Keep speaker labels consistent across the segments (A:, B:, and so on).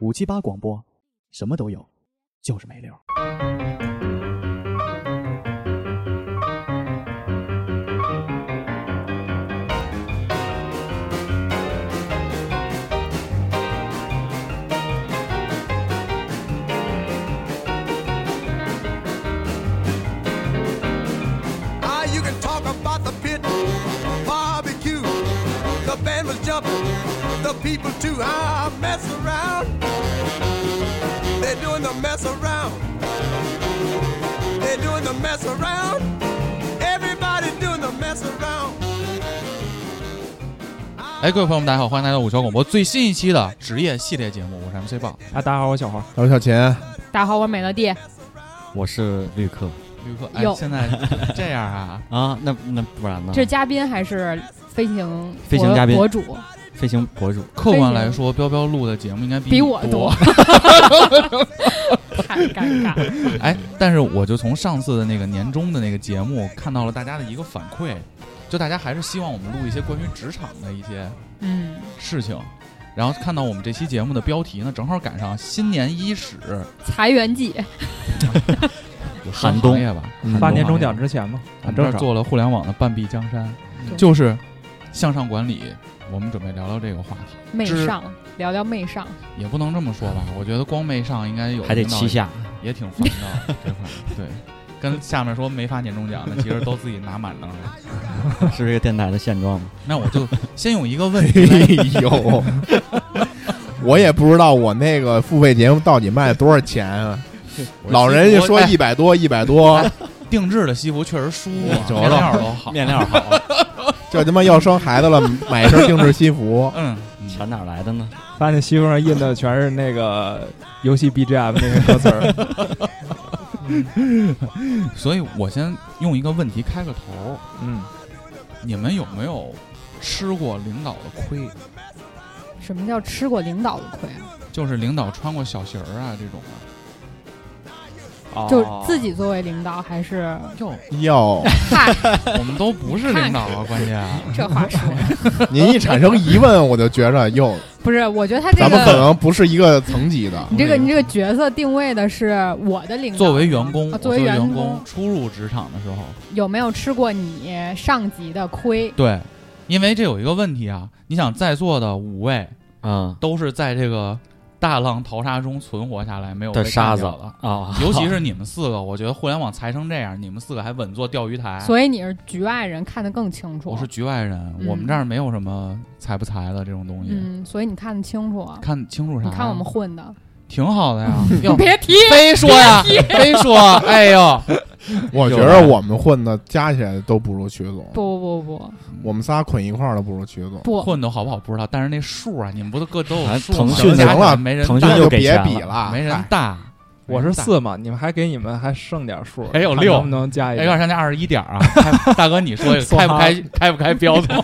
A: 五七八广播，什么都有，就是没溜儿。
B: Ah, you can talk about the pit barbecue. The band was jumping, the people too. Ah, mess around. They're doing the mess around. They're doing the mess around. Everybody doing the mess around.
C: 哎，各位朋友们，大家好，欢迎来到五桥广播最新一期的职业系列节目，我是 MC 豹，
D: 啊，大家好，我小黄。
E: 我是小秦，
F: 大家好，我美乐蒂。
G: 我是绿客
C: 旅客。哎
F: 哟，
C: 现在这样啊，
G: 啊，那那不然呢？
F: 这是嘉宾还是飞行
G: 飞行
F: 博
G: 嘉宾
F: 博主？
G: 飞行博主，
C: 客观来说，彪彪录的节目应该比
F: 比
C: 你
F: 我
C: 多
F: 多。太尴尬了。
C: 哎，但是我就从上次的那个年终的那个节目看到了大家的一个反馈，就大家还是希望我们录一些关于职场的一些
F: 嗯，
C: 事情。然后看到我们这期节目的标题呢，正好赶上新年伊始，
F: 裁员季，
G: 寒
C: 行
G: 冬
C: 业吧，
G: 嗯
D: 发年终奖之前嘛，
C: 我
D: 很
C: 们这
D: 正
C: 儿
D: 常。
C: 做了互联网的半壁江山，
F: 对
C: 就是向上管理。我们准备聊聊这个话题，
F: 媚
C: 知
F: 上，聊聊媚上。
C: 也不能这么说吧？我觉得光媚上应该有
G: 还得
C: 领导
G: 七下，
C: 也挺烦躁的这块儿，对，跟下面说没发年终奖的，其实都自己拿满了。
G: 是这个电台的现状吗？
C: 那我就先用一个问题来，
E: 哎呦， 我也不知道我那个付费节目到底卖了多少钱啊。老人家说
D: 哎
C: 我哎
E: 一百多，一 百多，
C: 定制的西服确实舒服、
E: 折
C: 啊，面
E: 了
C: 料都好。。
G: 面料好，
E: 这他妈要生孩子了，买一身定制西服
C: 嗯，
G: 钱哪儿来的呢？
D: 发现西服上印的全是那个游戏 BGM 那个歌词 儿，
C: 所以我先用一个问题开个头：
D: 嗯，
C: 你们有没有吃过领导的亏？
F: 什么叫吃过领导的亏啊？
C: 就是领导穿过小鞋儿啊这种啊。
F: 就自己作为领导，还是
C: 哟，
E: 哟，
F: 嗨，
C: 我们都不是领导 啊，关键
F: 这话说的
E: 您一产生疑问，我就觉 着哟，
F: 不是？我觉得他这
E: 咱们可
F: 个，
E: 能不是一个层级 的。
F: 你这个，你这个角色定位的是我的领导。
C: 作为员工，
F: 啊
C: 我哦
F: 作
C: 作
F: 为
C: 为
F: 员
C: 员
F: 工
C: 工初入职场的时候，
F: 有没有吃过你上级的亏？
C: 对，因为这有一个问题啊，你想在座的五位
G: 啊
C: 都是在这个大浪淘沙中存活下来，没有被
G: 的沙
C: 干
G: 子
C: 掉的。
G: 啊，
C: 尤 其是你们四个，我觉得互联网裁成这样，你们四个还稳坐钓鱼台。
F: 所以你是局外人，看得更清楚。
C: 哎我是局外人，
F: 嗯
C: 我们这儿没有什么裁不裁的这种东西，
F: 嗯，所以你看得清楚。啊
C: 看清楚啥
F: 你
C: 呀？
F: 看我们混的，
C: 挺好的呀，要
F: 别提
C: 非说呀，非说，哎呦，
E: 我觉着我们混的加起来都不如曲总，
F: 不不不不
E: 我们仨捆一块儿都不如曲总。
F: 不，
C: 混的好不好不知道，但是那数啊，你们不都各都有
G: 还
C: 数吗？
G: 腾
C: 加
G: 讯
C: 起来
E: 行了
C: 没人
G: 腾
C: 大
G: 讯
E: 那
G: 又
E: 就
G: 给
E: 别
G: 钱
E: 比
G: 了
E: 了，哎
C: 没人
E: 嗨
C: 大，哎
D: 我是
C: 没人大。
D: 四嘛，你们还给你们还剩点数，
C: 还有
D: 看
C: 六
D: 能不能加一
C: 哎，有点
D: 个？
C: 像那二十一点啊，开大哥，你 说开不开开不开 标总？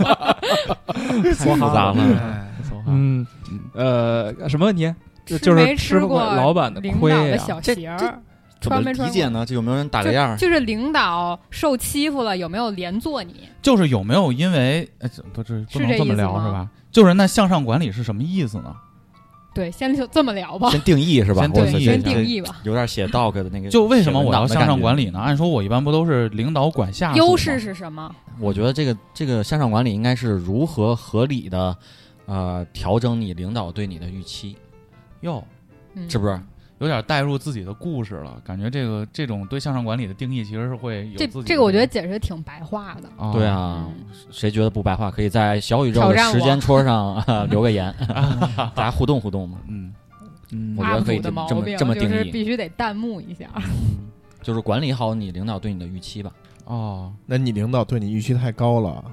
D: 说
G: 复杂了
C: 哎
D: 嗯，呃，什么问题？就就是
F: 没
D: 吃
F: 过
D: 过老板的
F: 领
D: 亏啊
F: 导的
D: 呀。
F: 小
G: 这
F: 鞋
G: 这
F: 儿，
G: 怎么
F: 穿没穿
G: 理解呢？就有没有人打个样
F: 就
G: 儿？
F: 就是领导受欺负了，有没有连坐你？
C: 就是有没有因为呃这不是不
F: 是这
C: 能这么
F: 意思
C: 聊
F: 吗
C: 是吧？就是那向上管理是什么意思呢？
F: 对，先就这么聊吧。
G: 先定义是吧？
C: 先
G: 我
C: 定
G: 操
C: 义
F: 先
G: 这
F: 定义吧，
G: 有点写 dog 的那个。
C: 就为什么我要向上管
G: 理？
C: 理呢？按说我一般不都是领导管下属吗
F: 优势是什么？
G: 我觉得这个这个向上管理应该是如何合理的，呃，调整你领导对你的预期，
C: 哟，
F: 嗯，
G: 是不是？
C: 有点带入自己的故事了，感觉这个这种对向上管理的定义其实是会有
F: 这
C: 自己哦
F: 这个我觉得解释得挺白话的。
C: 得
G: 对，啊，
F: 嗯
G: 谁觉得不白话，可以在小宇宙
F: 挑
G: 的
F: 战我
G: 时间戳上、 啊留 个言，大家互动互动嘛。
C: 嗯，
G: 嗯我觉得
F: UP
G: 可以
F: 主
G: 这
F: 的
G: 么
F: 毛
G: 这么
F: 病
G: 这么
F: 就
G: 定
F: 是
G: 义，
F: 必须得弹幕一 下，
G: 就是管理好你领导对你的预期吧。
C: 哦，
E: 那你领导对你预期太高了，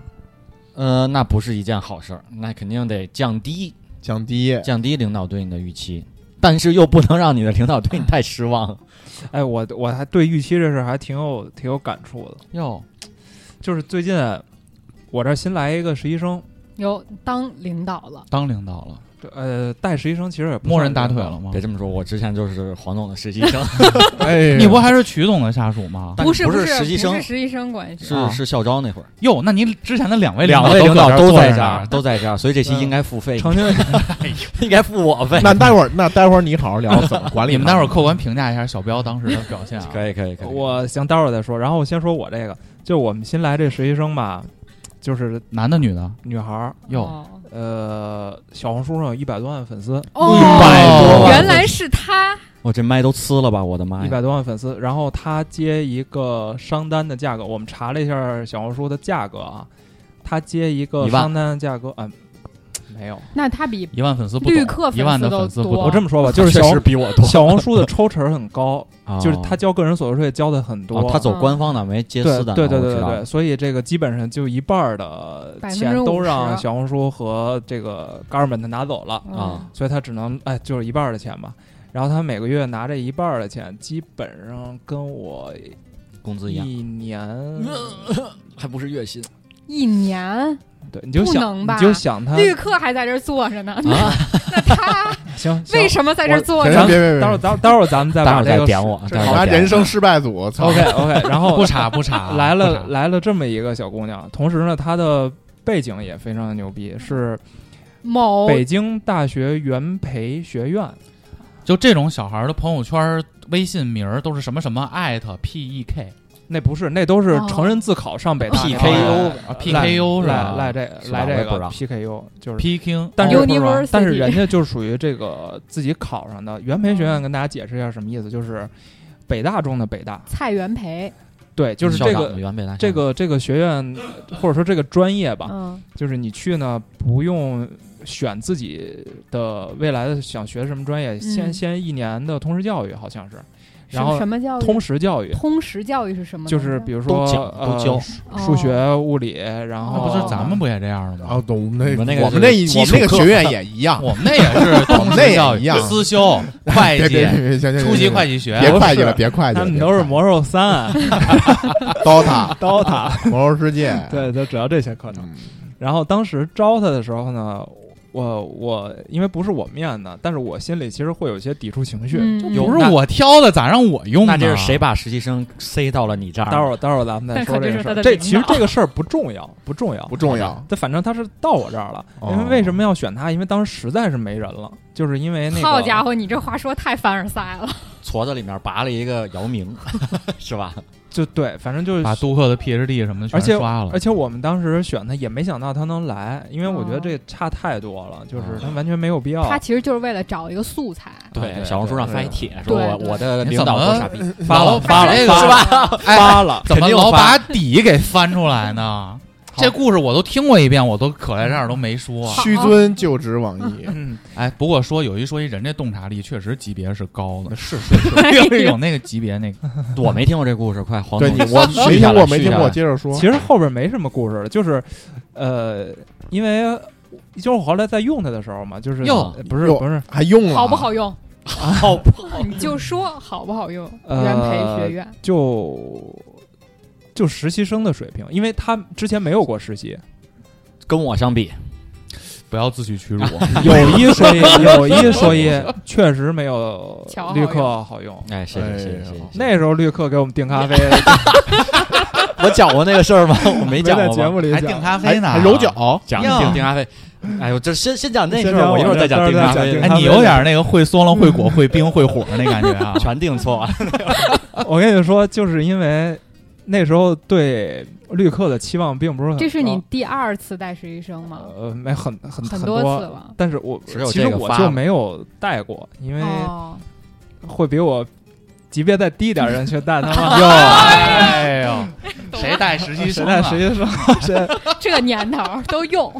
G: 呃，那不是一件好事儿，那肯定得降低
E: 降低。
G: 降低领导对你的预期，但是又不能让你的领导对你太 失望。
D: 哎，我我还对预期这事儿还挺有挺有感触的。
C: 哟，
D: 啊就是最近我这儿新来一个实习生，
F: 有当领导了，
C: 当领导了，
D: 呃，带实习生其实也不
C: 默认打
D: 算是
C: 腿了吗
G: 别？这么说，我之前就是黄总的实习 生，
E: 哎，
C: 你不还是曲总的下属吗？
G: 但
F: 是
G: 不
F: 不
G: 实习
F: 不
G: 生
F: 是，实习生关系，
G: 是是校招那会儿，
C: 哟，那你之前的两位
D: 哎
G: 两位
C: 位
G: 领导
C: 都
G: 都
C: 搁
G: 在这
C: 这
G: 儿，
C: 儿，
G: 都在这儿，所以这期
D: 嗯
G: 应该付费，
D: 成天
G: 应该付我 费。
E: 那待会儿，那待会儿你好好聊怎么管理。
C: 你们待 会儿客观评价一下小彪当时的表现啊。
G: 可以可以可以，
D: 我行，待会儿再说。然后我先说我这个，就我们新来这实习生吧，就是
C: 男的女的？
D: 女孩儿，
C: 哟，
F: 哦，
D: 呃，小红书上有一百多万粉丝，
E: 多
F: 哦
E: 万
F: 原来是他，
G: 我这麦都呲了吧，我的妈
D: 一
G: 哎呀！
D: 百多万粉丝。然后她接一个商单的价格，我们查了一下小红书的价格啊，她接一个
G: 一万
D: 商单的价格，嗯、没有。
F: 那他比
C: 一万粉丝不
F: 绿
C: 懂，
F: 客
C: 一万
F: 粉
C: 的
F: 丝都
C: 粉丝不
F: 多
D: 我
C: 懂。
G: 哦
D: 这么说吧，啊就是
G: 确
D: 小
G: 实比我 多，
D: 小红书的抽成很高，
G: 哦
D: 就是她交个人所得税交的很多，
G: 哦，他走官方的没接
D: 对
G: 私的，
D: 对对
G: 我
D: 对
G: 知
D: 对
G: 道
D: 对，所以这个基本上就一半儿的钱
F: 50%
D: 都让小红书和这个 government 拿走了，
G: 啊，
D: 所以他只能哎就是一半儿的钱吧。然后他每个月拿这一半儿的钱，基本上跟我
G: 工资一样，
D: 一年，
G: 还不是月薪
F: 一年，
D: 对，你就
F: 不
D: 想
F: 能
D: 你
F: 吧
D: 就想他
F: 绿客还在这儿坐着呢，
G: 啊？
F: 那他
D: 行行
F: 为，什么在这儿坐
E: 行
F: 着
E: 行？别别别
D: 待会儿待
E: 别，
D: 会儿待会儿咱们再
G: 待会
D: 把
G: 儿
D: 这
G: 再
D: 个
G: 点我，
D: 这
G: 待会
E: 好
G: 儿
E: 吧，
G: 再点
E: 人生失败组，操
D: OK OK，然后
C: 不查不 查，
D: 来了
C: 不查
D: 来了这么一个小姑娘，同时呢，她的背景也非常的牛逼，是
F: 某
D: 北京大学元培学院。
C: 就这种小孩儿的朋友圈儿、微信名儿都是什么什么艾特 P E K
D: 那不是，那都是
F: 哦
D: 成人自考上北大
G: PKU
C: 啊 PKU 是吧
D: 来来这
G: 是吧
D: 来
G: 我
D: 这
G: 也不知
D: 个
G: 道
D: PKU 就是。
C: P King，
D: 但是
F: 哦 University
D: 但是人家就属于这个自己考上的元培学院，跟大家解释一下什么意思，就是北大中的北大，
F: 蔡元培，
D: 对，就是
G: 校
D: 这
G: 长
D: 个
G: 原北大校
D: 这个这个学院或者说这个专业吧，
F: 嗯，
D: 就是你去呢，不用选自己的未来的想学什么专业，先
F: 嗯
D: 先一年的通识教育好像是，
F: 什
D: 然后
F: 什么教育？
D: 通识教育
F: 通识教育是什么东西
D: 就
F: 啊？
D: 是比如说
G: 都讲都
D: 呃
G: 教，
F: 哦
D: 数学、物理，然
C: 那
D: 后
C: 啊不是咱们不也这样了
E: 啊
C: 吗？！
E: 我们
G: 我们那个
E: 我们
G: 是
E: 那一
G: 基
E: 我们那个
G: 础课
E: 学院也 一样，
C: 我们那也是同时教
E: 我们那也
C: 育
E: 一样
C: 思修、会
E: 别别
C: 计、
E: 别，行行，
C: 初级会计
E: 计，
C: 学，
E: 别会计了，别会计
D: 他
E: 了，
D: 们都是魔兽三、
E: DOTA、
D: 刀塔，
E: 魔兽世界，
D: 对，就主要这些课程。
E: 嗯，
D: 然后当时招他的时候呢，我我因为不是我面的，但是我心里其实会有一些抵触情绪。
F: 嗯
D: 就
C: 不
D: 是
C: 是我挑的，咋让我用呢？
G: 那这是谁把实习生塞到了你这儿？
D: 待会儿待会儿咱们再
F: 但
D: 说
F: 可
D: 这个
F: 这是
D: 事
F: 他
D: 儿。
F: 的
D: 这
F: 领
D: 其实
F: 导
D: 这个事儿不重要，不重要，
E: 不重要。
D: 但反正他是到我这儿了，
E: 哦
D: 因为为什么要选他？因为当时实在是没人了，就是因为那个
F: 好家伙，你这话说太凡尔赛了。
G: 矬子里面拔了一个姚明，是吧？
D: 就对，反正就是
C: 把杜克的 PhD 什么的
D: 而
C: 全
D: 且
C: 刷了
D: 而？且我们当时选他也没想到他能来，因为我觉得
F: 哦
D: 这差太多了，就是他完全没有必要。
F: 他其实就是为了找一个素材，
D: 对对
G: 小红书上
D: 对
G: 发一
D: 对
G: 帖，说我
F: 对对
G: 我
D: 呃
G: 的
C: 你
G: 领
C: 怎
G: 导
C: 么
G: 多 傻逼，
D: 发了
C: 老
D: 发了
C: 把这个
D: 发
G: 是
D: 了
G: 吧？
D: 发了，
C: 怎么
G: 肯定
C: 老把
G: 发
C: 底给翻出 来呢？这故事我都听过一遍，我都可来这儿都没说。
E: 屈尊就职网易，
D: 嗯，
C: 哎，不过说有一说一，人这洞察力确实级别是高的，
D: 是是是。
C: 有 有那个级别那个。
G: 我没听过这故事，快黄
E: 对
G: 总
E: 你我没
G: 续下
E: 听
G: 来
E: 过没听
G: 续下
E: 过，
G: 来
E: 接着说
D: 其。实后边没什么故事了，就是呃，因为就是我后来在用它的时候嘛，就是
G: 哟
D: 不是
E: 哟
D: 不是
E: 还用了啊？
F: 好不好用？
G: 好不好？
F: 你就说好不好用？
D: 呃
F: 元培学院，
D: 就。就实习生的水平，因为他之前没有过实习，
G: 跟我相比，
C: 不要自取其辱，啊
G: 啊
D: 有一说 一，有一说一，确实没有
F: 乔好
D: 绿
F: 用
D: 客好用。
G: 哎，谢谢谢谢谢谢。
D: 那时候绿客给我们订 咖啡，
G: 我讲过那个事儿吗？我没讲
D: 在
G: 过
D: 节
G: 吧。
D: 目里
C: 还
D: 讲
C: 订咖啡
E: 还
C: 呢，
E: 还揉脚？
G: 讲
C: 呀
G: 订订咖啡，哎呦，这先先讲那事
D: 先讲
G: 儿，
D: 我
G: 我一会儿
D: 这
G: 再讲
D: 待会儿
G: 订
D: 再
G: 咖
D: 讲
G: 啡！
D: 订
C: 哎，
D: 咖，
C: 你有点那个会酸了、会 果、会冰、会火那感觉啊
G: 全订错了。
D: 我跟你说，就是因为那时候对绿客的期望并不是很高，
F: 这是你第二次带实习生吗？
D: 呃没很很
F: 很
D: 多
F: 多次了
D: 但是我
G: 只有
D: 其
G: 这
D: 实
G: 个
D: 我
G: 发
D: 就
G: 了
D: 没有带过，因为
F: 哦，
D: 会比我级别再低点儿人去带他 们。
C: 哟，哎 呦，谁带实习
D: 谁
C: 生
D: 带
C: 啊？
D: 实习生？谁？
F: 这个年头儿都用，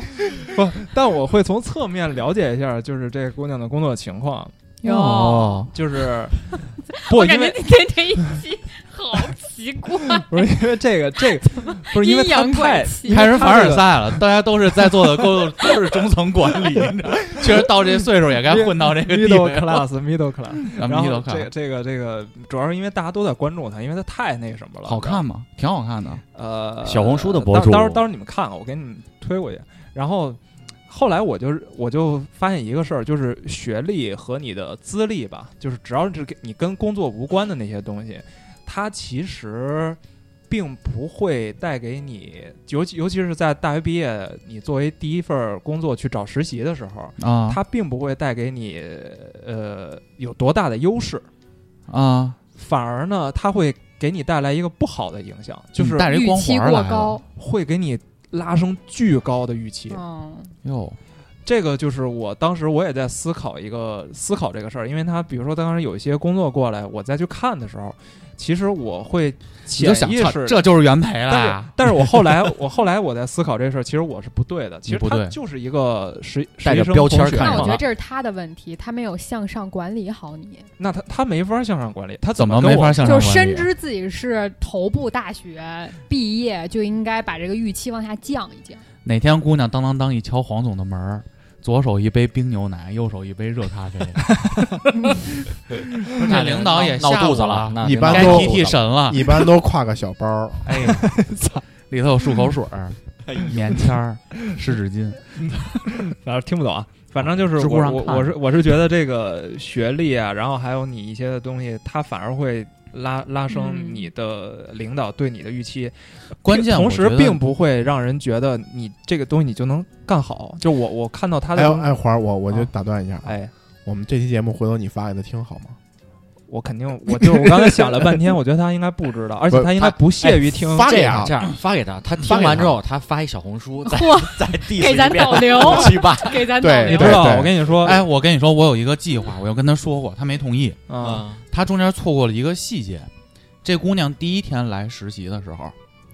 D: 但我会从侧面了解一下，就是这个姑娘的工作情况。哦
F: 哟，
D: 就是 不，
F: 感
D: 因
F: 觉
D: 为
F: 今天这一期好奇 怪，
D: 不是因为这个这个 不是因为
F: 阴
D: 他
F: 阳怪
D: 太
F: 气
D: 因为
C: 开始
D: 他
C: 凡尔
D: 这个
C: 赛了，大家都是在座的都都是中层管理，你知道确实到这岁数也该混到这个地
D: middle
C: 位了。
D: class middle class。
C: 咱们
D: 然
C: 一
D: 后
C: 头
D: 这个
C: 看，
D: 这个这个，主要是因为大家都在关注他，因为他太那什么了，
C: 好看。吗？挺好看的。
D: 呃，
G: 小红书的博主
D: 到时候到时候你们看看，我给你们推过去。然后后来我就我就发现一个事儿，就是学历和你的资历吧，就是只要是跟你跟工作无关的那些东西，它其实并不会带给你，尤其尤其是在大学毕业，你作为第一份工作去找实习的时候，
C: 啊
D: 它并不会带给你呃有多大的优势，
C: 啊，
D: 反而呢，它会给你带来一个不好的影响，就
C: 就是
D: 是
C: 嗯带着一
F: 预
C: 光
F: 期
C: 环儿
F: 过
C: 来
F: 高
C: 了。，
D: 会给你拉升巨高的预期。
F: 嗯，
C: 哟，
D: 这个就是我当时我也在思考一个思考这个事儿，因为他比如说当时有一些工作过来，我再去看的时候，其实我会
C: 你
D: 潜
C: 就想啊
D: 意
C: 操
D: 识，
C: 这就是原配
D: 但是
C: 啦，
D: 但是我后来我后来我在思考这事儿，其实我是不对的，其实
C: 不
D: 他
C: 对
D: 就是一个实实
G: 带
D: 习
G: 着
D: 生
G: 标签
D: 同学
G: 看
F: 那
G: 着
F: 我
D: 嘛
F: 觉得，这是他的问题，他没有向上管理好你，
D: 那他他没法向上管理，他
C: 怎
D: 么
C: 么
D: 跟
C: 没
D: 我
C: 法向上
F: 就
C: 管
F: 是深
C: 理？
F: 知自己是头部大学毕业，就应该把这个预期往下降一降。
C: 哪天姑娘当当当一敲黄总的门儿，左手一杯冰牛奶，右手一杯热咖啡， 不是这领导也
G: 闹
C: 吓
G: 肚
C: 我啊
G: 子了，那
E: 一
G: 领
E: 般
G: 导
C: 该
E: 都
C: 提提神
G: 啊
C: 了。
E: 一般都挎个小包，
C: 哎，操，里头有漱口水儿、棉签儿、湿纸巾。
D: 反正听不懂啊。反正就是
C: 知乎
D: 我
C: 上
D: 我
C: 看
D: 我是我是觉得这个学历啊，然后还有你一些的东西，它反而会拉拉升
F: 嗯
D: 你的领导对你的预期，
C: 关键
D: 同
C: 我
D: 时
C: 觉得
D: 并不会让人觉得你这个东西你就能干好。就我我看到他的
E: 哎呦
D: 东西，
E: 哎，花儿，我我就
D: 啊
E: 打断一下，
D: 哎，
E: 我们这期节目回头你发给他听好吗？
D: 我肯定我就我刚才想了半天，我觉得他应该不知道，而且
E: 不
D: 他应该不屑
C: 哎
D: 于听。
E: 发
G: 这
E: 给
G: 样
C: 啊
E: 他
G: 这，样发给他，他
E: 发
G: 听
E: 给
G: 完之
E: 他
G: 后，他发一小红 书，再
F: 嚯，
G: 再 diss
F: 给咱
G: 一遍
F: 导 流
G: 七八
F: 给咱导
E: 对
D: 你
F: 流
D: 知道
E: 对，对
D: 我跟你说，
C: 哎，，我跟你说，我有一个计划，我要跟他说过，他没同意。
D: 啊，
G: 嗯
C: 他中间错过了一个细节，这姑娘第一天来实习的时候，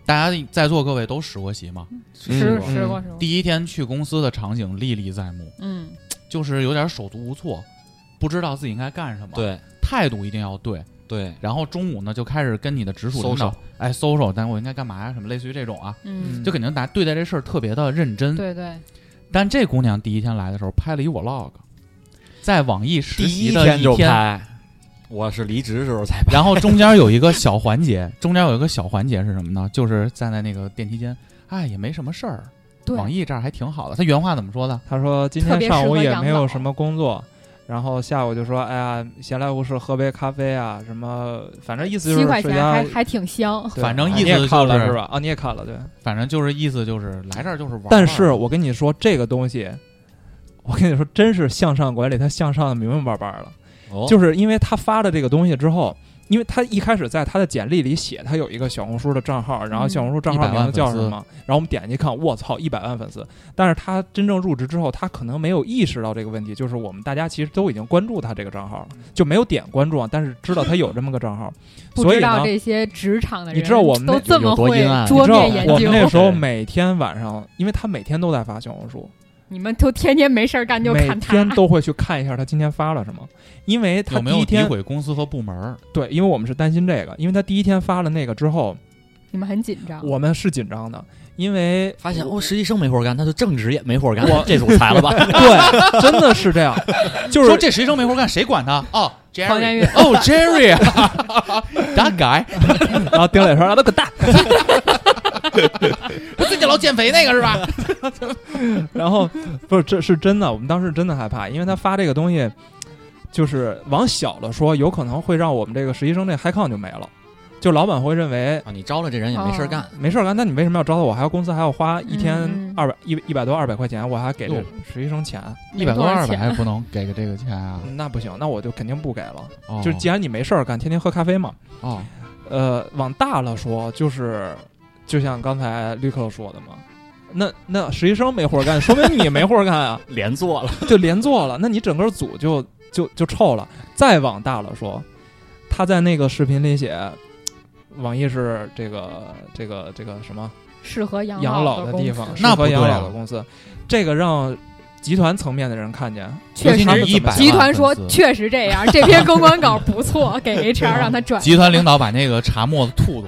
C: 大家在座各位都实过习嘛？
F: 吃
D: 嗯
F: 吃过吃过，
C: 第一天去公司的场景历历在目，
F: 嗯，
C: 就是有点手足无措，不知道自己应该干什么。，
G: 对
C: 态度一定要对。
G: 对，
C: 然后中午呢，就开始跟你的直属领导
G: 搜，
C: 哎，搜搜，但我应该干嘛呀？什么类似于这种啊，
F: 嗯
C: 就肯定大家对待这事儿特别的认
D: 嗯
C: 真。
F: 对对，
C: 但这姑娘第一天来的时候拍了一 vlog，在网易实
G: 第
C: 习
G: 一
C: 的
G: 天就
C: 一天
G: 拍，我是离职的时候 才拍，
C: 然后中间有一个小环节，中间有一个小环节是什么呢？就是站在那个电梯间，哎，也没什么事儿，
F: 对
C: 网易这儿还挺好的。他原话怎么说的？
D: 他说今
F: 特
D: 天
F: 别
D: 上
F: 适
D: 午
F: 合
D: 也
F: 养
D: 没有
F: 老
D: 什么工作，然后下午就说，哎呀，闲来无事喝杯咖啡啊，什么，反正意思就
F: 七
D: 是
F: 块
D: 睡
F: 钱还
D: 家。
F: 还挺香，
D: 对
C: 反正意
D: 你也
C: 思
D: 看
C: 就
D: 了
C: 是
D: 吧？啊，你也看了对。
C: 反正就是意思就是来这儿就是玩儿玩儿。
D: 但是我跟你说，这个东西，我跟你说，真是向上管理，它向上的明明白白了。
G: 哦
D: 就是因为他发了这个东西之后，因为他一开始在他的简历里写他有一个小红书的账号，然后
F: 嗯
D: 小红书账号
C: 100万
D: 名字叫什
C: 粉丝
D: 么，然后我们点进去看，我操，一百万粉丝！但是他真正入职之后，他可能没有意识到这个问题，就是我们大家其实都已经关注他这个账号了，就没有点关注啊，但是知道他有这么个账号，
F: 不
D: 所以
F: 知
D: 呢
F: 道。这些职场的人，
D: 你知道我们那
F: 都这么
G: 有多
F: 会
G: 阴暗
D: 你
F: 桌
D: 知道
F: 面研
D: 我们那
F: 究，
D: 时候
G: 对
D: 每天晚上，因为他每天都在发小红书，
F: 你们都天天没事儿干 就
D: 每
F: 看他
D: 天，都会去看一下他今天发了什么，因为他
C: 有
D: 第
C: 没有
D: 一天
C: 诋毁公司和部门儿？
D: 对，因为我们是担心这个，因为他第一天发了那个之后，
F: 你们很紧
C: 啊
F: 张。
D: 我们是紧张的，因为
G: 发现哦，实习生没活儿干，那就正职也没活儿干，
D: 我
G: 这种裁了 吧？
D: 对，真的是这样，就
C: 说
D: 是
C: 这实习生没活干，谁管他？哦
F: 黄佳
C: ，Jerry，
F: 韵，
C: 哦，Jerry，大改，
D: 然后丁磊说让他滚蛋，
C: 不自己老减肥那个 是吧？
D: 然后不是这是真的，我们当时真的害怕，因为他发这个东西，就是往小了说，有可能会让我们这个实习生这 high con 就没了，就老板会认为
G: 啊，你招了这人也没事儿干，
D: 没事儿干，那你为什么要招他？我还要公司还要花一天
F: 嗯嗯
D: 二百一一百多二百块钱，我还给这
C: 哟
D: 实习生钱，
C: 一百多
F: 没多
C: 二
F: 少
C: 百
F: 钱
C: 还不能给个这个钱啊？
D: 那不行，那我就肯定不给了。
C: 哦
D: 就是既然你没事儿干，天天喝咖啡嘛。
C: 哦，
D: 呃，往大了说，就是就像刚才绿客说的嘛，那那实习生没活儿干，说明你没活儿干啊，
G: 连坐了，
D: 就连坐了，那你整个组就就就臭了。再往大了说，他在那个视频里写，网易是这个这个这个什么
F: 适合养
D: 养
F: 老
D: 老
F: 的
D: 地
F: 公
D: 方，
F: 司
D: 适合
C: 那不对
D: 养
C: 啊
D: 老的公司，这个让集团层面的人看见，
F: 确
D: 尤其
F: 实
D: 他们
C: 一
D: 怎么
C: 百
D: 想
F: 集团说
C: 百万粉丝
F: 确实这样，这篇公关稿不错，给 HR 让他转。
C: 集团领导把那个茶沫子吐吐，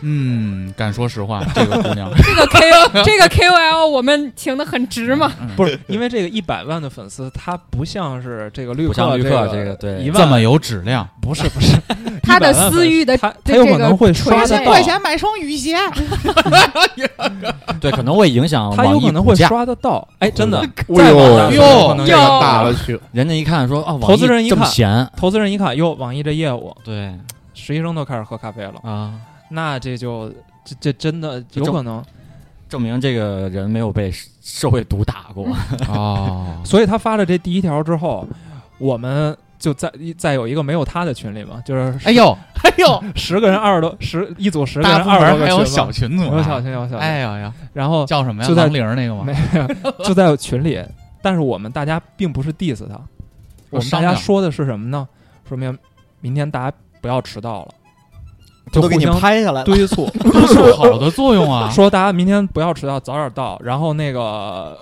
C: 嗯，敢说实话，这个姑娘，
F: 这个 K 这个 KOL 我们请的很值嘛，
C: 嗯
D: 不 是因为这个一百万的粉丝，他不像是这个绿客
G: 不像绿客这
D: 个
G: 个对
D: 一
C: 这
D: 万
C: 么有质量，
D: 不是不是
F: 他的私欲的
D: 他他
F: 这
D: 有
F: 这
D: 可
F: 个
D: 能会刷
F: 垂
D: 得
F: 直
D: 到，
A: 买双雨鞋，
G: 对，可能会影响
D: 他
G: 网
D: 有
G: 易
D: 可能
G: 股
D: 会
G: 价。
D: 刷得到。哎，真的，
E: 哎
D: 网
E: 呦
D: 易有可能
E: 这
D: 要
E: 个
F: 哟
E: 大了去，
G: 人家一看说啊，网易
D: 投资人一
G: 这么
D: 看
G: 闲，
D: 投资人一看，哟，网易这业务，
G: 对
D: 实习生都开始喝咖啡了，
G: 啊，
D: 那这就这这真的有
G: 这
D: 可能。
G: 证明这个人没有被社会毒打过。
D: 嗯
C: 哦，
D: 所以他发了这第一条之后，我们就在在有一个没有他的群里嘛，就是
C: 哎呦，哎 呦，
D: 十个人二十多十一组十个
C: 大
D: 人
C: 部
D: 二十
C: 门
D: 多
C: 还
D: 个
C: 有
D: 群
C: 小
D: 嘛
C: 群组，
D: 有小，群有小群，
C: 哎呀呀，
D: 然后
C: 叫什么呀？
D: 就在
C: 狼铃儿那个吗
D: 没？有，就在群里，但是我们大家并不是 diss 他，我们大
C: 商
D: 家
C: 量
D: 说的是什么呢？说明明天大家不要迟到了，就
A: 我都给
D: 互
A: 你
D: 相
A: 拍 下来了。
D: 敦促，
C: 都是好的作用 啊。
D: 说大家明天不要迟到，早点到，然后那个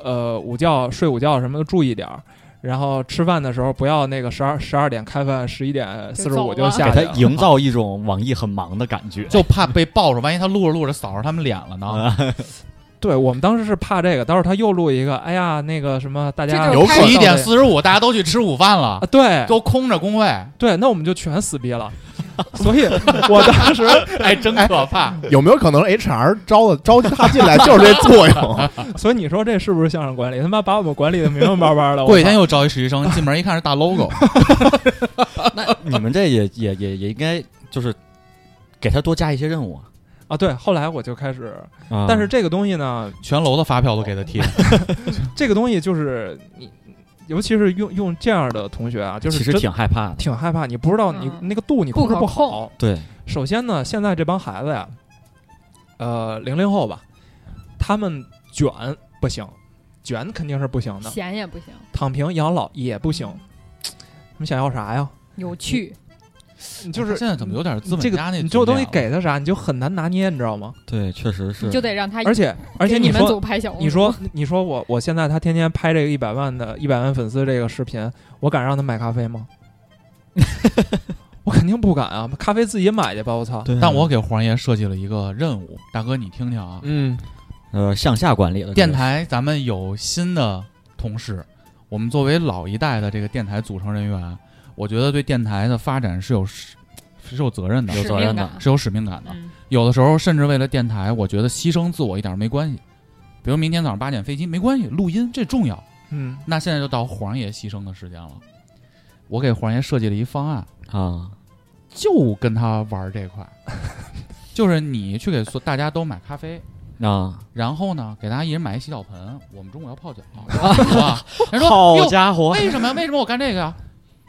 D: 呃午觉睡午觉什么的注意点儿。然后吃饭的时候不要那个十二十二点开饭，十一点四十五就下
G: 给
D: 去
G: 他
D: 了。
G: 营造一种网易很忙的感觉。
C: 就怕被爆出，万一他录着录着扫着他们脸了呢？
G: 啊，
D: 对我们当时是怕这个，到时候他又录一个，哎呀那个什么，大家
F: 这就是开
C: 十一点四十五，大家都去吃午饭了
D: 啊，，对哎
C: 都空着工位，
D: 对，那我们就全死逼了。所以 我当时
C: 哎，真可怕！
E: 有没有可能 HR 招的招他进来 就是这作用？
D: 所以你说这是不是相声管理？他妈把我们管理的明明白白的。
C: 过
D: 我
C: 几
D: 操
C: 天又招一实习生，进门一看是大 logo，
G: 那你们这也也也也应该就是给他多加一些任务啊。
D: 啊，对，后来我就开始，
G: 啊
D: 嗯但是这个东西呢，
C: 全楼的发票都给他贴。
D: 这个东西就是你，尤其是用用这样的同学啊，就是
G: 其实
D: 真
G: 挺害怕的。
D: 挺害怕，你不知道你、
F: 嗯
D: 那个度你控制不
F: 不可控
D: 好。
G: 对，
D: 首先呢，现在这帮孩子呀，呃，零零后吧，他们卷不行，卷肯定是不行的，
F: 闲也不行，
D: 躺平养老也不行，你们想要啥呀？
F: 有趣，
D: 你就是
C: 哎现在怎么有点资
D: 这
C: 本
D: 个
C: 家那啊
D: 你这个东西
C: 局面了
D: 给他啥，你就很难拿捏，你知道吗？
G: 对，确实
F: 你
G: 是。
F: 就得让他
D: 而且而且
F: 哎给你们
D: 说
F: 组拍小屋，
D: 你说，你说我，我现在他天天拍这个一百万的、一百万粉丝这个视频，我敢让他买咖啡吗？我肯定不敢啊！咖啡自己买去吧，我操！
G: 对啊
C: 但我给黄爷设计了一个任务，大哥你听听啊，
D: 嗯，
G: 呃向下管理了
C: 电，台咱们有新的同事，我们作为老一代的这个电台组成人员，我觉得对电台的发展是有是是有责任的，
G: 有
F: 使
G: 责
F: 命
G: 任
F: 感
G: 的
C: 是有使命感的。
F: 嗯
C: 有的时候甚至为了电台，我觉得牺牲自我一点没关系。比如明天早上八点飞机没关系，录音这重要。
D: 嗯，
C: 那现在就到黄爷牺牲的时间了，我给黄爷设计了一方案，
G: 这个啊，
C: 就跟他玩这块， 就是你去给所大家都买咖啡，
G: 啊，
C: 然后呢给大家一人买一洗脚盆，我们中午要 泡脚。啊，人说哟
G: 家伙，
C: 为什么呀？为什么我干这个呀？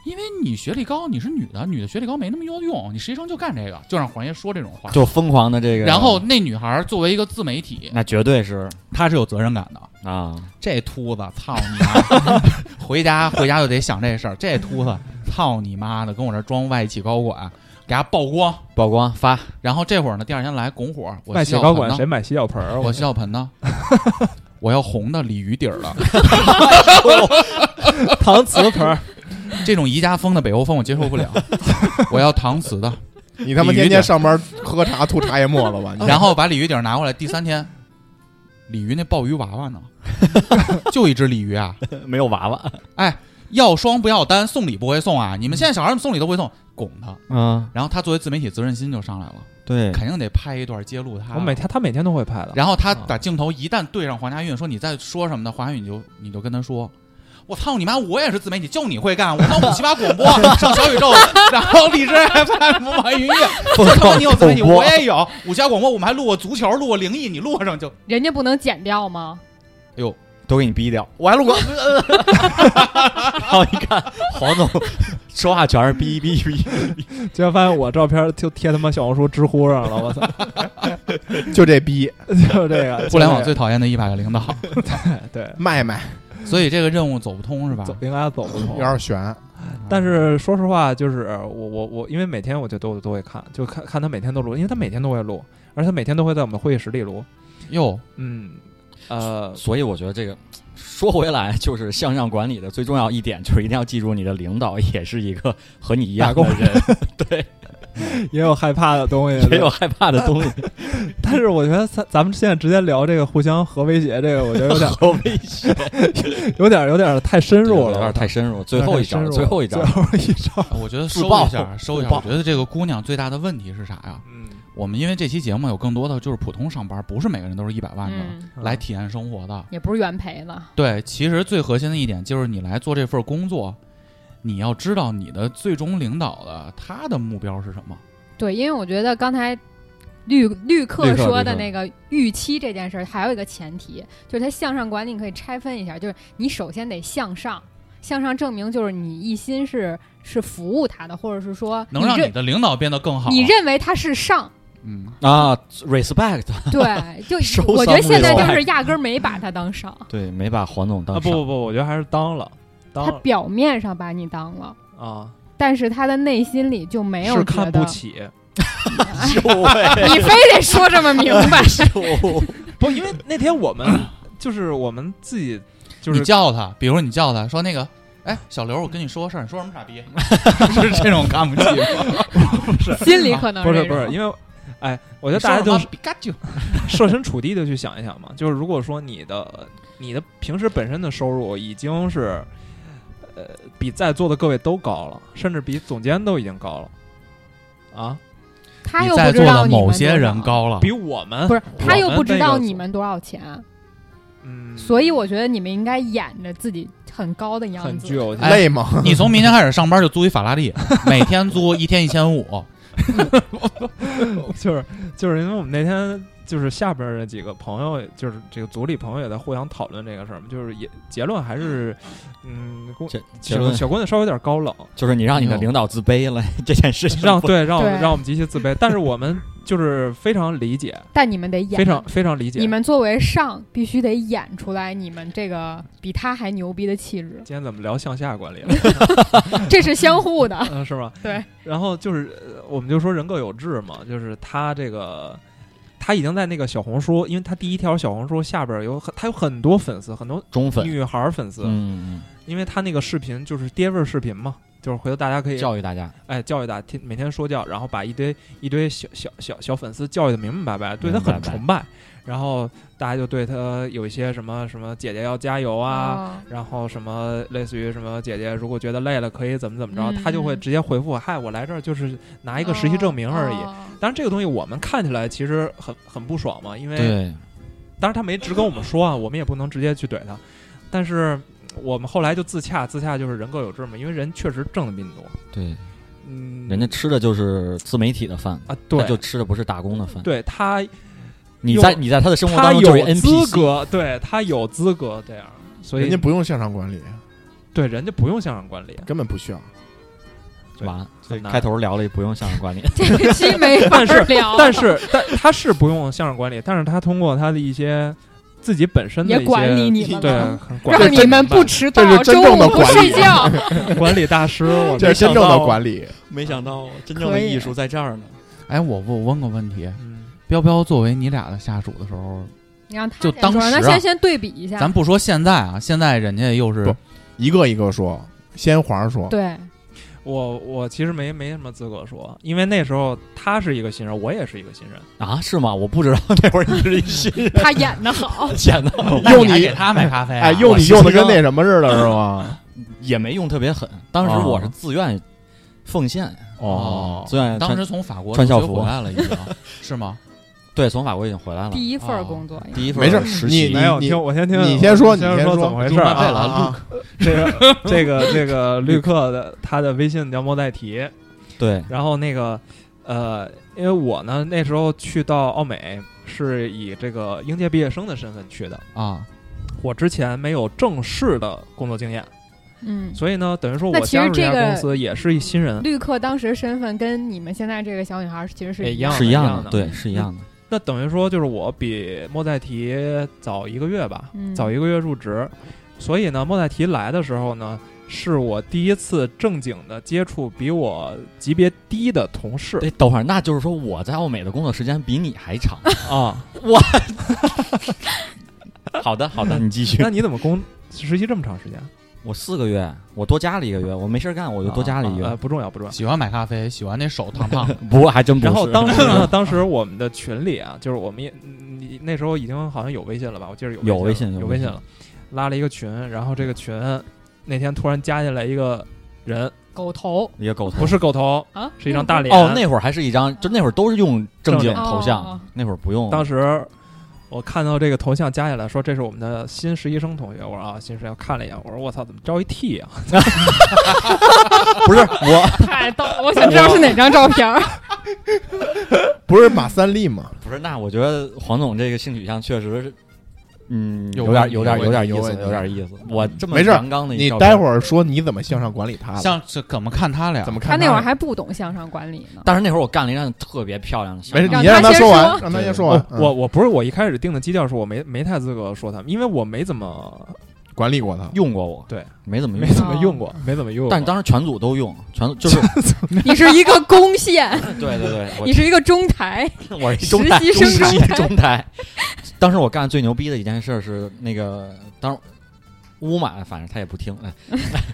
C: 因为你学历高，你是女的，女的学历高没那么多用，你实习生就干这个，就让哎黄爷说这种话。
G: 就疯狂的这个，
C: 然后那女孩儿作为一个自媒体，
G: 那绝对是
C: 她是有责任感的。
G: 啊，
C: 这秃子，操你妈！ 回家回家就得想这事儿。这秃子，操你妈的，跟我这装外企高管，给他曝光。
G: 曝光发
C: 然后这会儿呢，第二天来拱火，我
D: 卖
C: 洗
D: 雪
C: 脚
D: 糕
C: 盆
D: 管
C: 呢
D: 谁买洗脚盆儿？
C: 我洗脚盆 呢？我要红的鲤鱼底儿的，
D: 搪瓷盆 儿，
C: 这种宜家风的北欧风我接受不了。我要搪瓷的，
E: 你他妈天天上班喝茶吐茶叶沫了吧？你
C: 然后把鲤鱼底儿拿过来。第三天，鲤鱼那鲍鱼娃娃呢？ 就一只鲤鱼啊！
G: 没有娃娃，
C: 要双不要单，送礼不会送啊！你们现在小孩儿送礼都不会送，拱他。
G: 嗯，
C: 然后他作为自媒体责任心就上来了，
G: 对，
C: 肯定得拍一段揭露他。
D: 我每天他每天都会拍的。
C: 然后他
G: 嗯
C: 把镜头一旦对上黄家韵，说你在说什么呢？黄家韵你就你就跟他说。我操你妈！我也是自媒体，就你会干。我上五七八广播， 上小宇宙，然后荔枝 FM 网易云音乐，就他妈你有自媒体，我也有。五七八广播，我们还录过足球，录过灵异，你录 上就
F: 人家不能剪掉吗？
G: 都给你逼掉，我还录 过，然后一看黄 总说话全是逼逼逼，
D: 结果发现我照片儿就贴他妈小红书、知乎上了，我 操！
E: 就这逼
D: 就这个
C: 互联网最嗯讨厌的一百个领 导。
D: 对，
E: 卖卖
C: 所以这个任务走不通是吧？
D: 走应该走不
E: 有
D: 通。
E: 点悬，
D: 但是说实话，就是我我我，因为每天我就都都会看，就看看他每天都录，因为他每天都会录，而且他每天都会在我们会议室里录。
C: 哟，
D: 嗯，呃，
G: 所以我觉得这个。说回来，就是向上管理的 最重要一点，就是一定要记住你的领导也是一个和你一样的人。对，
D: 也有害怕的东西，
G: 也有害怕的东西，
D: 但是我觉得咱咱们现在直接聊这个互相核威胁，这个我觉得有点
G: 好危险，
D: 有 点有点太深入了，
G: 有点太深入。最后一
D: 有
G: 招，
D: 点
G: 最
D: 深入
G: 后一 招
D: 最，后一招，
C: 我觉得
G: 自
C: 收
G: 爆
C: 一下，收一下。
G: 自爆
C: 我觉得这个姑娘最大的问题是啥呀？
D: 嗯，
C: 我们因为这期节目有更多的就是普通上班，不是每个人都是一百万的、
F: 嗯，
C: 来
D: 啊
C: 体验生活的。
F: 也不是原赔了，
C: 对，其实最核心的一点就是你来做这份工作，你要知道你的最终领导的他的目标是什么。
F: 对，因为我觉得刚才绿绿
G: 绿
F: 客
G: 客
F: 说
G: 绿
F: 的
G: 客
F: 那个预期这件事儿，还有一个前提，就是它向上管理，你可以拆分一下，就是你首先得向上，向上证明就是你一心是是服务他的，或者是说
C: 能让你
F: 认
C: 的领导变得更好。
F: 你认为他是上，
C: 嗯，
G: 啊，respect，
F: 对，就
G: 收
F: 我觉得
G: 丧
F: 现在
G: 礼
F: 就
G: 了
F: 是压根儿没把他当上，
G: 对，没把黄总
D: 啊
G: 当
D: 不
G: 上
D: 不不，我觉得还是当了，当
F: 他
D: 了
F: 表面上把你当了，
D: 啊，
F: 但是他的内心里就没有
D: 是
F: 觉
D: 看不
F: 得，
D: 起，
F: 你非得说这么明白，
D: 不，因为那天我们就是我们自己就
C: 你
D: 是
C: 叫他，比如说你叫他说那个，哎，小刘，我跟你说个事儿，你说什么傻逼？ 是这种看不起吗？
F: 心里可能
D: 啊不是
F: 这
D: 不是
F: 种
D: 因为。哎，我觉得大家就是
C: 你说什么比嘎啾
D: 设身处地的去想一想嘛，就是如果说你的你的平时本身的收入已经是，呃，比在座的各位都高了，甚至比总监都已经高了，啊，
F: 他
C: 你
F: 又
C: 在
F: 不
C: 座
F: 知道
C: 的
F: 你们
C: 某些
F: 多
C: 人
F: 少
C: 高了，
D: 比我们
F: 不是，他又
D: 嗯我们
F: 不知
D: 那个
F: 道
D: 组
F: 你们多少钱，啊
D: 嗯，
F: 所以我觉得你们应该演着自己很高的样
D: 很具
F: 子。
D: 有
C: 哎
E: 累吗？
C: 你从明天开始上班就租一法拉利，每天租一天一千五。
D: 就是就是因为我们那天就是下边儿的几个朋友，就是这个组里朋友也在互相讨论这个事儿嘛，就是也结论还是，嗯，姑
G: 结结
D: 小
G: 论
D: 小姑娘稍微有点高冷，
G: 就是你让你的领导自卑了 这件事情，
D: 让对让我们
F: 对
D: 让我们极其自卑，但是我们就是非常理解，
F: 但你们得演，
D: 非常非常理解。
F: 你们作为上必须得演出来你们这个比他还牛逼的气 质，
D: 今天怎么聊向下管理了？
F: 这是相互的。
D: 嗯，是吗？
F: 对。
D: 然后就是，呃我们就说人各有志嘛，就是他这个，他已经在那个小红书，因为他第一条小红书下边有很，他有很多粉丝，很多
G: 中粉，
D: 女孩粉丝，
G: 嗯，
D: 因为他那个视频就是爹味儿视频嘛，就是回头大家可以
G: 教育大家，
D: 哎教育他，天每天说教，然后把一堆一堆小小小小粉丝教育的明明白白，对他
G: 明白
D: 很
G: 白
D: 崇拜，然后大家就对他有一些什么什么姐姐要加油啊，
F: 啊，
D: 然后什么类似于什么姐姐，如果觉得累了可以怎么怎么着，
F: 嗯
D: 他就会直接回复：“嗨，我来这儿就是拿一个实习证明而已。
F: 哦
D: 当然，这个东西我们看起来其实很很不爽嘛，因为当然他没直跟我们说啊，我们也不能直接去怼他。但是我们后来就自洽，自洽就是人各有志嘛，因为人确实挣的比你多，
G: 对，
D: 嗯，
G: 人家吃的就是自媒体的饭，
D: 啊，
G: 他
D: 对，
G: 就吃的不是打工的饭。
D: 对他
G: 你
D: 有
G: 在你在他的生活
D: 他
G: 当中就是
D: 有资
G: NPC，
D: 格，对他有资格这样，所
E: 人
D: 以
E: 家不用向上管理，
D: 对人家不用向上管理，
E: 根本不需要。
G: 完了，
D: 很难
G: 开头聊了也不用向上管理，
F: 这期没法
D: 但是
F: 聊，
D: 但是，但他是不用向上管理，但是他通过他的一些自己本身的
F: 也
D: 一些
F: 管理你们
D: 对
F: 了，
D: 管
F: 让
E: 这
F: 你
E: 真
F: 们不
D: 这
F: 迟
E: 这
F: 到，
E: 是真
F: 中
E: 正的
F: 午不
E: 管理
F: 睡
D: 啊
F: 觉。
D: 管理大 师，我
E: 这是真正的管理，
G: 没想到真
F: 正的可以艺术
G: 在这儿呢。
C: 哎，我我问个问题，
D: 嗯
C: 彪彪作为你俩的下属的时候，
F: 你让他
C: 就
F: 先说
C: 当时啊
F: 让他先先对比一下
C: 咱，不说现在啊，现在人家又是
E: 不一个一个说。先皇上说，
F: 对，
D: 我我其实没没什么资格说，因为那时候他是一个新人，我也是一个新人，
G: 啊，是吗？我不知道 那会儿你是一新人，，
F: 他演的 好
G: 显得
C: 那
E: 用
C: 你还
E: 你
C: 给他买咖啡啊、
E: 哎，用
G: 我
E: 你
G: 是
E: 用的
G: 新
E: 跟
G: 生
E: 那什么似的，是吗？
G: 也没用特别狠。当时我是自愿奉献，
E: 哦，
G: 自愿
C: 当
G: 穿
C: 时从法国
G: 穿校
C: 留学
G: 服
C: 回来了，已经是吗？
G: 对从法国已经回来了，
F: 第一份
C: 哦
F: 儿工作，
G: 第一份
E: 没事
G: 儿实习
E: 你
D: 没有
E: 你
D: 听我先听
E: 你先说
D: 我先
E: 你先
D: 说
E: 说
D: 怎么回事
G: 中
D: 儿
G: 半辈子
D: 啊？
G: 啊
E: 啊
D: 这个这个这个绿客的他的微信叫莫代提，
G: 对
D: 然后那个呃，因为我呢那时候去到奥美是以这个应届毕业生的身份去的，
C: 啊，
D: 我之前没有正式的工作经验，
F: 嗯，
D: 所以呢，等于说
F: 那
D: 我
F: 其
D: 加
F: 实
D: 入这
F: 这
D: 家
F: 个
D: 公司也是一新人，
F: 绿客当时身份跟你们现在这个小女孩儿其实是
D: 哎
F: 一
D: 一样
F: 样
G: 是
F: 的
G: 一
D: 一样
G: 样
D: 的
G: 的，对是一样的。
D: 那等于说就是我比莫代提早一个月吧，
F: 嗯
D: 早一个月入职，所以呢，莫代提来的时候呢，是我第一次正经的接触比我级别低的同事
G: 对，等会儿那就是说我在奥美的工作时间比你还长。
D: 啊。
G: 好的好的，你继续
D: 那。你怎么工实习这么长时间？
G: 我四个月，我多加了一个月，我没事儿干我就多加了一个
D: 啊啊
G: 月。
D: 不重要不重要。
C: 喜欢买咖啡，喜欢那手烫烫的
G: 不，还真不是。
D: 然后当时 呢，当时我们的群里啊，就是我们也嗯你那时候已经好像有微信了吧？我记得有
G: 有微
D: 微
G: 信
D: 了
G: 有
D: 有
G: 微
D: 微信
G: 信
D: 了，拉了一个群，然后这个群那天突然加进来一个人，
F: 狗头
G: 一个狗头
D: 不是狗头，
F: 啊，
D: 是一张大脸。
G: 哦，那会儿还是一张，就那会儿都是用正经
D: 正
F: 脸
G: 头
F: 哦
G: 像
F: 哦，
G: 那会儿不 用。
D: 当时我看到这个头像加起来，说这是我们的新实习生同学。我说啊，新实习生看了一眼，我说我操，怎么招一 T 啊？
G: 不是我，
F: 太逗，我想知道是哪张照片儿。
E: 不是马三立吗？
G: 不是那我觉得黄总这个性取向确实是，嗯，
C: 有
G: 有
C: 问
G: 点
C: 题
G: 有点有点意
E: 有
G: 思，
E: 问题
G: 有点意思。我这么
E: 没事
G: 阳刚的一
E: 你
G: 照片
E: 待会儿说你怎么向上管理他的，
C: 像这怎么看他俩？
E: 啊怎么看
F: 他那会儿
E: 的
F: 还不懂向上管理呢。
G: 但是那会儿我干了一张特别漂亮的事儿，
E: 没事，
F: 让
E: 你让
F: 他先
E: 说
F: 说
E: 完，让他先说完
D: 哦。
E: 嗯
D: 我我不是我一开始定的基调是我没没太资格说他们，因为我没怎么
E: 管理过他，
G: 用过我，
D: 对，
G: 没怎么
D: 没
G: 用，
D: 怎
F: 哦
D: 么用过，没怎么用过。
G: 但当时全组都用，全就是
F: 你是一个攻线，
G: 对对对，我
F: 你是一个中台，
G: 我是一中台，
F: 实习生中
G: 中台
F: 台
G: 中台。当时我干的最牛逼的一件事是那个，当时乌马反正他也不听，哎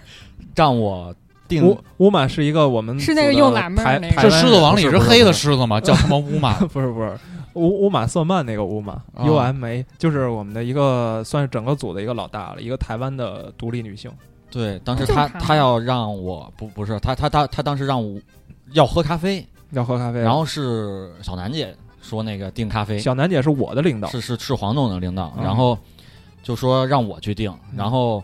G: 让我定
D: 乌乌马是一个我们
F: 是那个
D: 组的
F: 用喇嘛
D: 台
F: 那个
D: 台
C: 这
D: 湾
C: 狮子王里
D: 不
C: 是
D: 不
C: 黑的
D: 不是
C: 狮子吗？ 叫什么乌马？
D: 不是不是乌乌马瑟曼那个乌马
C: 啊
D: U M A 就是我们的一个算是整个组的一个老大了，一个台湾的独立女性。
G: 对，当时
F: 正
G: 他
F: 常
G: 他要让我不不是他他他他当时让我要喝咖啡，
D: 要喝咖啡，
G: 然后是小楠姐说那个订咖啡，
D: 小楠姐是我的领导，
G: 是是是黄总的领导，
D: 嗯
G: 然后就说让我去订，然后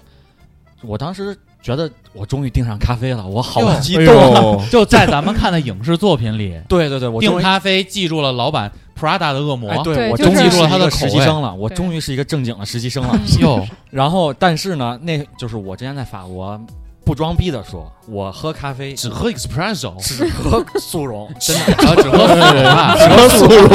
G: 我当时觉得我终于订上咖啡了，我好
C: 哟
G: 激
E: 哎
G: 动。
E: 呦，
C: 就在咱们看的影视作品里，
G: 对对对，我
C: 订
G: 终于
C: 咖啡记住了老板 Prada 的恶魔。
G: 哎，对
F: 对
G: 我
F: 就
G: 终
F: 是
G: 于是
C: 他
G: 一
C: 的
G: 个
C: 口
G: 实习
C: 味
G: 生了，我
F: 对
G: 终于是一个正经的实习生了。
C: 哟，
G: 然后，但是呢，那就是我之前在法国，不装逼的说，我喝咖啡
C: 只喝 espresso，
G: 只喝速溶，真的。
C: 然后只喝速溶啊！
E: 速溶，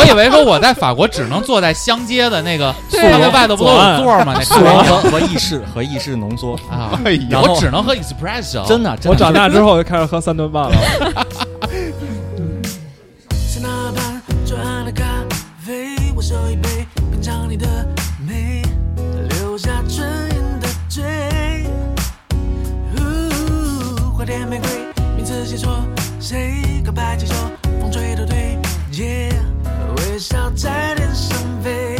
C: 我以为说我在法国只能坐在乡街的那个速
F: 对
C: 溶外头不都有座儿吗？那
G: 速溶哎和和意式和意式浓缩，
C: 啊，
E: 哎呀
G: 然后
C: 我只能喝 espresso。
G: 真的，真
D: 我
G: 的
D: 长大之后就开始喝三顿 半了。
H: 是那般最爱的咖啡，我手一杯，品尝你的美，留下唇印的嘴。呜，花店玫瑰，名字写错谁？告白气球，风吹都对，耶，微笑在天上飞。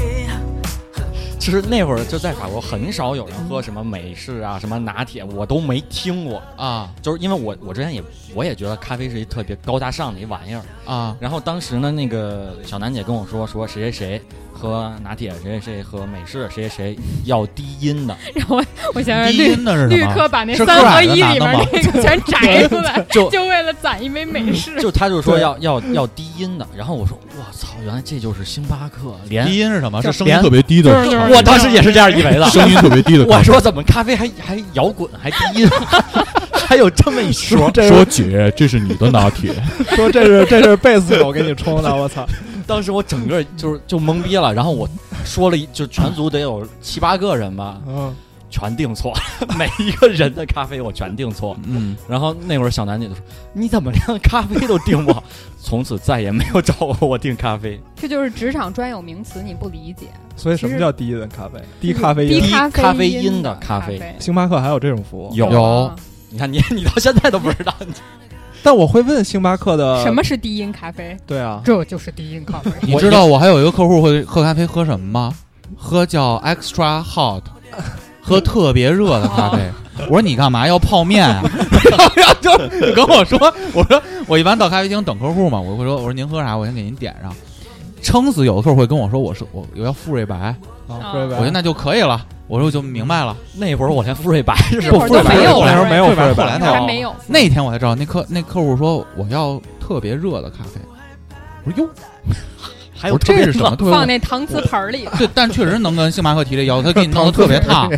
G: 其实那会儿就在法国，很少有人喝什么美式啊，什么拿铁，我都没听过。
C: 啊
G: 就是因为我我之前也我也觉得咖啡是一特别高大上的一玩意儿。
C: 啊！
G: 然后当时呢，那个小楠姐跟我说，说谁谁谁喝拿铁，谁谁谁喝美式，谁谁谁要低音的，
F: 然后我我想想
C: 低
F: 绿
C: 音的是
F: 绿
C: 什么？
F: 科把那
C: 是
F: 三
C: 呃科尔
F: 合
C: 的
F: 一
C: 男
F: 里面
C: 的吗
F: 那个全摘出来，
G: 就
F: 就为了攒一杯美式。
G: 就她就说要要要低音的。然后我说，我操，原来这就是星巴克，连
C: 低音是什么？是声音
G: 连
A: 特别 低的，
G: 我当时也是这样以为的。
A: 声音特别低 的
G: 我说怎么咖啡还还摇滚还低音， 还有这么一说？哎
A: 说姐，这是你的拿 铁，
D: 说这是这是贝斯手给你冲的，我操！
G: 当时我整个就是就懵逼了，然后我说了一，就全组得有七八个人吧，
D: 嗯，
G: 全订错， 每一个人的咖啡我全订错。
C: 嗯，
G: 然后那会儿小楠姐就说：“你怎么连咖啡都订不好？” 从此再也没有找过我订咖啡。
F: 这就是职场专有名词，你不理解。
D: 所以什么叫低音咖啡？低咖啡
F: 低
D: 因。
F: 咖
G: 咖啡因
F: 因
G: 的咖
F: 咖
G: 啡
D: 星巴克还有这种服务？
G: 有
C: 有
G: 你看你你到现在都不知道，
D: 但我会问星巴克的
F: 什？么是低因咖啡？
D: 对啊，
F: 这就是低因咖啡。
C: 你知道我还有一个客户会喝咖啡喝什么吗？喝叫 extra hot，喝特别热的咖啡。我说你干嘛要泡面 啊？然后就跟我说，我说我一般到咖啡厅等客户嘛，我会说我说您喝啥，我先给您点上。撑死有的客户会跟我说我是我我要富瑞白，
D: 啊，
F: 啊
D: 瑞
F: 我
D: 白
C: 我说那就可以了，我说我就明白了。
G: 那会儿我连馥芮白是
F: 那
G: 什
F: 会
G: 么
F: 儿都没有啊
D: 那时候没有
C: 馥芮
D: 馥芮白
C: 后来
F: 还
C: 才
F: 没有，
C: 那天我才知道，那客那客户说我要特别热的咖啡。我说哟，
G: 还
C: 我
G: 有
C: 说这是什么？特别
F: 放那搪瓷盆儿里了。
C: 对，但确实能跟星巴克提这要求，他给你弄得特别烫。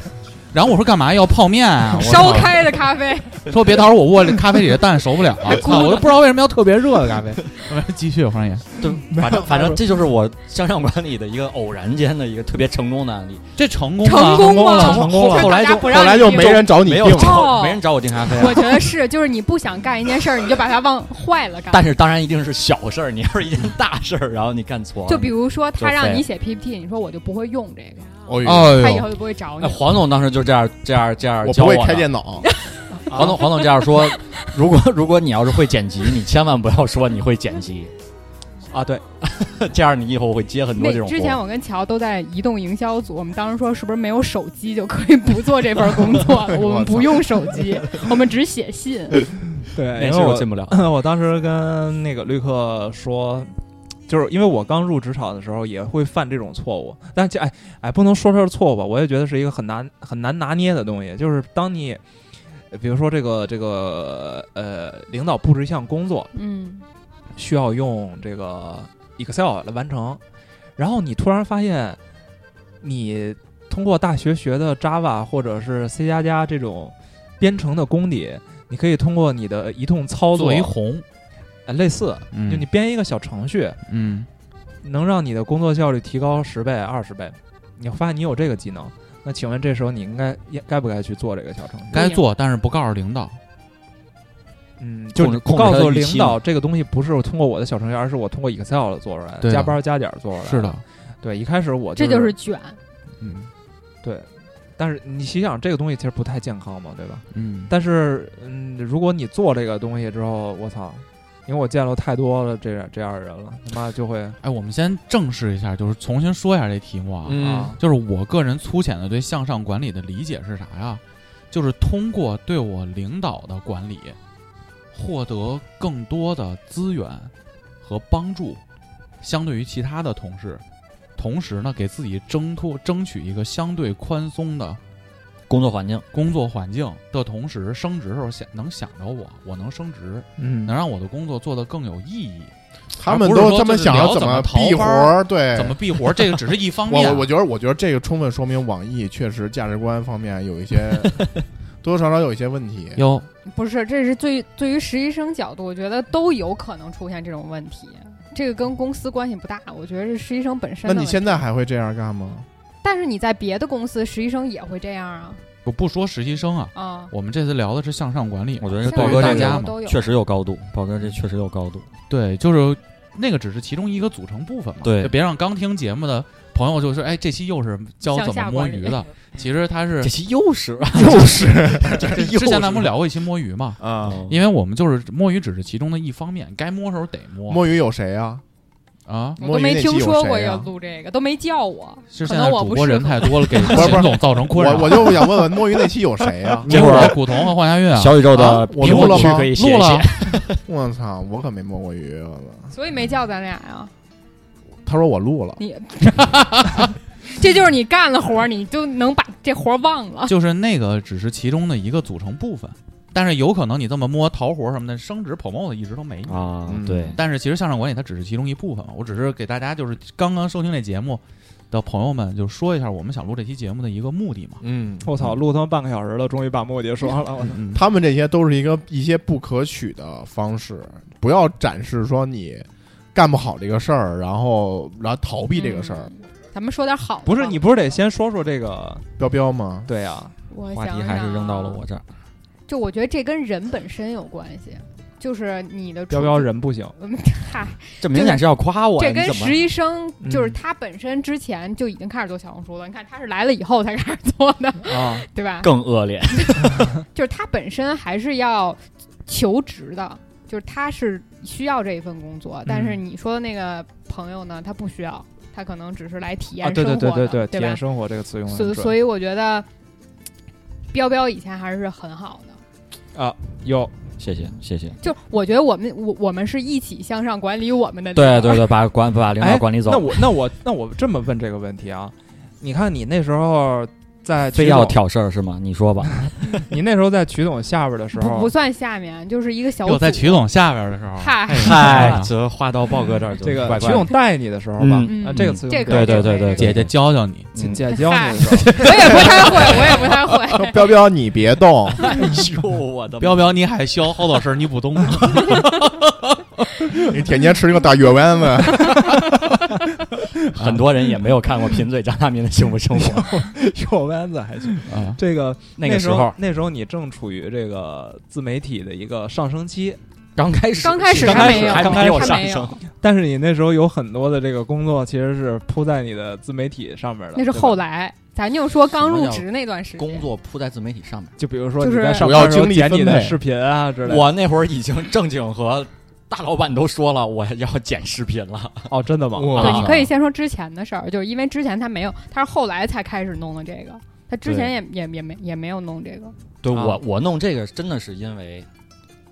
C: 然后我说干嘛要泡面啊？我操
F: 烧开的咖啡，
C: 说别到时候我握这咖啡里的蛋熟不了，啊操！我都不知道为什么要特别热的啊咖啡。继续，黄爷，
G: 就反正反正这就是我向上管理的一个偶然间的一个特别成功的案例。
C: 这成功 啊吗？
F: 成功
G: 了
F: 了。
G: 成功了
F: 就
G: 后来
F: 大家
G: 就
F: 不让
E: 后来
F: 你
E: 就
F: 订
E: 没人找你啊订
G: 没有
E: 了，
G: 找没人找我订咖啡
F: 我
G: 啊。
F: 觉得是，就是你不想干一件事儿，你就把它往坏 了干。
G: 但是当然一定是小事儿，你要是一件大事儿，然后你干错了，
F: 就比如说，
G: 就
F: 他
G: 废
F: 让
G: 了
F: 你写 PPT，你说我就不会用这个，
E: 哦呦，
C: 哎
F: 他以
C: 呦
F: 后，就不会找你
G: 哎，。黄总当时就这样这样这样
E: 我
G: 教
E: 不
G: 我
E: 会
G: 的
E: 开电脑，
G: 黄总黄总这样说，如果 如果你要是会剪辑，你千万不要说你会剪辑，
D: 啊，对，
G: 这样你以后会接很多
F: 那
G: 这种活。
F: 之前我跟乔都在移动营销组，我们当时说是不是没有手机就可以不做这份工作 了？我们不用手机，我们只写信。
D: 对，
G: 那
D: 因
G: 事
D: 为
G: 儿
D: 哎
G: 我
D: 我
G: 进不了。
D: 我当时跟那个旅客说，就是因为我刚入职场的时候也会犯这种错误，但这哎哎不能说它是错误吧，我也觉得是一个很难很难拿捏的东西。就是当你呃比如说这个这个呃领导布置一项工作，
F: 嗯，
D: 需要用这个 Excel 来完成，然后你突然发现你通过大学学的 Java 或者是 C 加加这种编程的功底。你可以通过你的一通操作，
C: 做一红，
D: 呃，类似，
C: 嗯
D: 就你编一个小程序，
C: 嗯，
D: 能让你的工作效率提高十倍、二十倍，你发现你有这个技能，那请问这时候你应该应该不该去做这个小程序？
C: 该做，但是不告诉领导。
D: 嗯，就
G: 控
D: 是
G: 制
D: 不
G: 控制它
D: 告
G: 的
D: 诉
G: 预
D: 领
G: 期
D: 导这个东西不是通过我的小程序，而是我通过 Excel 做出来的，
C: 对的
D: 加班加点做出来。
C: 是的，，
D: 对，一开始我、
F: 这就是
D: 是
F: 卷。
C: 嗯
D: 对，但是你想想这个东西其实不太健康嘛，对吧？
C: 嗯，
D: 但是，嗯，如果你做这个东西之后，我操，因为我见了太多了这样这样的人了，他妈就会、
C: 哎，我们先正视一下，就是重新说一下这题目啊。
G: 嗯
D: 啊，
C: 就是我个人粗浅的对向上管理的理解是啥呀？就是通过对我领导的管理，获得更多的资源和帮助，相对于其他的同事，同时呢，给自己挣脱争取一个相对宽松的
G: 工作环境，
C: 工作环境的同时，升职的时候想能想着我，我能升职，
D: 嗯
C: 能让我的工作做得更有意义。
E: 他们
C: 不是
E: 都
C: 说
E: 他们
C: 就是
E: 想
C: 聊
E: 着
C: 怎么
E: 么
C: 逃
E: 避活
C: 班
E: 儿，
G: 哎
E: 对，
C: 怎么避活？这个只是一方面
E: 我
C: 啊。
E: 我我觉得，我觉得这个充分说明网易确实价值观方面有一些多多少少有一些问题。
C: 哟，
F: 不是，这是最对于实习生角度，我觉得都有可能出现这种问题。这个跟公司关系不大，我觉得是实习生本身
E: 那
F: 的
E: 你
F: 问题。
E: 现在还会这样干吗？
F: 但是你在别的公司，实习生也会这样啊
C: 我不说实习生啊，
F: 啊！
C: 我们这次聊的是向上管理嘛。
G: 我觉得
F: 像
G: 豹
C: 对
G: 哥
C: 于大
G: 这
C: 家
G: 个
C: 嘛
F: 都有
G: 确实有高度，豹哥这确实有高度。
C: 对，就是那个只是其中一个组成部分嘛。
G: 对
C: 就别让刚听节目的朋友就说，哎，这期又是教
F: 向
C: 怎么
F: 下
C: 摸
F: 管理
C: 鱼的。其实他是
G: 这期又 是？
E: 又是
C: 这之前咱们聊过一期摸鱼嘛，
E: 啊，
C: 因为我们就是摸鱼只是其中的一方面，该摸时候得摸
E: 摸鱼有谁啊？
C: 啊。
F: 我都
E: 摸鱼
F: 没
E: 那期
F: 听
E: 有
F: 说
E: 谁
F: 过
E: 啊
F: 要录这个，都没叫我。
C: 是
F: 可
C: 现
F: 能
C: 在
F: 我
C: 主
F: 不
C: 播
F: 适
C: 人
F: 合
C: 太多了，给
E: 是不
C: 秦
E: 是
C: 总造成困扰。
E: 我我就想问问摸鱼那期有谁啊
C: 这
G: 这
C: 会
G: 会
C: 儿
G: 儿
C: 古潼和黄家韵啊，
G: 小宇宙
E: 啊
G: 的
E: 我
G: 评
E: 录了
G: 论区
E: 吗
G: 可以写
C: 录
G: 一
C: 了
G: 写。
E: 我操，我可没摸过鱼。我操
F: 所以没叫咱俩呀、
E: 他说我录了，
F: 你这就是你干了活儿，你就能把这活儿忘了。
C: 就是那个只是其中的一个组成部分，但是有可能你这么摸淘活什么的，升职 promote 一直都没你
G: 啊
E: 嗯，
G: 对，
C: 但是其实向上管理它只是其中一部分嘛，我只是给大家就是刚刚收听这节目的朋友们，就说一下我们想录这期节目的一个目的嘛。
E: 嗯，
D: 我操，录他妈半个小时了，终于把末节说完了，我操。
C: 嗯，
E: 他们这些都是一个一些不可取的方式，不要展示说你干不好这个事儿，然后然后逃避这个事儿。
F: 嗯咱们说点好的吧。
D: 不是你不是得先说说这个？
E: 彪彪 吗？
D: 对啊呀、
F: 我
G: 话
F: 想
G: 题还是扔到了
F: 想啊
G: 我。这儿。
F: 就我觉得这跟人本身有关系，就是你的
D: 彪
F: 处
D: 彪人不行，
F: 嗯，嗨，
G: 这明显是要夸我呀，
F: 这
G: 你
F: 跟
G: 怎
F: 实
G: 么？
F: 习生
D: 嗯
F: 就是他本身之前就已经开始做小红书了。你看他是来了以后才开始做的，
D: 啊，
F: 对吧？
G: 嗯更恶劣，
F: 就是他本身还是要求职的，就是他是需要这一份工作。但
D: 嗯
F: 是你说的那个朋友呢，他不需要，他可能只是来体验
D: 啊，对
F: 生活
D: 对
F: 的，
D: 对对对，体
F: 对
D: 验
F: 吧？
D: 生活这个词用的
F: 所以所
D: 以
F: 以我觉得彪彪以前还是很好的。
D: 有
G: 谢谢谢谢。
F: 就我觉得我们我我们是一起向上管理我们的，
G: 对对，对，把管把领导管理
D: 那
G: 走，
D: 我那我那我这么问这个问题啊，你看你那时候在
G: 非
D: 曲
G: 要
D: 总，
G: 挑事儿是吗？你说吧，
D: 你那时候在曲总下边的时
F: 不不
D: 候，
F: 算下面，就是一个小
C: 我
F: 组。
C: 在曲总下边的时候，
F: 嗨
G: 哎嗨，这话到豹哥这儿就
D: 这个
G: 怪
D: 曲
G: 怪
D: 总
G: 的。
D: 带你的时候吧，
G: 嗯
D: 啊，这个词用
F: 这
D: 不
F: 个
G: 对对
F: 这
G: 对
F: 个
G: 对，
C: 姐姐教教你，
D: 姐
G: 嗯
D: 姐教你的时候，
F: 我也不太会，我也不太 会。
E: 彪彪，你别动，
G: 呦我的
C: 彪彪你还教好多事儿你不懂，
E: 你天天吃那个大月丸子。
G: 很多人也没有看过贫嘴张大民的幸福生 活。
D: 右弯子还行。
C: 啊。
D: 这个
G: 那个
D: 时
G: 时候
D: 那时候你正处于这个自媒体的一个上升期，
G: 刚开始
F: 刚开始
G: 刚
F: 还
G: 开
F: 没
G: 始
F: 有
G: 还
D: 刚开
G: 没有
F: 还
G: 上
F: 没有
G: 升，
D: 但是你那时候有很多的这个工作其实是铺在你的自媒体上面的，
F: 那是
D: 对吧
F: 后来，咱就说刚入
G: 什么
F: 职那段时间，
G: 工作铺在自媒体上面。
D: 就比如说
F: 就
D: 你
F: 是
D: 在上
E: 主要
D: 班的时候
E: 精力
D: 剪你
E: 分
D: 的
E: 配
D: 视频啊之类的，
G: 我那会儿已经正经和大老板都说了，我要剪视频了。
D: 哦，真的吗？
E: 哇
F: 对，你
G: 啊
F: 可以先说之前的事儿，就是因为之前他没有，他是后来才开始弄的这个，他之前也也也没也没有弄这个，
G: 对
D: 啊
G: 我，我弄这个真的是因为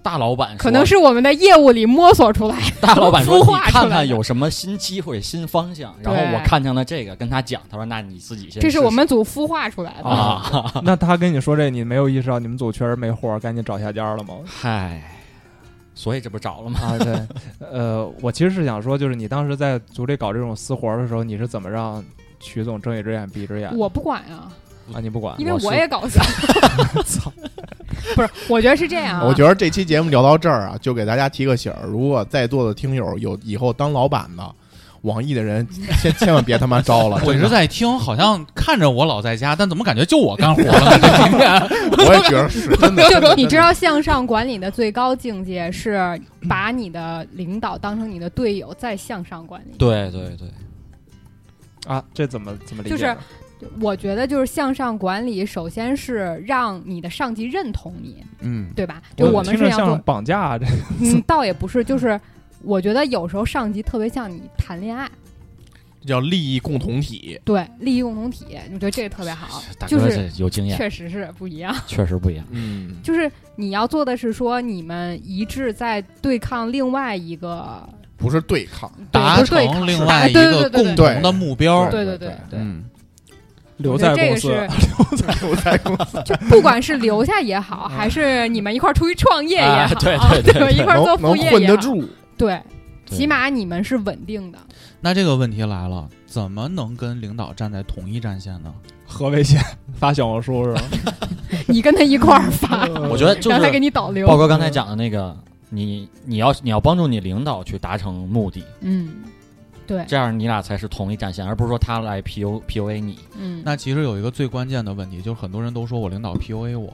G: 大老板说
F: 可能是我们在业务里摸索出来的。
G: 大老板说
F: 孵
G: 你
F: 化出来
G: 看
F: 的
G: 看有什么新机会、新方向，然后
F: 对
G: 我看上了这个，跟他讲，他说那你自己先试试。
F: 这是我们组孵化出来的。
G: 啊，
D: 那他跟你说这，你没有意识到你们组确实没活儿，赶紧找下家了吗？
G: 嗨，所以这不找了吗？
D: 啊，对，呃，我其实是想说，就是你当时在组里搞这种私活儿的时候，你是怎么让曲总睁一只眼闭一只眼
F: 我不管啊，
D: 啊？你不管
F: 因为
G: 我是
F: 我也搞笑。 不是，我觉得是这样啊。
E: 我觉得这期节目聊到这儿啊，就给大家提个醒儿：如果在座的听友有以后当老板的，网易的人千千万别他妈招了
C: 我一直
E: 真的
C: 在听，好像看着我老在家，但怎么感觉就我干活了呢？这几天
E: 我也觉得是真 的。
F: 就你知道，向上管理的最高境界是把你的领导当成你的队友，再向上管理。
G: 对对对，
D: 啊，这怎么怎么理解
F: 就是
D: 呢？
F: 我觉得就是向上管理，首先是让你的上级认同你，
C: 嗯，
F: 对吧？就我们
D: 听
F: 是
D: 着
F: 要做
D: 像，绑架啊，这
F: 嗯，倒也不是，就是我觉得有时候上级特别像你谈恋爱，
E: 叫利益共同体，
F: 对利益共同体，我觉得这个特别好，
G: 大
F: 就
G: 哥
F: 是
G: 这有经验，
F: 确实是不一样。
G: 确实不一样。
E: 嗯，
F: 就是你要做的是说，你们一致在对抗另外一个，
E: 不是对抗，
F: 对
C: 达
F: 不是对抗
C: 成另外一
F: 对
C: 个
F: 对对对
C: 共同的目标。
F: 对
E: 对
F: 对
E: 对
C: 嗯，
D: 留
F: 我觉
D: 在公
F: 得这个
D: 司
F: 是
E: 我在公司
F: 就不管是留下也好，还是你们一块儿出去创业也好，
G: 嗯啊 对对
F: 对
G: 对对
F: 一块儿
E: 能
F: 做
E: 能
F: 副业
E: 混
F: 也
E: 得
F: 好，
E: 住，
F: 对，
G: 对
F: 起码你们是稳定的。
C: 那这个问题来了，怎么能跟领导站在同一战线呢？
D: 何为先发小红书是吧？
F: 你跟他一块儿发，
G: 我觉得就
F: 让他给
G: 是
F: 你导流。
G: 豹哥刚才讲的那个，你你要你要帮助你领导去达成目的，
F: 嗯，对，
G: 这样你俩才是同一战线，而不是说他来 P U P U A 你。
F: 嗯，
C: 那其实有一个最关键的问题，就是很多人都说我领导 PUA 我，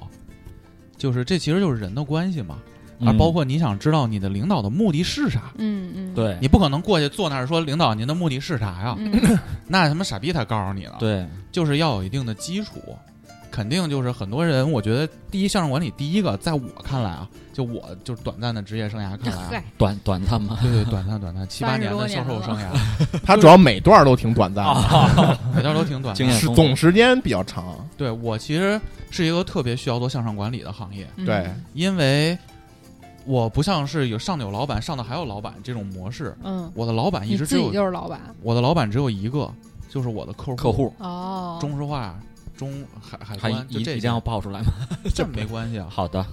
C: 就是这其实就是人的关系嘛，啊，
G: 嗯
C: 包括你想知道你的领导的目的是啥，
F: 嗯嗯，
G: 对啊
C: 你不可能过去坐那儿说领导您的目的是啥呀？
F: 嗯，
C: 那他妈傻逼才告诉你呢。，
G: 对
C: 就是要有一定的基础，肯定就是很多人，我觉得第一项上管理第一个，在我看来啊，就我就是短暂的职业生涯看来、
F: 嗨
C: 啊，，
G: 短短暂吗？
C: 对对，短暂短暂七八年的销售生涯，
E: 他主要每段都挺短暂的，
C: 每段都挺短
G: 经验
C: 的。
E: 是
G: 丰富
E: 总时间比较长。
C: 对我其实是一个特别需要做向上管理的行业，
F: 嗯
E: 对，
C: 因为我不像是有上的有老板，上的还有老板这种模式。
F: 嗯，
C: 我的老板一
F: 你
C: 直
F: 自
C: 只
F: 己
C: 有
F: 就是老板
C: 我的老板只有一个，就是我的客户。
G: 客户
F: 哦，
C: 中石化、中海海
G: 还
C: 关，
G: 一
C: 啊就
G: 一
C: 这
G: 定
C: 些
G: 要爆出来吗？
C: 这没关系啊。
G: 好的，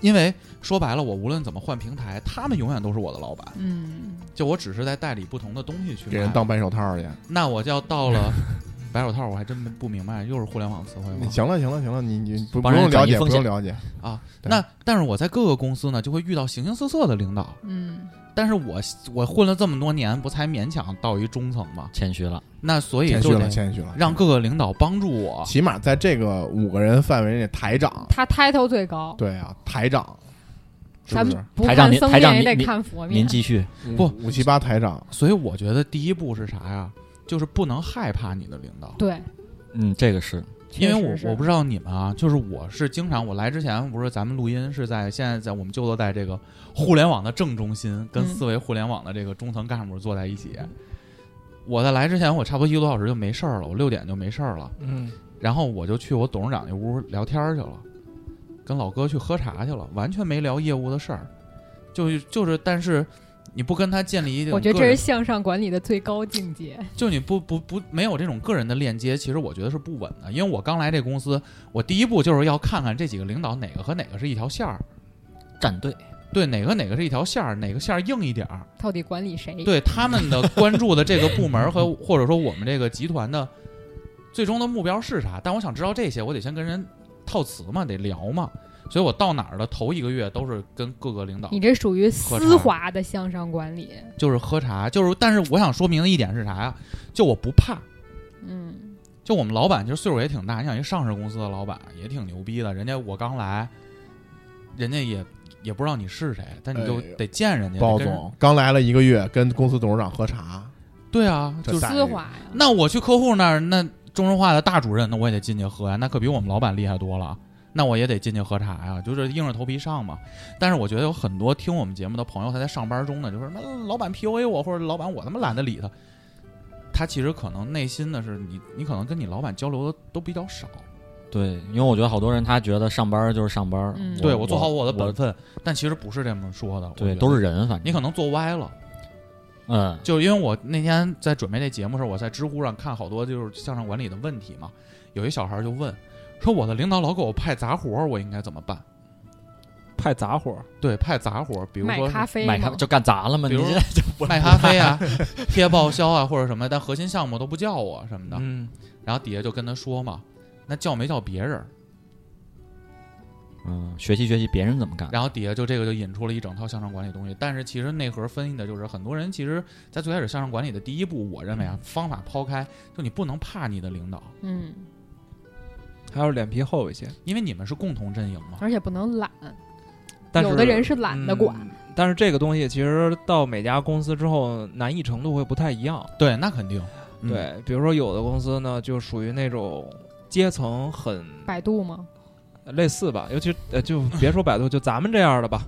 C: 因为说白了，我无论怎么换平台，他们永远都是我的老板。
F: 嗯，
C: 就我只是在代理不同的东西去卖
E: 给人当白手套去。
C: 那我就要到 了白手套，我还真不明白，又是互联网词汇吗？
E: 行了，行了，行了，你你不不
G: 帮人
E: 用了
G: 转移
E: 解，不
G: 风险
E: 用了解。
C: 啊，
E: 对
C: 那但是我在各个公司呢，就会遇到形形色色的领导。
F: 嗯
C: 但是我我混了这么多年，不才勉强到一中层嘛？
G: 谦虚了。
C: 那所以
E: 谦虚
C: 就
E: 了，
C: 得
E: 谦虚了。
C: 让各个领导帮助我。
E: 起码在这个五个人范围内，台长，
F: 他 title 最高，
E: 对啊，台长，是
F: 咱
E: 不
F: 们
E: 是？
F: 不
G: 台长
F: 看
G: 您
F: 僧
G: 台长
F: 面也
G: 您
F: 得
G: 您
F: 看佛面
G: 您。继续，
D: 嗯
C: 不
E: 五七八台长，
C: 所以我觉得第一步是啥呀？就是不能害怕你的领导。
F: 对，
G: 嗯，这个是
C: 因为
F: 确实是
C: 我我不知道你们啊，就是我是经常我来之前不是咱们录音是在现在在我们就坐在这个互联网的正中心，跟
F: 嗯
C: 四维互联网的这个中层干部坐在一起。我在来之前，我差不多一个多小时就没事儿了，我六点就没事儿了，
D: 嗯，
C: 然后我就去我董事长那屋聊天儿去了，跟老哥去喝茶去了，完全没聊业务的事儿，就是就是，但是你不跟他建立一定，
F: 我觉得这是向上管理的最高境界。
C: 就你不不不没有这种个人的链接，其实我觉得是不稳的。因为我刚来这公司，我第一步就是要看看这几个领导哪个和哪个是一条线儿，
G: 站队，
C: 对，哪个哪个是一条线儿，哪个线儿硬一点儿，
F: 到底管理谁？
C: 对他们的关注的这个部门和或者说我们这个集团的最终的目标是啥。但我想知道这些，我得先跟人套词嘛，得聊嘛。所以我到哪儿的头一个月都是跟各个领导
F: 你这属于
C: 喝
F: 丝
C: 茶
F: 滑的向上管理。
C: 就是喝茶，就是但是我想说明的一点是啥呀？就我不怕，
F: 嗯
C: 就我们老板，其实岁数也挺大，你想一上市公司的老板也挺牛逼的，人家我刚来，人家也也不知道你是谁，但你就
E: 哎呦
C: 得见人家。
E: 包
C: 得跟人
E: 总刚来了一个月，跟公司董事长喝茶，
C: 对啊，
E: 这
C: 就是
E: 大
F: 丝滑呀。
C: 那我去客户那儿，那中石化的大主任，那我也得进去喝呀，那可比我们老板厉害多了。那我也得进去喝茶呀，就是硬着头皮上嘛。但是我觉得有很多听我们节目的朋友，他在上班中呢，就是那老板 PUA 我，或者老板我他妈懒得理他。他其实可能内心的是你，你可能跟你老板交流的都比较少。
G: 对，因为我觉得好多人他觉得上班就是上班，
F: 嗯
C: 对我做好我的
G: 我
C: 本分，但其实不是这么说的。我觉
G: 对
C: 得
G: 都是人，反正
C: 你可能做歪了。
G: 嗯
C: 就因为我那天在准备这节目时候，我在知乎上看好多就是向上管理的问题嘛，有一小孩就问说：“我的领导老给我派杂活儿，我应该怎么办
D: 派杂活儿，？”
C: 对，派杂活儿，比如
F: 买
C: 说
F: 咖
C: 是
F: 啡
G: 买咖
F: 吗
G: 就干砸了嘛，
C: 比
G: 你
C: 如
G: 这就不
C: 卖咖啡啊、贴报销啊或者什么，但核心项目都不叫我什么的。
D: 嗯，
C: 然后底下就跟他说嘛，那叫没叫别人儿？
G: 嗯，学习学习别人怎么干，
C: 然后底下就这个就引出了一整套向上管理东西。但是其实内核分析的就是很多人其实，在最开始向上管理的第一步，我认为啊，方法抛开，就你不能怕你的领导，
F: 嗯，
D: 还要脸皮厚一些。
C: 因为你们是共同阵营嘛。
F: 而且不能懒，
D: 但是
F: 有的人是懒得管，
D: 嗯但是这个东西其实到每家公司之后，难易程度会不太一样。
C: 对，那肯定。嗯
D: 对，比如说有的公司呢，就属于那种阶层很
F: 百度吗？
D: 类似吧，尤其呃，就别说百度，就咱们这样的吧，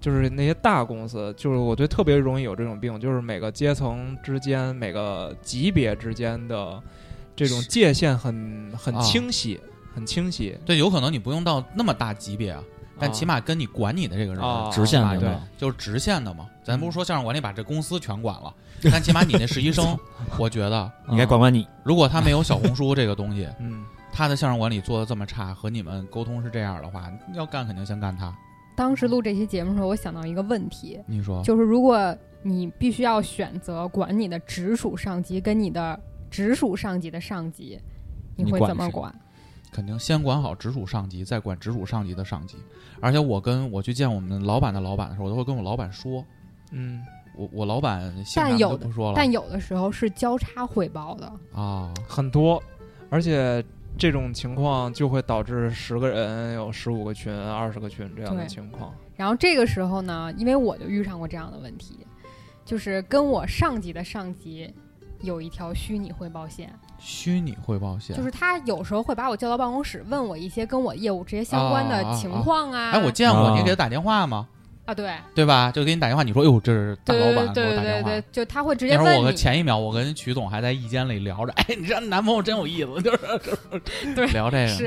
D: 就是那些大公司，就是我觉得特别容易有这种病，就是每个阶层之间、每个级别之间的这种界限很很
C: 啊
D: 清晰，很清晰。
C: 对，有可能你不用到那么大级别啊，但
D: 啊
C: 起码跟你管你的这个人
D: 啊
G: 直线
D: 啊
G: 领
D: 对
G: 导，
C: 就是直线的嘛。咱不是说相声管理把这公司全管了，但起码你那实习生，我觉得啊
G: 你该管管你。
C: 如果他没有小红书这个东西，
D: 嗯，
C: 他的相声管理做的这么差，和你们沟通是这样的话，要干肯定先干他。
F: 当时录这期节目的时候，我想到一个问题，
C: 你说，
F: 就是如果你必须要选择管你的直属上级跟你的直属上级的上级，
G: 你
F: 你会
G: 管
F: 怎么
G: 谁
F: 管？
C: 肯定先管好直属上级，再管直属上级的上级。而且我跟我去见我们老板的老板的时候，我都会跟我老板说，
D: 嗯，
C: 我我老板姓
F: 但
C: 啥
F: 有
C: 都
F: 的
C: 不说了
F: 但有的时候是交叉汇报的，
C: 啊。
D: 很多，而且这种情况就会导致十个人有十五个群、二十个群这样的
F: 对
D: 情况。
F: 然后这个时候呢，因为我就遇上过这样的问题，就是跟我上级的上级有一条虚拟汇报线，
C: 虚拟汇报线，
F: 就是他有时候会把我叫到办公室，问我一些跟我业务直接相关的
C: 啊啊啊
F: 情况啊。
C: 哎，我见过
G: 啊
C: 你给他打电话吗？
F: 啊，对
C: 对吧？就给你打电话，你说，哎呦，这是大
F: 对
C: 老板
F: 对
C: 给我
F: 对
C: 打电
F: 对
C: 话。
F: 对，就他会直接
C: 那时候我
F: 问
C: 和
F: 你，
C: 前一秒，我跟曲总还在一间里聊着，哎，你这男朋友真有意思，就是
F: 对
C: 聊这个
F: 是。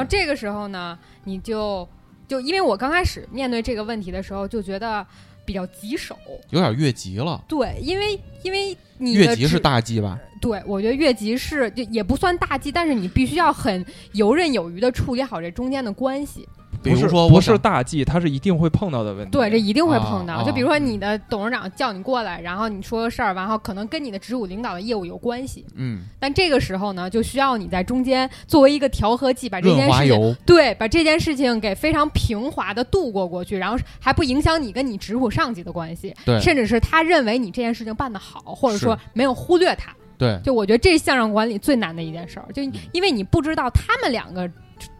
C: 嗯
F: 后这个时候呢，你就就因为我刚开始面对这个问题的时候，就觉得比较棘手。
C: 有点越级了。
F: 对，因为因为你的
C: 越级
F: 职
C: 是大忌吧？
F: 对，我觉得越级是就也不算大忌，但是你必须要很游刃有余的处理好这中间的关系。
C: 比
D: 不
C: 如
D: 是
C: 说，
D: 不
C: 我想
D: 是大忌，它是一定会碰到的问题。
F: 对，这一定会
C: 啊
F: 碰到。
C: 啊
F: 就比如说你的董事长叫你过来，然后你说个事儿，然后可能跟你的直属领导的业务有关系，
C: 嗯，
F: 但这个时候呢，就需要你在中间作为一个调和剂，把这
C: 润
F: 件
C: 滑
F: 事情
C: 油
F: 对，把这件事情给非常平滑的度过过去，然后还不影响你跟你直属上级的关系，
C: 对
F: 甚至是他认为你这件事情办得好，或者
C: 是
F: 说没有忽略他。
C: 对
F: 就我觉得这是向上管理最难的一件事儿，就
D: 嗯
F: 因为你不知道他们两个之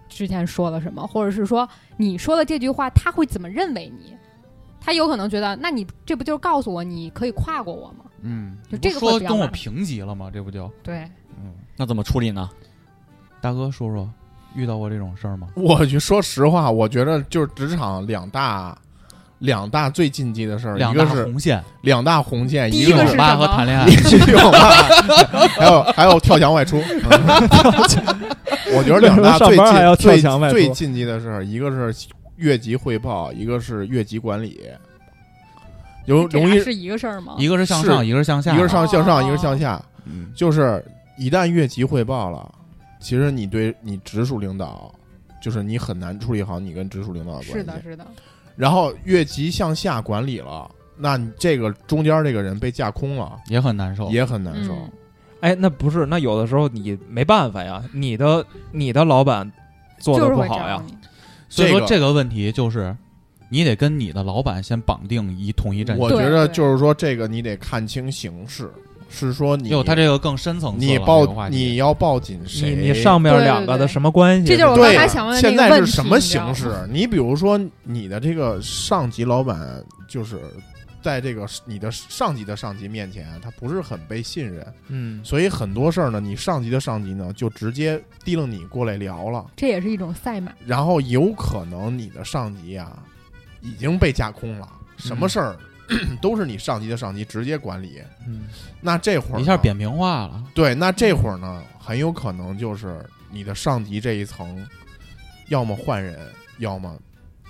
F: 之前说了什么，或者是说你说的这句话他会怎么认为你，他有可能觉得那你这不就是告诉我你可以跨过我吗？
C: 嗯，
F: 就这个
C: 说
F: 会比较
C: 跟我
F: 麻烦
C: 平级了吗？这不就
F: 对，
C: 嗯，
G: 那怎么处理呢？
C: 大哥说说，遇到过这种事儿吗？
E: 我去，说实话，我觉得就是职场两大两大最禁忌的事儿，
C: 两
E: 一
C: 大
E: 个是
C: 红线，
E: 两大红线，
F: 第一
E: 一
F: 个
E: 个
F: 是
E: 是。
C: 酒吧
F: 什么
C: 和谈恋爱
E: 去酒吧，还有还有跳墙外出。 嗯我觉得两大
D: 为什么
E: 最
D: 上班还要
E: 禁
D: 跳墙外
E: 最
D: 出
E: 最禁忌的事儿，一个是越级汇报，一个是越级管理，有
F: 这
E: 容
F: 俩
E: 易
F: 是一个事儿吗？
C: 一个是向上，
E: 是
C: 一个是向下，
E: 一个上向
F: 哦
E: 上，一个向下。
C: 嗯
E: 就是一旦越级汇报了，其实你对你直属领导，就是你很难处理好你跟直属领导的关系。
F: 是的，是的，
E: 然后越级向下管理了，那你这个中间这个人被架空了，
C: 也很难受。
E: 也很难受。
F: 嗯
D: 哎，那不是，那有的时候你没办法呀，你的你的老板做
F: 就
D: 的
F: 是
D: 不
F: 会
D: 好
F: 这
D: 呀
F: 样，你。
C: 所以说
E: 这个
C: 这个问题就是，你得跟你的老板先绑定一统一战线
E: 我。觉得
F: 对对
E: 就是说，这个你得看清形势。是说你
C: 哟，他这个更深层次了。
E: 你
C: 这个
E: 报
C: 话题
E: 你要报警
D: 你
E: 谁？
D: 你上面两个的什么关系？
F: 这就是我刚
E: 对
F: 才
E: 啊
F: 想问的
E: 现
F: 那
E: 在
F: 个问
E: 是
F: 题。
E: 什么
F: 你知道
E: 形
F: 吗
E: 式？你比如说，你的这个上级老板就是在这个你的上级的上级面前，他不是很被信任，
D: 嗯，
E: 所以很多事儿呢，你上级的上级呢就直接提了你过来聊了，
F: 这也是一种赛马，
E: 然后有可能你的上级啊已经被架空了，什么事儿、 都是你上级的上级直接管理。
D: 嗯
E: 那这会儿呢
C: 一下扁平化了。
E: 对，那这会儿呢，很有可能就是你的上级这一层，要么换人，要么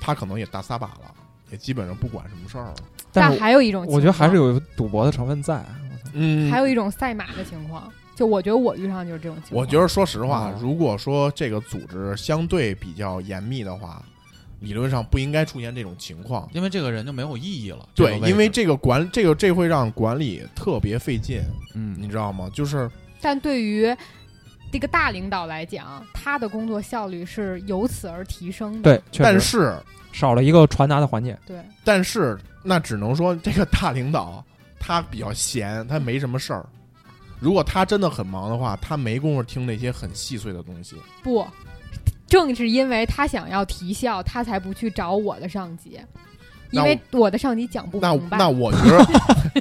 E: 他可能也大撒把了，也基本上不管什么事儿了。
D: 但是
F: 还有一种情况，
D: 我觉得还是有赌博的成分在。啊
E: 嗯
F: 还有一种赛马的情况，就我觉得我遇上就是这种情况。
E: 我觉得说实话
D: 嗯，
E: 如果说这个组织相对比较严密的话，理论上不应该出现这种情况。
C: 因为这个人就没有意义了。
E: 对，因为
C: 这
E: 这个管这个这会让管理特别费劲，
C: 个位置嗯
E: 你知道吗？就是
F: 但对于这个大领导来讲，他的工作效率是由此而提升
D: 对，
F: 的。
D: 确实
E: 但是
D: 少了一个传达的环节。
F: 对
E: 但是那只能说这个大领导他比较闲，他没什么事儿。如果他真的很忙的话，他没工夫听那些很细碎的东西。
F: 不，正是因为他想要提效，他才不去找我的上级，因
E: 那我
F: 为我的上级讲不
E: 那
F: 明白。
E: 那我觉得，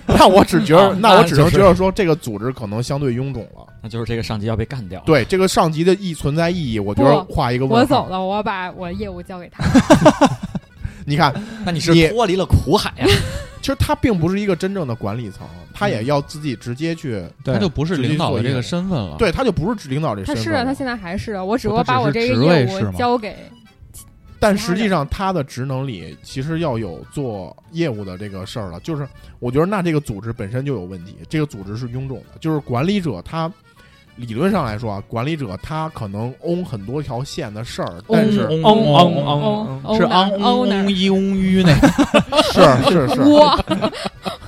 E: 那我只觉
C: 哦
E: 得，
G: 啊
E: 那我只能
G: 那就是
E: 觉得说这个组织可能相对臃肿了。
G: 那就是这个上级要被干掉。，
E: 对这个上级的意存在意义，我觉得
F: 不
E: 画一个
F: 我
E: 问
F: 走
E: 号。
F: 了，我把我业务交给他。
E: 你看，
G: 那你是
E: 你
G: 脱离了苦海啊呀。
E: 其实他并不是一个真正的管理层，他也要自己直接去，
D: 对
C: 嗯他就不是领导的这个身份了。
E: 对他就不是领导这
F: 他
E: 身份
F: 是
E: 了。
F: 啊，他现在还是啊，我只不
C: 不
F: 过
C: 他只
F: 把我
C: 是
F: 这个
C: 职位
F: 业
C: 是
F: 务
C: 吗
F: 交给
E: 但
F: 其他
E: 实
F: 人
E: 际上，他的职能里其实要有做业务的这个事儿了。就是我觉得，那这个组织本身就有问题，这个组织是臃肿的。就是管理者他理论上来说啊，管理者他可能 own 很多条线的事儿，但是
C: 嗯
D: 嗯
C: 嗯
D: 嗯嗯嗯，
F: owner
C: 是昂昂
F: owner
C: 昂一昂吁那
E: 是是是，
F: 我。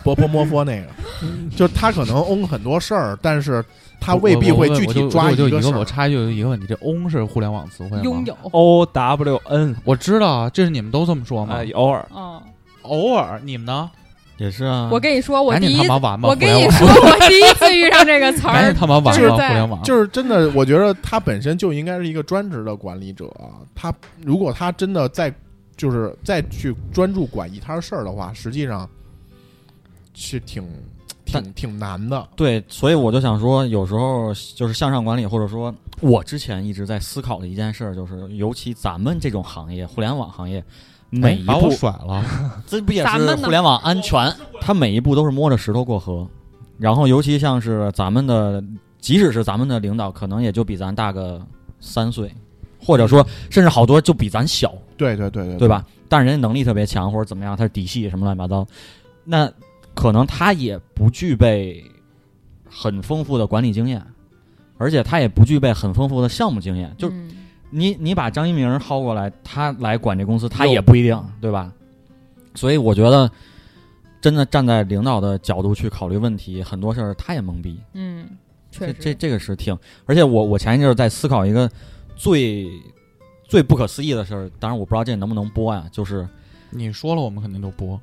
E: 波波摩佛那个， 就是他可能 own 很多事儿，但是他未必会具体抓
C: 一
E: 一
C: 个
E: 个事
C: 我
E: 儿。
C: 插一句有一个问题，这 “on” 是互联网词汇吗？
F: 拥有。
D: O W N
C: 我知道啊，这是你们都这么说吗
D: 啊，？偶尔
F: 嗯，
C: 偶尔你们呢？
G: 也是啊，
F: 我跟你说，我
C: 赶
F: 第
C: 紧
F: 一
C: 他，妈完吧！
F: 我跟
C: 互
F: 你
C: 联网
F: 说，我第一次遇上这个词
C: 赶紧
F: 儿，
C: 他妈完
F: 就是
C: 吧！
F: 在
C: 互联网
E: 就是真的，我觉得他本身就应该是一个专职的管理者。他如果他真的在就是再去专注管一摊事儿的话，实际上是挺挺
G: 但
E: 挺难的。
G: 对，所以我就想说，有时候就是向上管理，或者说我之前一直在思考的一件事儿，就是尤其咱们这种行业，互联网行业，每
C: 哎
G: 一
C: 把我
G: 步
C: 甩了，
G: 这不也
F: 咱们
G: 是
F: 呢
G: 互联网安全？它每一步都是摸着石头过河，然后尤其像是咱们的，即使是咱们的领导，可能也就比咱大个三岁，或者说甚至好多就比咱小，
E: 对对对对
G: 对？吧？但是人家能力特别强，或者怎么样，他是底细什么乱七八糟，那可能他也不具备很丰富的管理经验，而且他也不具备很丰富的项目经验。就
F: 嗯
G: 你你把张一鸣薅过来，他来管这公司，他也不一定，对吧？所以我觉得，真的站在领导的角度去考虑问题，很多事儿他也懵逼。
F: 嗯，确
G: 这
F: 实
G: 这这个是挺，而且我我前一阵儿在思考一个最最不可思议的事儿，当然我不知道这能不能播呀、啊就是
C: 你说了我们肯定就播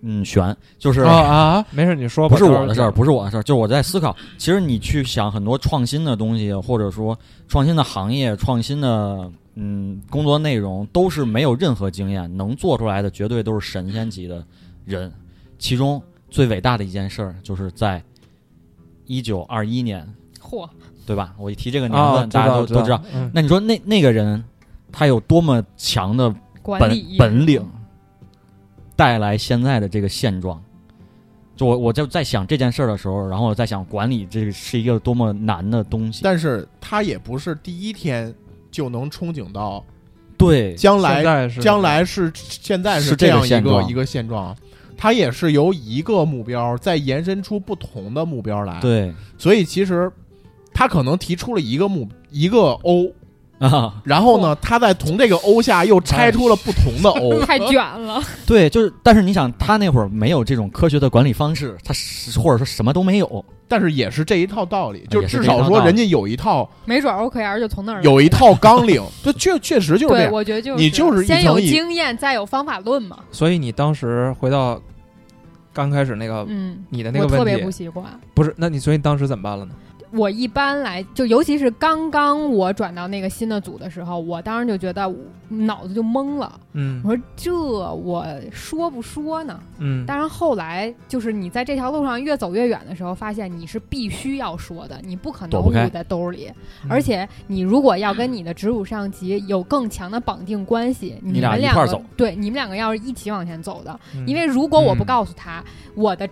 G: 嗯悬，就是、
C: 啊啊！
D: 没事，你说吧
G: 不是我的事儿，不是我的事儿，就是我在思考。其实你去想很多创新的东西，或者说创新的行业、创新的嗯工作内容，都是没有任何经验，能做出来的绝对都是神仙级的人。其中最伟大的一件事儿，就是在一九二一年，
F: 嚯，
G: 对吧？我一提这个年份，
D: 啊，
G: 大家都哦都知道。。
D: 嗯
G: 那你说那那个人，他有多么强的
F: 管理
G: 本
F: 意
G: 本领，带来现在的这个现状。就我我就在想这件事儿的时候，然后我在想管理这个是一个多么难的东西。
E: 但是他也不是第一天就能憧憬到
G: 对，
E: 将
D: 现
E: 来，
D: 在是
E: 将来是现在
G: 是
E: 这
G: 这个
E: 样一
G: 现
E: 个
G: 状
E: 一个现状。他也是由一个目标再延伸出不同的目标来，
G: 对
E: 所以其实他可能提出了一个目一个 O，
G: 啊，
E: 然后呢，他在同这个 O 下又拆出了不同的 O，
F: 识太卷了，
G: 对，就是但是你想，他那会儿没有这种科学的管理方式，他是或者说什么都没有。
E: 但是啊也是这一套道理，就
G: 也是
E: 至
G: 这一
E: 少
G: 套
E: 说
G: 道
E: 人
G: 理
E: 家有一套
F: 没准 OKR 就从那儿来
E: 有一套纲 领，这确确实就是这
F: 对，
E: 样。
F: 我觉得就是
E: 你就是一
F: 先有
E: 层一
F: 经验，再有方法论嘛。
D: 所以你当时回到刚开始那个
F: 嗯，
D: 你呃的那
F: 我
D: 个问
F: 特别不
D: 题，
F: 习惯。
D: 不是？那你所以当时怎么办了呢？
F: 我一般来就，尤其是刚刚我转到那个新的组的时候，我当时就觉得我脑子就懵了。
D: 嗯
F: 我说这我说不说呢？
D: 嗯
F: 当然后来就是你在这条路上越走越远的时候，发现你是必须要说的，你不可能
G: 躲不
F: 捂
G: 开嗯
F: 在兜里。而且你如果要跟你的直属上级有更强的绑定关系，你
G: 俩
F: 们
G: 一
F: 两
G: 块
F: 个
G: 儿走
F: 对你们两个要是一起往前走的，
D: 嗯
F: 因为如果我不
C: 嗯
F: 告诉他，我的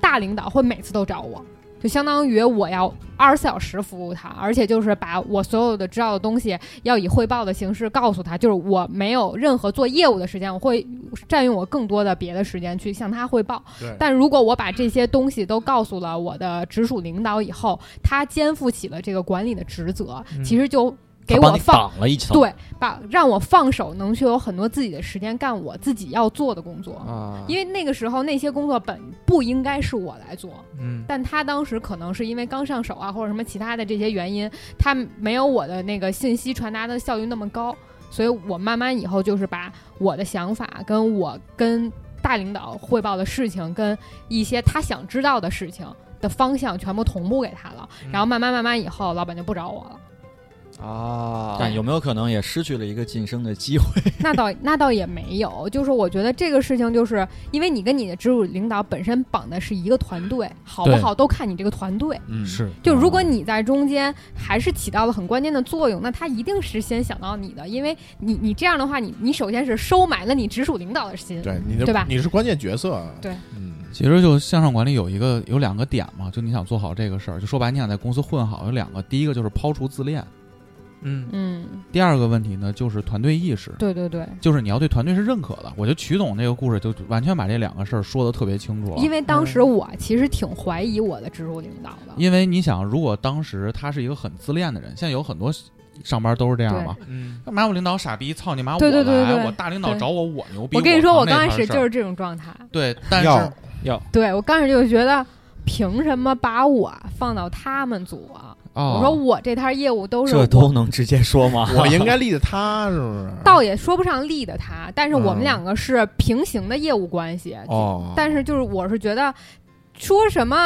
F: 大领导会每次都找我。就相当于我要二十四小时服务他，而且就是把我所有的知道的东西要以汇报的形式告诉他，就是我没有任何做业务的时间，我会占用我更多的别的时间去向他汇报。
E: 对
F: 但如果我把这些东西都告诉了我的直属领导以后，他肩负起了这个管理的职责，
D: 嗯
F: 其实就给
G: 他帮
F: 我
G: 你
F: 放。
G: 挡了一层，
F: 对，把让我放手，能去有很多自己的时间干我自己要做的工作，
D: 啊，
F: 因为那个时候那些工作本不应该是我来做，
D: 嗯
F: 但他当时可能是因为刚上手啊，或者什么其他的这些原因，他没有我的那个信息传达的效率那么高，所以我慢慢以后就是把我的想法跟我跟大领导汇报的事情，跟一些他想知道的事情的方向全部同步给他了，然后慢慢慢慢以后，老板就不找我了。
D: 啊，
G: 但有没有可能也失去了一个晋升的机会？
F: 那倒那倒也没有，就是我觉得这个事情，就是因为你跟你的直属领导本身绑的是一个团队，好不
C: 对
F: 好都看你这个团队。
G: 嗯，
C: 是
F: 就如果你在中间还是起到了很关键的作用，那他一定是先想到你的，因为你你这样的话，你你首先是收买了你直属领导的心。
E: 对你的
F: 对吧
E: 你是关键角色，
F: 对，
E: 嗯，
C: 其实就向上管理有一个有两个点嘛，就你想做好这个事儿，就说白，你想在公司混好有两个，第一个就是抛除自恋，
D: 嗯
F: 嗯，
C: 第二个问题呢就是团队意识，
F: 对对对，
C: 就是你要对团队是认可的。我觉得曲总这个故事就完全把这两个事儿说的特别清楚了。
F: 因为当时我其实挺怀疑我的直属领导的。
C: 因为你想，如果当时他是一个很自恋的人，现在有很多上班都是这样嘛。
D: 嗯
C: 干嘛我领导傻逼，操你妈！
F: 对对对
C: 我来
F: 对对
C: 我大领导
F: 对
C: 找我，我牛逼。
F: 我跟你说，我
C: 我
F: 刚
C: 扛那
F: 开
C: 盘
F: 始
C: 事
F: 就
C: 儿
F: 是这种状态。
C: 对，但
E: 要
C: 是
F: 对我刚开始就觉得，凭什么把我放到他们组啊？
C: 哦，
F: 我说我这摊业务都是
G: 这
F: 我
G: 都能直接说吗？
E: 我应该立的他是不是？
F: 倒也说不上利的他，但是我
E: 嗯
F: 们两个是平行的业务关系。
E: 哦，
F: 但是就是我是觉得。说什么？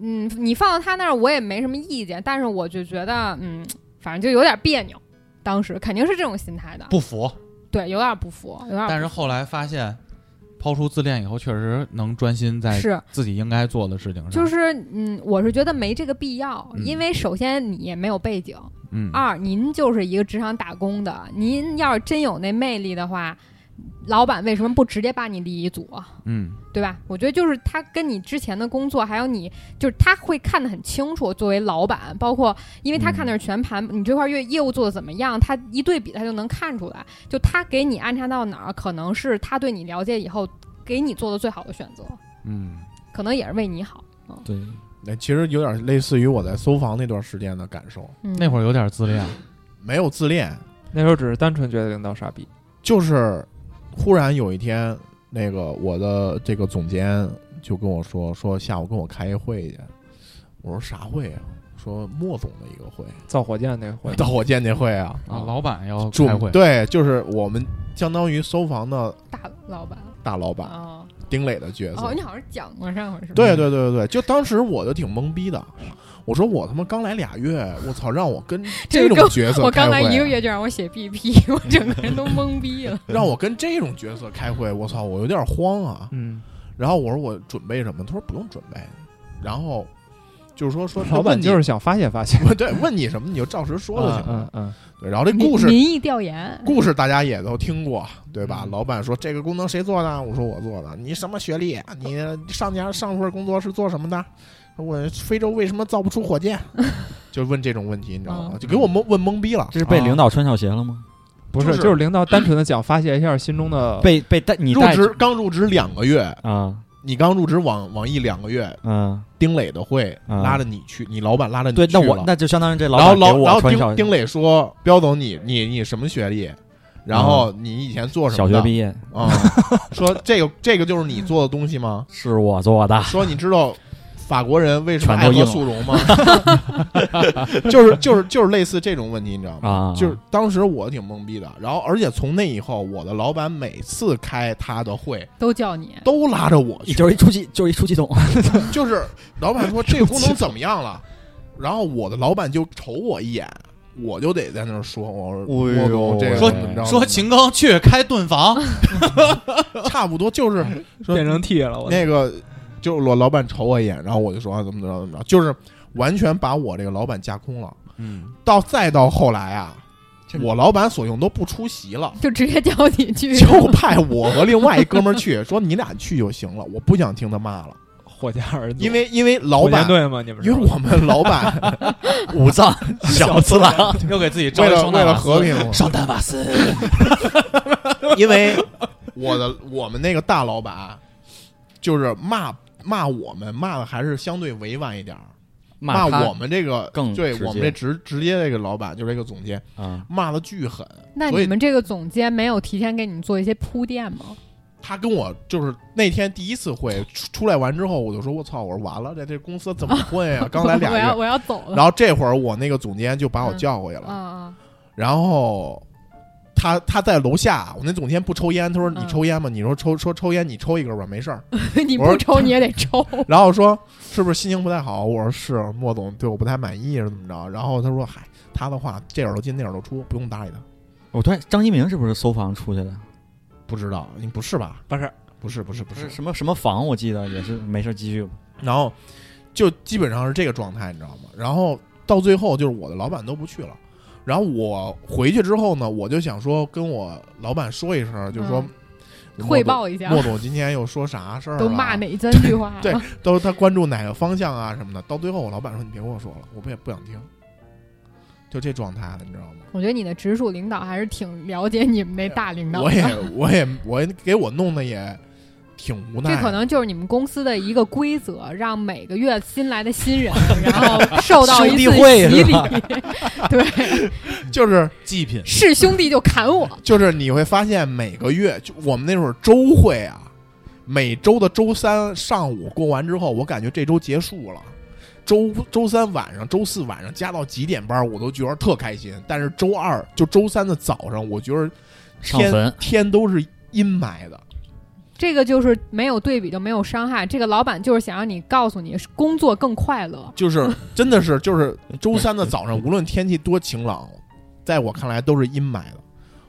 F: 嗯，你放到他那儿，我也没什么意见，但是我就觉得，嗯，反正就有点别扭。当时肯定是这种心态的，
C: 不服，
F: 对，有点不服，有点不
C: 但是后来发现，抛出自恋以后，确实能专心在
F: 是
C: 自己应该做的事情上。
F: 就是，嗯，我是觉得没这个必要，
C: 嗯
F: 因为首先你也没有背景，
C: 嗯，
F: 二，您就是一个职场打工的，您要是真有那魅力的话，老板为什么不直接把你立一组啊？
C: 嗯，
F: 对吧？我觉得就是他跟你之前的工作，还有你，就是他会看得很清楚。作为老板，包括因为他
C: 嗯
F: 看的是全盘，你这块业业务做的怎么样，他一对比他就能看出来。就他给你安插到哪儿，可能是他对你了解以后给你做的最好的选择，
C: 嗯，
F: 可能也是为你好。
G: 对，
E: 那哎其实有点类似于我在搜房那段时间的感受，
F: 嗯，
C: 那会儿有点自恋，
E: 没有自恋，
D: 那时候只是单纯觉得领导傻逼，
E: 就是忽然有一天，那个我的这个总监就跟我说，说下午跟我开一会去。我说啥会啊？说莫总的一个会，
D: 造火箭那会
E: 到我见见会啊。
C: 啊，老板要
E: 主
C: 开会，
E: 对，就是我们相当于搜房的
F: 大老板
E: 大老板
F: 啊，
E: 丁磊的角色。
F: 哦，你好像讲过上回是吧？
E: 对对对对对，就当时我就挺懵逼的，我说我他妈刚来俩月，我操，让我 跟这种角色
F: 我刚来
E: 开会啊
F: 一个月就让我写 BP，我整个人都懵逼了。
E: 让我跟这种角色开会，我操，我有点慌啊。
D: 嗯，
E: 然后我说我准备什么？他说不用准备。然后就是说说
D: 老板就
E: 问
D: 是想发泄发泄，
E: 你 对问你什么你就照实说就行了。
D: 嗯嗯
E: 对，然后这故事
F: 民民意调研，
E: 故事大家也都听过，对吧？
D: 嗯
E: 老板说这个功能谁做的？我说我做的。你什么学历？啊你上家上份工作是做什么的？我非洲为什么造不出火箭？ 就问这种问题，你知道吗？
F: 嗯
E: 就给我蒙问懵逼了。
G: 这是被
D: 啊
G: 领导穿校鞋了吗？
D: 嗯，不是，
E: 就是
D: 就是领导单纯的想发泄一下心中的
G: 被被带你
E: 入
G: 带
E: 职刚入职两个月，
G: 啊，
E: 你刚入职网网易两个月，
G: 嗯，
E: 丁磊的会
G: 嗯
E: 拉着你去，你老板拉着你
G: 对，
E: 去
G: 那我
E: 了
G: 那就相当于这老
E: 然后
G: 板给
E: 老然
G: 我
E: 后
G: 穿校
E: 丁
G: 鞋
E: 丁，磊说：“彪总，你你你什么学历？然后你以前做什
G: 嗯小
E: 么的？嗯
G: 学毕业
E: 啊、说这个这个就是你做的东西吗？
G: 是我做的，
E: 说你知道法国人为什么
G: 全
E: 爱
G: 都硬
E: 喝
G: 了
E: 速溶 吗？就是就是就是类似这种问题，你知道吗？
G: 啊，
E: 就是当时我挺懵逼的，然后而且从那以后，我的老板每次开他的会
F: 都叫你，，
E: 都拉着我
A: 你
E: 去，
A: 就是一出气，就是一出气 筒。
E: 就是老板说这个功能怎么样了，然后我的老板就瞅我一眼，我就得在那儿说，我说
G: 哎呦
E: 我这个
C: 说
E: 怎么着
C: 说秦庚去开盾房，
E: 差不多就是说
D: 变成 T 了，我
E: 那个，就是我老板瞅我一眼，然后我就说、啊、怎么怎么着怎么着，就是完全把我这个老板架空了。
C: 嗯，
E: 到再到后来啊
A: 这，
E: 我老板所用都不出席了
F: 就直接叫你去。
E: 就派我和另外一哥们儿去，说你俩去就行了，我不想听他骂了，
D: 霍家儿子，
E: 因为因为老
D: 火箭
E: 板。
D: 队嘛，你们
E: 因为
D: 是
E: 我们老板
G: 五藏小次郎，
C: 又给自己招
E: 为
C: 一
E: 了
C: 双
E: 为
C: 蛋
E: 了
C: 瓦斯
E: 和平，
C: 上丹瓦斯，
E: 因为 我的我们那个大老板就是骂骂我们骂的还是相对委婉一点儿，骂
G: 他
E: 我们这个
G: 更
E: 对
G: 直接
E: 我们这直直接这个老板就是这个总监
G: 啊，
E: 骂的巨狠，
F: 那
E: 所
F: 你
E: 以
F: 们这个总监没有提前给你们做一些铺垫吗？
E: 他跟我就是那天第一次会出出来完之后，我就说我操，我说完了，在这公司怎么混呀、刚来俩
F: 我要
E: 月，
F: 我要走了。
E: 然后这会儿我那个总监就把我叫回去
F: 啊
E: 了，
F: 啊！
E: 然后。他他在楼下，我那总监不抽烟，他说你
F: 嗯
E: 抽烟吗？你说抽说抽烟，你抽一根吧，没事儿。
F: 你
E: 我
F: 不
E: 说
F: 抽你也得抽。
E: 然后说是不是心情不太好？我说是，莫总对我不太满意是怎么着？然后他说嗨，他的话这耳朵进那耳朵出，不用搭理他。
G: 我突然张一鸣是不是搜房出去的？
E: 不知道，你不是吧？
D: 不是
E: 不是不是不是。
G: 什么什么房？我记得也是没事继续
E: 然后就基本上是这个状态，你知道吗？然后到最后就是我的老板都不去了。然后我回去之后呢，我就想说跟我老板说一声，就说
F: 嗯
E: 莫总
F: 汇报一下
E: 莫总今天又说啥事儿了？啊
F: 都骂 哪三句话？啊
E: 对都是他关注哪个方向啊什么的。到最后我老板说你别跟我说了，我不也不想听，就这状态了，你知道吗？
F: 我觉得你的直属领导还是挺了解你们那大领导
E: 我也
F: 的。
E: 我也我也给我弄得也挺无奈
F: 这
E: 的，
F: 可能就是你们公司的一个规则，让每个月新来的新人，然后受到一次
G: 兄弟会
F: 洗
G: 是
F: 礼
G: 吧。
F: 对，
E: 就是
C: 祭品
F: 是兄弟就砍我，
E: 就是你会发现每个月就我们那会儿周会啊，每周的周三上午过完之后，我感觉这周结束了。周周三晚上、周四晚上加到几点班，我都觉得特开心。但是周二就周三的早上，我觉得
G: 上
E: 天
G: 坟
E: 天都是阴霾的。
F: 这个就是没有对比就没有伤害。这个老板就是想让你告诉你，工作更快乐。
E: 就是真的是就是周三的早上，无论天气多晴朗，在我看来都是阴霾的。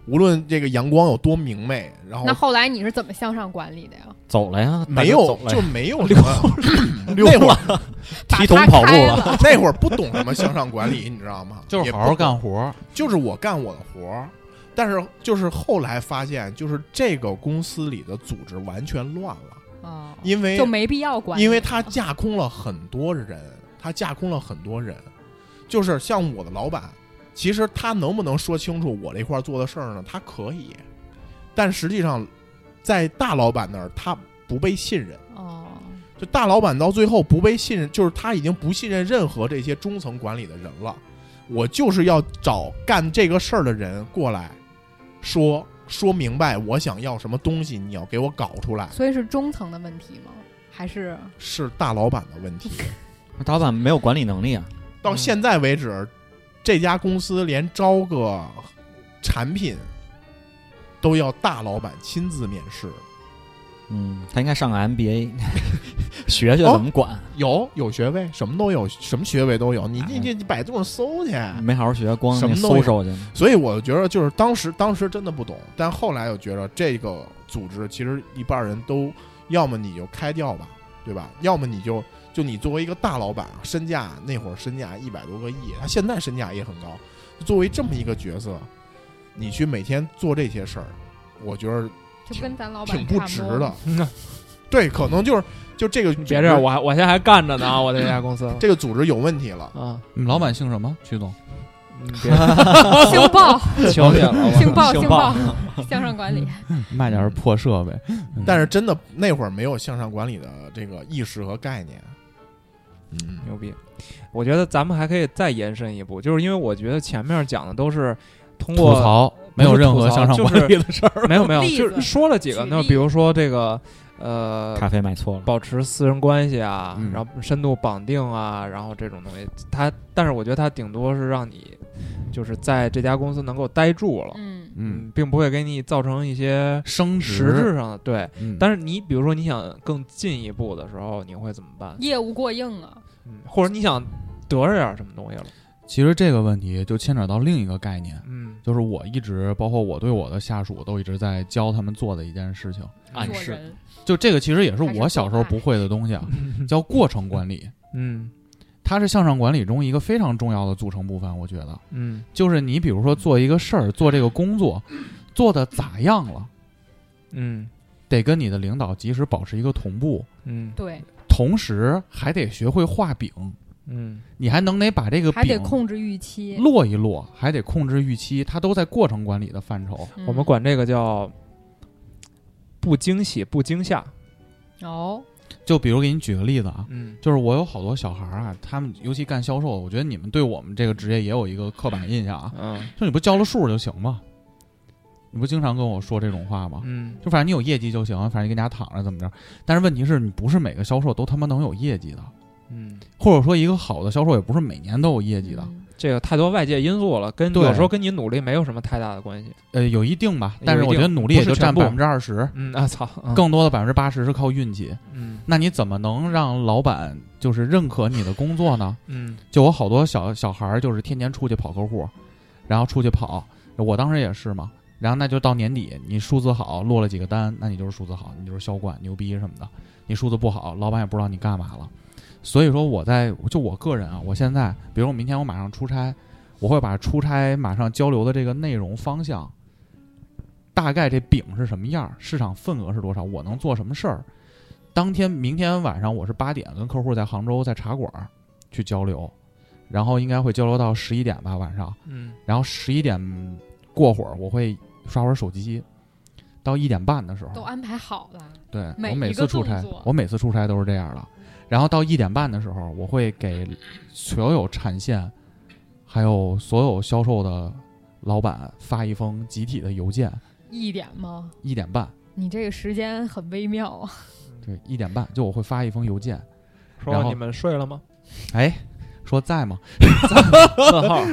E: 无论这个阳光有多明媚，然后
F: 那后来你是怎么向上管理的呀？
G: 走了呀，
E: 没
G: 大哥
E: 有
G: 走了
E: 就
G: 呀，
E: 没有什么 那会儿
G: 提桶跑步了，
E: 那会儿不懂什么向上管理，你知道吗？
C: 就是
E: 也不
C: 好好
E: 懂
C: 干活，
E: 就是我干我的活儿，但是就是后来发现，就是这个公司里的组织完全乱了，
F: 哦
E: 因为
F: 就没必要管理了，
E: 因为他架空了很多人，他架空了很多人，就是像我的老板，其实他能不能说清楚我这块儿做的事儿呢？他可以，但实际上在大老板那儿他不被信任。
F: 哦，
E: 就大老板到最后不被信任，就是他已经不信任任何这些中层管理的人了。我就是要找干这个事儿的人过来，说说明白我想要什么东西，你要给我搞出来，
F: 所以是中层的问题吗？还是
E: 是大老板的问题。
G: 大老板没有管理能力啊，
E: 到现在为止，这家公司连招个产品都要大老板亲自面试。
G: 嗯，他应该上个 MBA，学学怎么管，
E: 有有学位，什么都有，什么学位都有。你你你你百度上搜去，
G: 没好好学，光
E: 什
G: 那
E: 么都有
G: 搜搜去，
E: 所以我觉得就是当时当时真的不懂，但后来我觉得这个组织其实一半人都要么你就开掉吧，对吧？要么你就就你作为一个大老板，身价那会儿身价一百多个亿，他现在身价也很高。作为这么一个角色，你去每天做这些事儿，我觉得
F: 就跟咱老板
E: 挺不
F: 差
E: 值
F: 多
E: 的。对，可能就是就这个
D: 别这样，我还我现在还干着呢啊，我在这家公司
E: 这个组织有问题了。
D: 啊，
C: 你嗯们老板姓什么？曲总，
D: 你别
F: 性暴，
D: 求你了，
F: 性暴，
G: 性
F: 性
G: 暴
F: 暴，向上管理。
C: 卖点破设备，
D: 嗯
E: 但是真的那会儿没有向上管理的这个意识和概念。嗯，
D: 牛逼！我觉得咱们还可以再延伸一步，就是因为我觉得前面讲的都是通
C: 吐
D: 过
C: 槽没有任何向上管理的事儿。
D: 没有没有，
F: 例
D: 就
F: 子
D: 是说了几个，
F: 举
D: 那
F: 例
D: 比如说这个呃，
G: 咖啡买错了，
D: 保持私人关系啊，
G: 嗯
D: 然后深度绑定啊，然后这种东西，它，但是我觉得它顶多是让你就是在这家公司能够待住了，
F: 嗯
A: 嗯，
D: 并不会给你造成一些
C: 升
D: 实
C: 职
D: 质上的对。
A: 嗯
D: 但是你比如说你想更进一步的时候，你会怎么办？
F: 业务过硬啊，
D: 嗯，或者你想得着点什么东西了？
C: 其实这个问题就牵扯到另一个概念，
D: 嗯，
C: 就是我一直包括我对我的下属都一直在教他们做的一件事情，
G: 暗
F: 做
G: 示
F: 人
C: 就这个其实也是
F: 还是
C: 我小时候
F: 做爱
C: 不会的东西啊，叫过程管理，
D: 嗯
C: 它是向上管理中一个非常重要的组成部分。我觉得，
D: 嗯
C: 就是你比如说做一个事儿，做这个工作，做的咋样了，
D: 嗯
C: 得跟你的领导及时保持一个同步，
D: 嗯
F: 对，
C: 同时还得学会画饼，
D: 嗯
C: 你还能得把这个
F: 还得
C: 饼
F: 控制预期。
C: 落一落，还得控制预期，它都在过程管理的范畴。
F: 嗯
D: 我们管这个叫不惊喜不惊吓。
F: 哦，
C: 就比如给你举个例子啊，
D: 嗯
C: 就是我有好多小孩儿啊，他们尤其干销售，我觉得你们对我们这个职业也有一个刻板印象啊，
D: 嗯
C: 就你不交了数就行吗？你不经常跟我说这种话吗？
D: 嗯
C: 就反正你有业绩就行，反正你跟家躺着怎么着？但是问题是你不是每个销售都他妈能有业绩的，
D: 嗯，
C: 或者说一个好的销售也不是每年都有业绩的，
F: 嗯
D: 这个太多外界因素了，跟
C: 对
D: 有时候跟你努力没有什么太大的关系。
C: 呃，有一定吧
D: 有一定，
C: 但是我觉得努力也就占
D: 不
C: 百
D: 是全
C: 分之二十，
D: 嗯啊操，嗯
C: 更多的百分之八十是靠运气。
D: 嗯
C: 那你怎么能让老板就是认可你的工作呢？
D: 嗯
C: 就我好多小小孩儿，就是天天出去跑客户，然后出去跑，我当时也是嘛。然后那就到年底，你数字好，落了几个单，那你就是数字好，你就是销冠牛逼什么的。你数字不好，老板也不知道你干嘛了。所以说，我在就我个人啊，我现在，比如我明天我马上出差，我会把出差马上交流的这个内容方向，大概这饼是什么样儿，市场份额是多少，我能做什么事儿。当天明天晚上我是八点跟客户在杭州在茶馆儿去交流，然后应该会交流到十一点吧晚上，
D: 嗯
C: 然后十一点过会儿我会刷会儿手机，到一点半的时
F: 都
C: 候，
F: 安排好了，
C: 对
F: 每
C: 我
F: 一
C: 每
F: 个
C: 次出
F: 动
C: 差
F: 作，
C: 我每次出差都是这样的，然后到一点半的时候，我会给所有产线还有所有销售的老板发一封集体的邮件，
F: 一点吗？
C: 一点半，
F: 你这个时间很微妙啊。
C: 对，一点半就我会发一封邮件，然
D: 说
C: 后
D: 你们睡了吗？
C: 哎，说在吗？
D: 问号。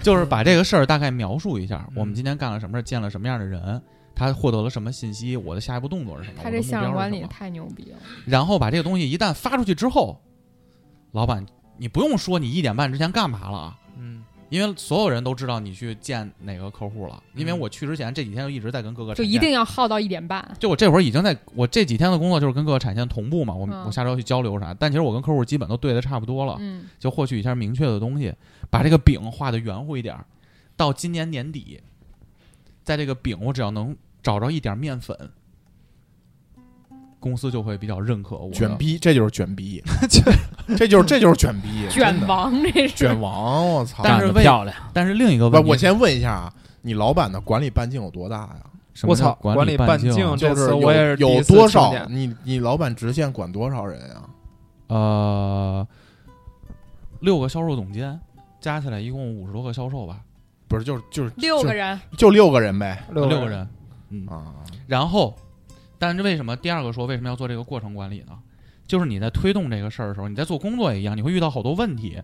C: 就是把这个事儿大概描述一下，
D: 嗯
C: 我们今天干了什么事儿，见了什么样的人，他获得了什么信息，我的下一步动作是什么，
F: 他
C: 我的
F: 这
C: 目
F: 项
C: 标
F: 目管
C: 是
F: 理
C: 什么，
F: 太牛逼了，
C: 然后把这个东西一旦发出去之后，老板你不用说你一点半之前干嘛了啊，
D: 嗯
C: 因为所有人都知道你去见哪个客户了，因为
D: 嗯
C: 我去之前这几天就一直在跟各个
F: 就
C: 产
F: 一
C: 线
F: 定要耗到一点半。
C: 就我这会儿已经在我这几天的工作就是跟各个产线同步嘛，我、
F: 嗯
C: 我下周去交流啥，但其实我跟客户基本都对的差不多了，
F: 嗯，
C: 就获取一下明确的东西，把这个饼画的圆乎一点儿。到今年年底，在这个饼我只要能找着一点面粉，公司就会比较认可我的。
E: 卷逼，这就是卷 逼，这就是这就是卷逼，
F: 卷
E: 真的
F: 王这是
E: 卷王，我操！
C: 但是
G: 干得
C: 为
G: 漂亮，
C: 但是另一个问
E: 不，
C: 题，
E: 我先问一下啊，你老板的管理半径有多大呀？
C: 什么
D: 我
C: 叫
D: 操，
C: 管
D: 理
C: 半
D: 径
C: 径啊，
E: 就
D: 这
E: 是
D: 词
E: 有
D: 我也是第
E: 有
D: 一次
E: 多
D: 听
E: 少？
D: 见
E: 你你老板直线管多少人啊？
C: 呃，六个销售总监加起来一共五十多个销售吧，
E: 不是，就是就是
F: 六个人，
E: 就就六个人呗
D: 六
C: 六个人。嗯
E: 啊！
C: 然后，但是为什么第二个说为什么要做这个过程管理呢？就是你在推动这个事儿的时候，你在做工作也一样，你会遇到好多问题，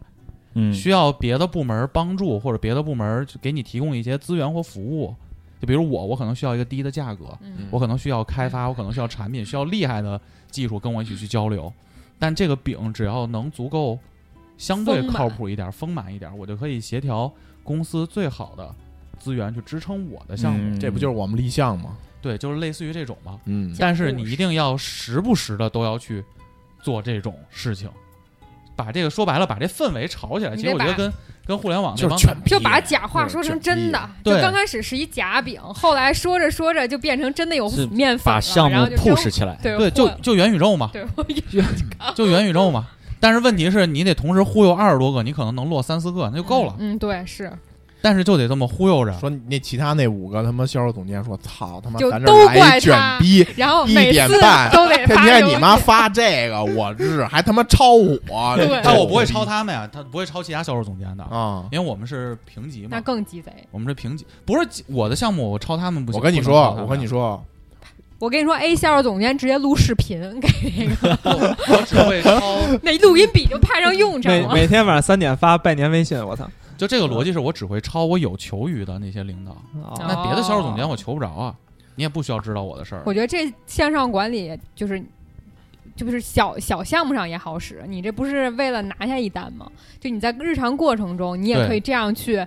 G: 嗯，
C: 需要别的部门帮助或者别的部门给你提供一些资源或服务。就比如我，我可能需要一个低的价格，
F: 嗯，
C: 我可能需要开发，我可能需要产品，需要厉害的技术跟我一起去交流。但这个饼只要能足够相对
F: 丰满
C: 靠谱一点、丰满一点，我就可以协调公司最好的资源去支撑我的项目。
G: 嗯
E: 这不就是我们立项吗？
C: 对，就是类似于这种嘛。
E: 嗯
C: 但是你一定要时不时的都要去做这种事情，把这个说白了，把这氛围炒起来。
F: 你
C: 其
F: 得
C: 实我觉得
F: 把
C: 跟跟互联网那
E: 就是
C: 帮
E: 卷逼，
F: 就把假话说成真的，就
C: 对
F: 刚开始是一假饼，后来说着说着就变成真的有
G: 是
F: 面粉了，
G: 把项目
F: 然后就真
G: push 起来，
F: 对
C: 对，就
F: 混
C: 就元宇宙嘛，
F: 对，我
C: 就元宇宙嘛。
F: 嗯
C: 但是问题是你得同时忽悠二十多个，你可能能落三四个，那就够了。
F: 嗯，嗯对，是
C: 但是就得这么忽悠着，
E: 说那其他那五个他妈销售总监说操他妈
F: 就
E: 咱这
F: 都
E: 儿来
F: 怪
E: 一卷
F: 他
E: 逼，
F: 然后
E: 一
F: 每
E: 点
F: 次
E: 半
F: 都得
E: 天
F: 发
E: 天
F: 邮
E: 你妈
F: 件
E: 发这个，我日还他妈抄我，
F: 对
C: 但我不会抄他们呀，他不会抄其他销售总监的，
E: 啊！
C: 因为我们是评级
F: 那
C: 嘛，
F: 更鸡贼。
C: 我们是评级，不是我的项目，我抄他们不行。
E: 我跟你
C: 不能抄
E: 说
C: 他，们
E: 我跟你说，
F: 我跟你说，A 销售总监直接录视频给那个，
C: 我我只会抄，
F: 那录音笔就派上用 场
D: 每
F: 了。
D: 每天晚上三点发拜年微信，我操！
C: 就这个逻辑是我只会抄我有求于的那些领导，
D: 哦
C: 那别的销售总监我求不着啊，你也不需要知道我的事儿
F: 我。觉得这向上管理就是，就不是小小项目上也好使。你这不是为了拿下一单吗？就你在日常过程中，你也
C: 对
F: 可以这样去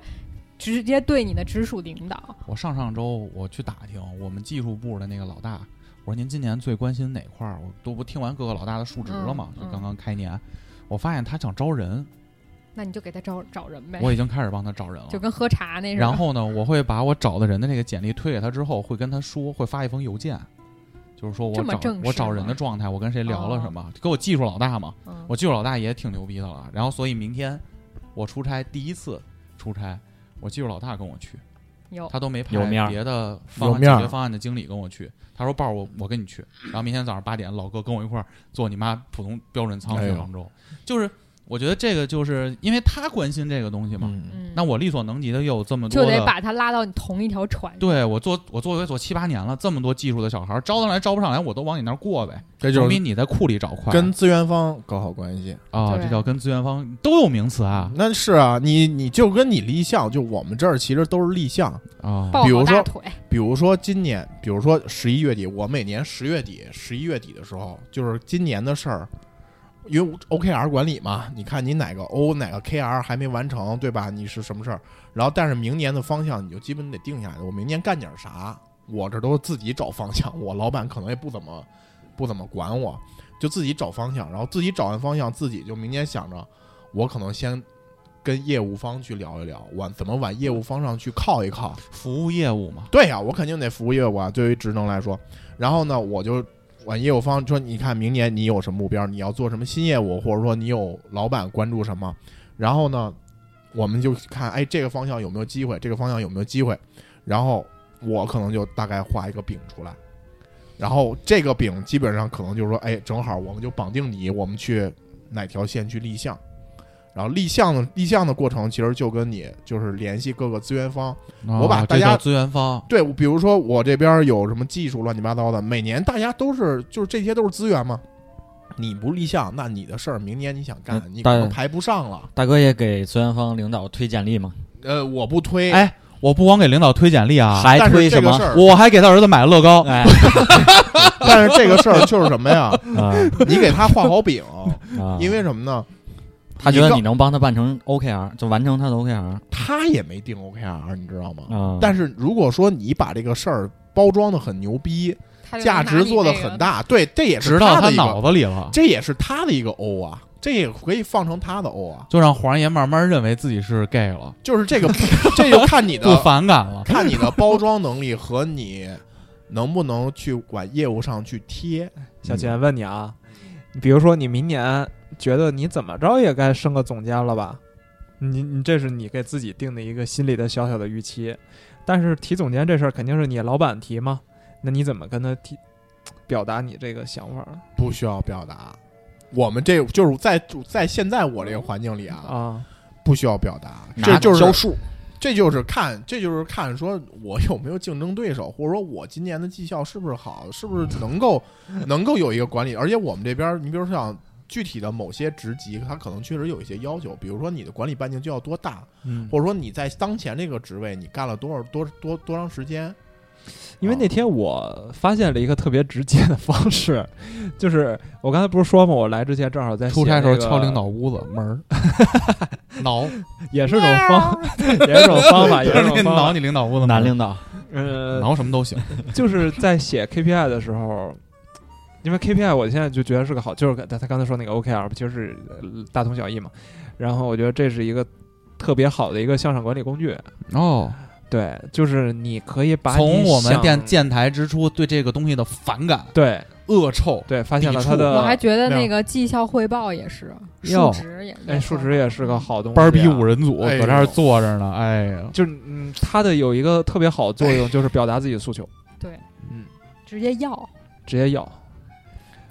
F: 直接对你的直属领导。
C: 我上上周我去打听我们技术部的那个老大，我说您今年最关心哪块儿？我都不听完各个老大的述职了嘛，
F: 嗯
C: 就刚刚开年，我发现他想招人，
F: 那你就给他找找人呗，
C: 我已经开始帮他找人了
F: 就。跟喝茶那似的。
C: 然后呢，我会把我找的人的那个简历推给他之后，会跟他说，会发一封邮件，就是说我
F: 这么
C: 找
F: 正式
C: 我找人
F: 吗
C: 的状态，我跟谁聊了
F: 哦
C: 什么，给我技术老大嘛，
F: 嗯，
C: 我技术老大也挺牛逼的了。然后所以明天我出差第一次出差，我技术老大跟我去，
F: 有
C: 他都没派
G: 有面儿
C: 别的方
E: 有
C: 案
E: 面儿
C: 解决方案的经理跟我去，他说豹儿我我跟你去，然后明天早上八点老哥跟我一块儿坐你妈普通标准舱
E: 哎
C: 去
E: 呦
C: 杭州，就是我觉得这个就是因为他关心这个东西嘛，
E: 嗯，
F: 嗯，
C: 那我力所能及的也有这么多
F: 就得
C: 的。
F: 把他拉到你同一条船上。
C: 对我做我做我做七八年了，这么多技术的小孩儿，招得来招不上来，我都往你那儿过呗，
E: 这
C: 总
E: 就
C: 比
E: 是
C: 你在库里找快。
E: 跟资源方搞好关系
C: 啊、
F: 对
C: 这叫跟资源方都有名词啊
E: 那是啊，你你就跟你立项，就我们这儿其实都是立项。
C: 啊、
F: 抱
E: 比
F: 好
E: 如
F: 大
E: 说
F: 腿，
E: 比如说今年，比如说十一月底，我每年十月底、十一月底的时候，就是今年的事儿，因为 OKR 管理嘛，你看你哪个 O 哪个 KR 还没完成，对吧？你是什么事儿？然后但是明年的方向你就基本得定下来，我明年干点啥？我这都自己找方向，我老板可能也不怎么 不怎么管我，就自己找方向，然后自己找完方向，自己就明年想着，我可能先跟业务方去聊一聊，我怎么往业务方上去靠一靠。
C: 服务业务嘛，
E: 对呀、我肯定得服务业务啊，对于职能来说。然后呢，我就往业务方说，你看明年你有什么目标，你要做什么新业务，或者说你有老板关注什么。然后呢，我们就看，哎，这个方向有没有机会，这个方向有没有机会。然后我可能就大概画一个饼出来。然后这个饼基本上可能就是说，哎，正好我们就绑定你，我们去哪条线去立项。然后立项的立项的过程，其实就跟你就是联系各个资源方，
C: 啊
E: 我把大
C: 这
E: 家
C: 叫资源方
E: 对，比如说我这边有什么技术乱七八糟的，每年大家都是就是这些都是资源嘛。你不立项，那你的事儿明年你想干，
G: 嗯
E: 你可能
G: 但
E: 排不上了。
G: 大哥也给资源方领导推简历嘛，
E: 呃，我不推，
C: 哎我不光给领导推简历啊，
G: 还
E: 但
G: 推
E: 是
G: 什
E: 这个
G: 么
E: 事？儿，
C: 我还给他儿子买了乐高。
G: 哎
E: 但是这个事儿就是什么呀？
G: 啊
E: 你给他画好饼，
G: 啊！
E: 因为什么呢？
G: 他觉得
E: 告
G: 你能帮他办成 OKR，就完成他的 OKR
E: 他也没定 OKR，你知道吗？
G: 啊。
E: 嗯但是如果说你把这个事儿包装的很牛逼，
F: 他就
E: 价
F: 拿
E: 值
F: 你
E: 做的
F: 那个
E: 很大，对，这也是
C: 直到
E: 他的一
C: 脑
E: 个，
C: 子里了，
E: 这也是他的一个 O 啊，这也可以放成他的 O 啊。
C: 就让黄爷慢慢认为自己是 gay 了，
E: 就是这个，这就看你
C: 不
E: 的
C: 反感了。
E: 看你的包装能力和你能不能去往业务上去 贴。
D: 小钱问你啊，你比如说你明年觉得你怎么着也该升个总监了吧？你你这是你给自己定的一个心里的小小的预期，但是提总监这事儿肯定是你老板提嘛，那你怎么跟他提表达你这个想法儿
E: 不需要表达。我们这就是在在现在我这个环境里啊，
D: 啊？
E: 不需要表达，
G: 拿
E: 这
G: 着
E: 就是
G: 教数，
E: 这就是看，这就是看，说我有没有竞争对手，或者说我今年的绩效是不是好，是不是能够 能够有一个管理。而且我们这边儿，你比如像具体的某些职级，它可能确实有一些要求，比如说你的管理半径就要多大，
D: 嗯，
C: 啊
E: 或者说你在当前这个职位你干了多少多多多长时间，
D: 因为那天我发现了一个特别直接的方式， 就是我刚才不是说嘛，我来之前正好在写
C: 出差时候
D: 那个
C: 敲领导屋子门 儿，挠，
D: 也 是种 方，
F: 啊
D: 也是种方法，也是种方
C: 挠
D: 法。
C: 啊你领导屋子门儿
G: 男，领导
D: 呃，
C: 挠什么都行。
D: 就是在写 KPI 的时候，因为 KPI 我现在就觉得是个好，就是跟他他刚才说那个 OKR 其实是呃大同小异嘛。然后我觉得这是一个特别好的一个向上管理工具，
C: 哦，
D: 对，就是你可以把你
C: 从我们
D: 想
C: 电建台之初对这个东西的反感、
D: 对
C: 恶臭，
D: 对发现了
C: 抵触
D: 它的，
F: 我还觉得
E: 那
F: 那
E: 样
F: 个绩效汇报也是，数
C: 哟
F: 值也嗯
D: 哎，数值也是个好东西、啊
C: 班儿逼五。人组
E: 哎
C: 搁
E: 呦
C: 这儿坐着呢，哎呀，
D: 就是嗯，它的有一个特别好的作用，就是表达自己的诉求，
F: 对，
D: 嗯，
F: 直接要。
D: 直接要。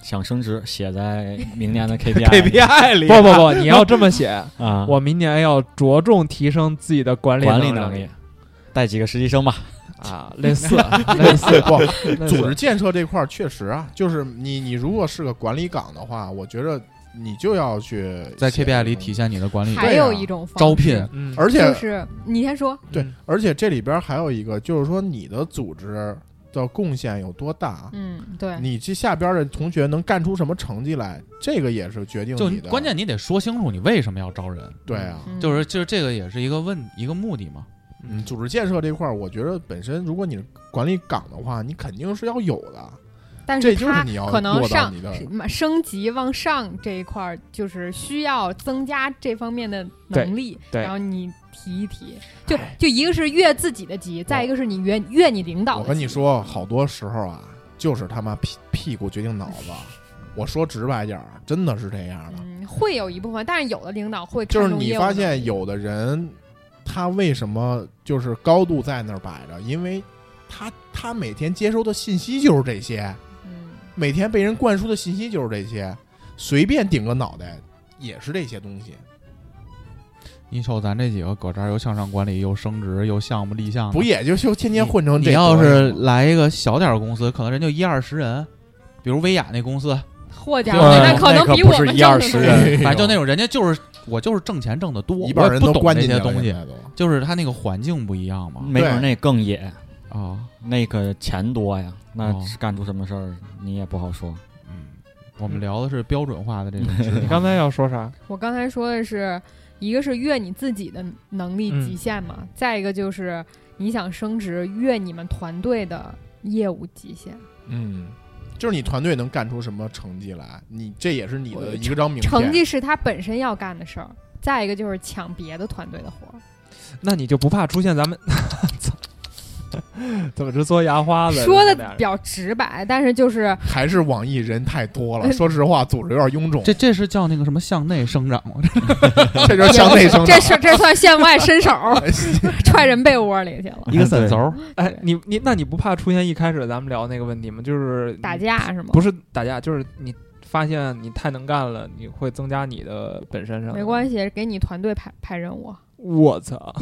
G: 想升职，写在明年的 KPI
C: KPI 里
D: 不不不，你要这么 写，
G: 啊，
D: 我明年要着重提升自己的管理
G: 管理
D: 能
G: 能力，带几个实习生吧，
D: 啊，类似类似
E: 不
D: 类似
E: 组织建设这块儿确实啊，就是你你如果是个管理岗的话，我觉着你就要去
C: 在
E: 写
C: KPI 里体现你的管理
E: 对啊
F: 还有一种方
C: 招
F: 式
C: 聘，
D: 嗯，
E: 而且
F: 就是你先说，
E: 对
D: 嗯，
E: 而且这里边还有一个，就是说你的组织的贡献有多大，啊
F: 嗯，对，
E: 你这下边的同学能干出什么成绩来，这个也是决定
C: 就
E: 你的。
C: 关键你得说清楚你为什么要招人，
E: 对啊，
F: 嗯
C: 就是就是这个也是一个问一个目的嘛。
E: 嗯，组织建设这块儿，我觉得本身如果你是管理岗的话，你肯定是要有的。
F: 但
E: 这
F: 是
E: 就是
F: 它
E: 你要
F: 可能
E: 做到
F: 上
E: 你的
F: 是升级往上这一块儿，就是需要增加这方面的能力。
D: 对对
F: 然后你提一提，就
E: 哎
F: 就一个是越自己的级，再一个是你越越你领导
E: 我
F: 的级。
E: 跟你说，好多时候啊，就是他妈屁屁股决定脑子。我说直白点儿，真的是这样的。
F: 嗯，会有一部分，但是有的领导会
E: 就是
F: 看重
E: 你
F: 业务
E: 发
F: 能
E: 现
F: 力
E: 有的人，他为什么就是高度在那儿摆着？因为他他每天接收的信息就是这些，
F: 嗯
E: 每天被人灌输的信息就是这些，随便顶个脑袋也是这些东西。
C: 你瞅咱这几个搁这儿又向上管理又升职又项目立项的，
E: 不也就就天天混成
C: 你
E: 这
C: 要
E: 德
C: 是
E: 行吗
C: 来一个小点儿公司，可能人就一二十人，比如薇娅那公司，
F: 获奖
E: 啊
C: 对
F: 的，
C: 那
F: 那可能
G: 可
F: 比
G: 不
F: 我
G: 是
F: 们
G: 一
F: 挣
G: 二
F: 得
G: 十
F: 多
G: 人
E: 哎哎呦
C: 反正就那种人家就是我就是挣钱挣得多，
E: 一半
C: 我
E: 人都
C: 也不懂
E: 关
C: 那
E: 进去
C: 些
E: 了，
C: 东西
E: 现，在都
C: 就是他那个环境不一样嘛。
G: 没准儿
E: 对
G: 那更野，
C: 啊，
G: 那个钱多呀，那
C: 哦
G: 是干出什么事儿你也不好说。
C: 嗯，我们聊的是标准化的 这种职场。
D: 你刚才要说啥？
F: 我刚才说的是，一个是越你自己的能力极限嘛，再一个就是你想升职，越你们团队的业务极限。
E: 嗯，就是你团队能干出什么成绩来，你这也是你
F: 我
E: 的一个张名片。
F: 成绩是他本身要干的事儿，再一个就是抢别的团队的活儿。
D: 那你就不怕出现咱们 操怎么直嘬牙花子？
F: 说的
D: 这俩人
F: 比较直白，但是就是
E: 还是网易人太多了，
F: 嗯
E: 说实话，组织有点臃肿，
C: 这这是叫那个什么向内生长吗？
E: 这就是向内生
F: 这
E: 长。
F: 是这算向外伸手 踹人被窝里去
G: 嗯
F: 了，
A: 一个伸手，
D: 哎，你你那你不怕出现一开始咱们聊那个问题吗？就是你
F: 打架是吗？
D: 不是打架，就是你发现你太能干了，你会增加你的本身上的。
F: 没关系，给你团队派派任务，
D: 我操！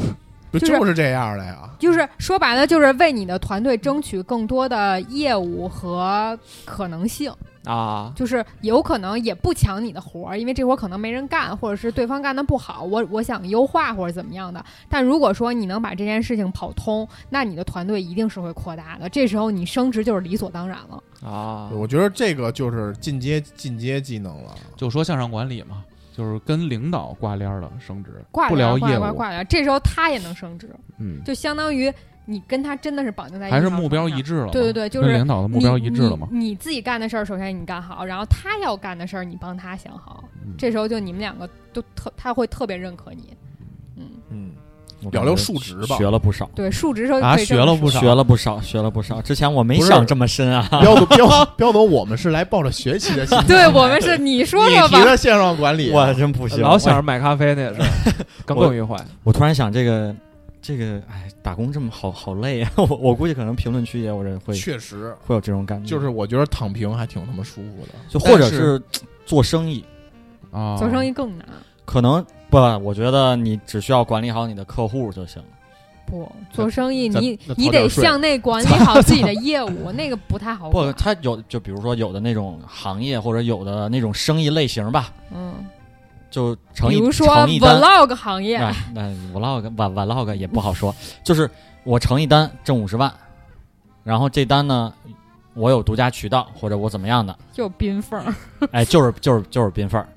E: 不
F: 就是
E: 就是这样的呀？
F: 就是说白了，就是为你的团队争取更多的业务和可能性。
D: 啊，
F: 就是有可能也不抢你的活儿，因为这活儿可能没人干，或者是对方干的不好，我我想优化或者怎么样的。但如果说你能把这件事情跑通，那你的团队一定是会扩大的。这时候你升职就是理所当然了。
D: 啊，
E: 我觉得这个就是进阶进阶技能了。
C: 就说向上管理嘛，就是跟领导挂链儿的升职，
F: 挂
C: 不
F: 掉
C: 聊
F: 挂
C: 业
F: 掉挂
C: 务，
F: 挂掉，这时候他也能升职，
C: 嗯，
F: 就相当于你跟他真的是绑定在一
C: 还是
F: 条
C: 目标
F: 船上
C: 一致了嘛。
F: 对对对就是
C: 跟领导的目标一致了嘛。
F: 你你？你自己干的事儿，首先你干好，然后他要干的事儿，你帮他想好。
C: 嗯
F: 这时候就你们两个都特，他会特别认可你。嗯，
E: 嗯，
G: 我
E: 聊
G: 感
E: 聊
G: 觉
E: 数值吧
G: 学了不少，
F: 对，述职时候
C: 啊
F: 可以这么
C: 学了
F: 说
C: 不少
G: 学了不少，学了不少。之前我没
E: 不是
G: 想这么深啊，
E: 彪总彪彪总，我们是来抱着学习的心 态。
F: 对我们是你说
E: 你
F: 说
E: 提
F: 吧，
E: 的线上管理，啊
G: 我真不行。
D: 老
G: 我
D: 想着买咖啡那也是，耿耿于怀。
G: 我突然想这个这个，哎，打工这么好好累啊！我我估计可能评论区也有人会嗯
E: 确实
G: 会有这种感觉，
E: 就是我觉得躺平还挺他妈舒服的。
G: 就或者
C: 但是
G: 是做生意，
C: 啊，
F: 做生意更难。
G: 可能不，我觉得你只需要管理好你的客户就行了。
F: 不做生意，
E: 咱
F: 你
E: 那
F: 你
E: 早
F: 得
E: 点睡
F: 向内管理好自己的业务，那个不太好
G: 不，
F: 管。
G: 它有就比如说有的那种行业或者有的那种生意类型吧，
F: 嗯，
G: 就乘
F: 比
G: 以
F: 如说
G: 乘一单，啊
F: vlog 行业，
G: 那那 vlog vlog vlog 也不好说，就是我乘一单挣五十万，然后这单呢，我有独家渠道或者我怎么样的，
F: 就冰缝儿，
G: 哎，就是就是就是缤纷儿，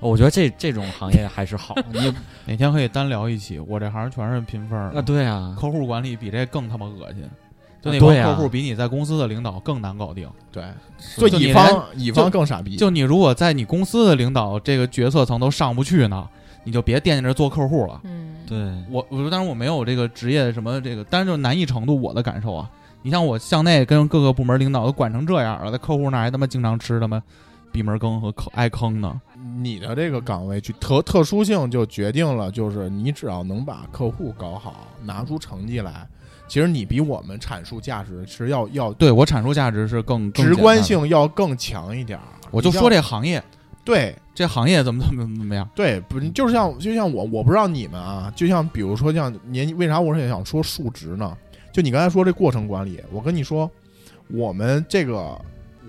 G: 我觉得这这种行业还是好，你
C: 哪天可以单聊一期？我这行全是拼分儿
G: 啊，对啊，
C: 客户管理比这更他妈恶心。就
G: 啊
C: 那帮
G: 对啊
C: 客户比你在公司的领导更难搞定。
E: 对，
G: 就
E: 乙
C: 你
E: 方乙方
C: 就
E: 更傻逼。
C: 就你如果在你公司的领导这个决策层都上不去呢，你就别惦记着做客户了。
F: 嗯，
G: 对，
C: 我我当然我没有这个职业什么这个，但是就是难易程度我的感受啊。你像我向内跟各个部门领导都管成这样了，在客户那儿还他妈经常吃他妈闭门羹和坑挨坑呢。
E: 你的这个岗位去特特殊性就决定了，就是你只要能把客户搞好，拿出成绩来，其实你比我们阐述价值是要要
C: 对我阐述价值是更更
E: 直观
C: 简单
E: 性要更强一点儿。
C: 的，我就
E: 你像
C: 说这行业，
E: 对
C: 这行业怎么怎么怎么样。
E: 对，不就是像就像我，我不知道你们啊，就像比如说像年，为啥我是想说数值呢？就你刚才说这过程管理，我跟你说，我们这个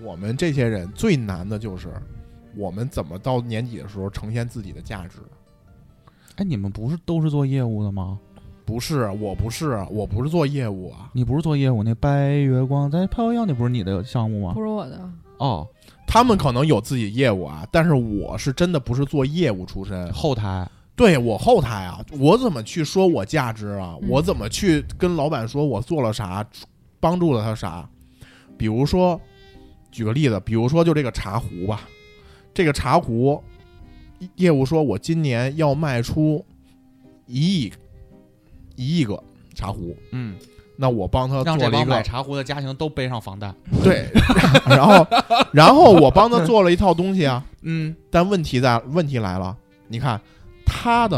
E: 我们这些人最难的就是我们怎么到年底的时候呈现自己的价值。
C: 哎，你们不是都是做业务的吗？
E: 不是，我不是，我不是做业务啊。
C: 你不是做业务那白月光在飘摇，那不是你的项目吗
F: 嗯不？是我的，
C: 哦，
E: 他们可能有自己业务啊，但是我是真的不是做业务出身。
C: 后台
E: 对我后台啊，我怎么去说我价值啊？
F: 嗯
E: 我怎么去跟老板说我做了啥，帮助了他啥？比如说，举个例子，比如说就这个茶壶吧，这个茶壶，业务说我今年要卖出一亿一亿个茶壶，
C: 嗯，
E: 那我帮他做
C: 让这
E: 了一
C: 帮
E: 个
C: 买茶壶的家庭都背上房贷。
E: 对， 然后然后我帮他做了一套东西啊，
C: 嗯，
E: 但问题在问题来了，你看他的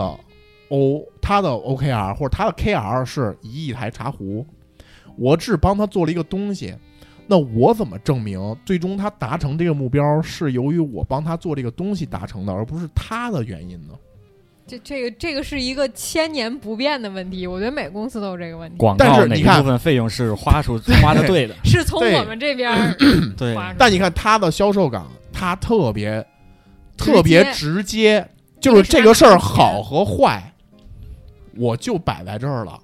E: O 他的 OKR 或者他的 KR 是一亿台茶壶，我只帮他做了一个东西，那我怎么证明最终他达成这个目标是由于我帮他做这个东西达成的，而不是他的原因呢？
F: 这这个这个是一个千年不变的问题，我觉得每个公司都有这个问题，
G: 广
E: 但
G: 告
E: 是
G: 哪
E: 你
G: 一
E: 看
G: 部分费用是 花出花的对的？
F: 是从
E: 对
F: 我们这边儿
G: 对，
F: 发出来的
E: 但你看他的销售岗，他特别特别直接，就是这个事儿好和坏，我就摆在这儿了。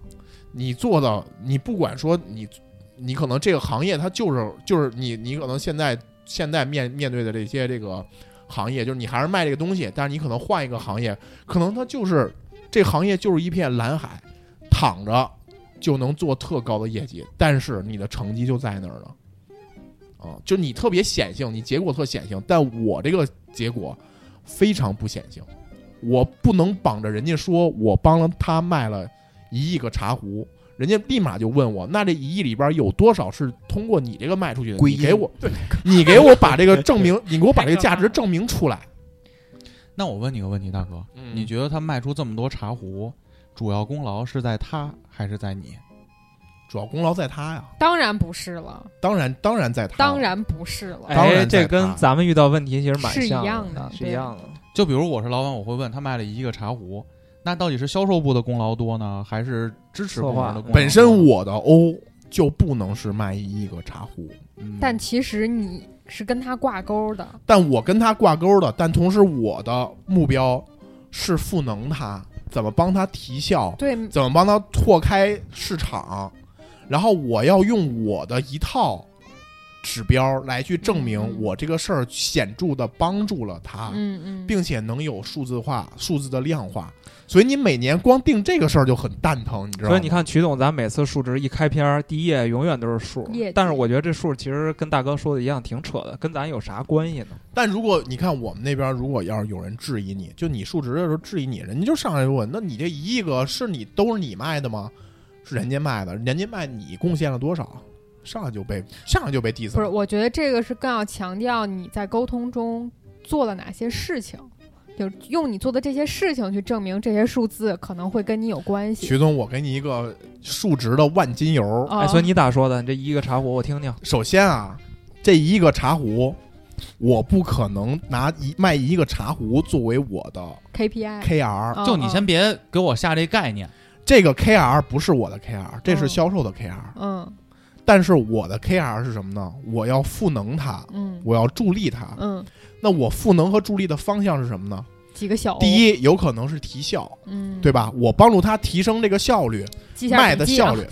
E: 你做到，你不管说你，你可能这个行业它就是就是你你可能现在现在面面对的这些这个行业，就是你还是卖这个东西，但是你可能换一个行业，可能它就是这行业就是一片蓝海，躺着就能做特高的业绩，但是你的成绩就在那儿呢。啊，就你特别显性，你结果特显性，但我这个结果非常不显性，我不能绑着人家说我帮了他卖了一亿个茶壶，人家立马就问我，那这一亿里边有多少是通过你这个卖出去的？
A: 归
E: 你
A: 因
E: 给我，你给我把这个证明，你给我把这个价值证明出来。
C: 那我问你个问题，大哥，
E: 嗯
C: 你觉得他卖出这么多茶壶，主要功劳是在他还是在你？
E: 主要功劳在他呀，
F: 当然不是了，
E: 当然当然在他，
F: 当然不是了，
E: 当然
D: 哎，这
E: 在怕
D: 跟咱们遇到问题其实蛮
F: 是一
D: 像
F: 样的
D: 的，啊是
F: 对
D: 一样的。
C: 就比如我是老板，我会问他卖了一个茶壶，那到底是销售部的功劳多呢，还是支持部门
D: 嗯
C: 的功劳多呢？
E: 本身我的 O 就不能是卖一亿个茶壶，
C: 嗯，
F: 但其实你是跟他挂钩的，
E: 但我跟他挂钩的，但同时我的目标是赋能他，怎么帮他提效，
F: 对，
E: 怎么帮他拓开市场，然后我要用我的一套指标来去证明
F: 嗯
E: 我这个事儿显著的帮助了他，
F: 嗯嗯，
E: 啊并且能有数字化、数字的量化。所以你每年光定这个事儿就很蛋疼，你知道吗？
D: 所以你看，曲总，咱每次数值一开篇儿，第一页永远都是数
F: 业绩，
D: 但是我觉得这数其实跟大哥说的一样，挺扯的，跟咱有啥关系呢？
E: 但如果你看我们那边，如果要是有人质疑你，就你述职的时候质疑你，人家就上来就问：那你这一亿个是你都是你卖的吗？是人家卖的，人家卖你贡献了多少？上来就被上来就被 diss
F: 不是，
E: 了。
F: 我觉得这个是更要强调你在沟通中做了哪些事情，就是用你做的这些事情去证明这些数字可能会跟你有关系。
E: 徐总，我给你一个述职的万金油。
F: 啊、
D: 哎，所以你咋说的？你这一个茶壶我听听。
E: 首先啊，这一个茶壶，我不可能拿一卖一个茶壶作为我的
F: 哦 KPI，
E: KR，、
F: 嗯
C: 就你先，别给我下这概念，
E: 这个 KR 不是我的 KR，这是
F: 嗯
E: 销售的 KR、
F: 嗯
E: 但是我的 KR 是什么呢？我要赋能他。
F: 嗯
E: 我要助力他。
F: 嗯，
E: 那我赋能和助力的方向是什么呢？
F: 几个小
E: 第
F: 一，
E: 一，有可能是提效，
F: 嗯，
E: 对吧？我帮助他提升这个效率，
F: 记下
E: 卖
F: 笔
E: 的
F: 记啊
E: 效率。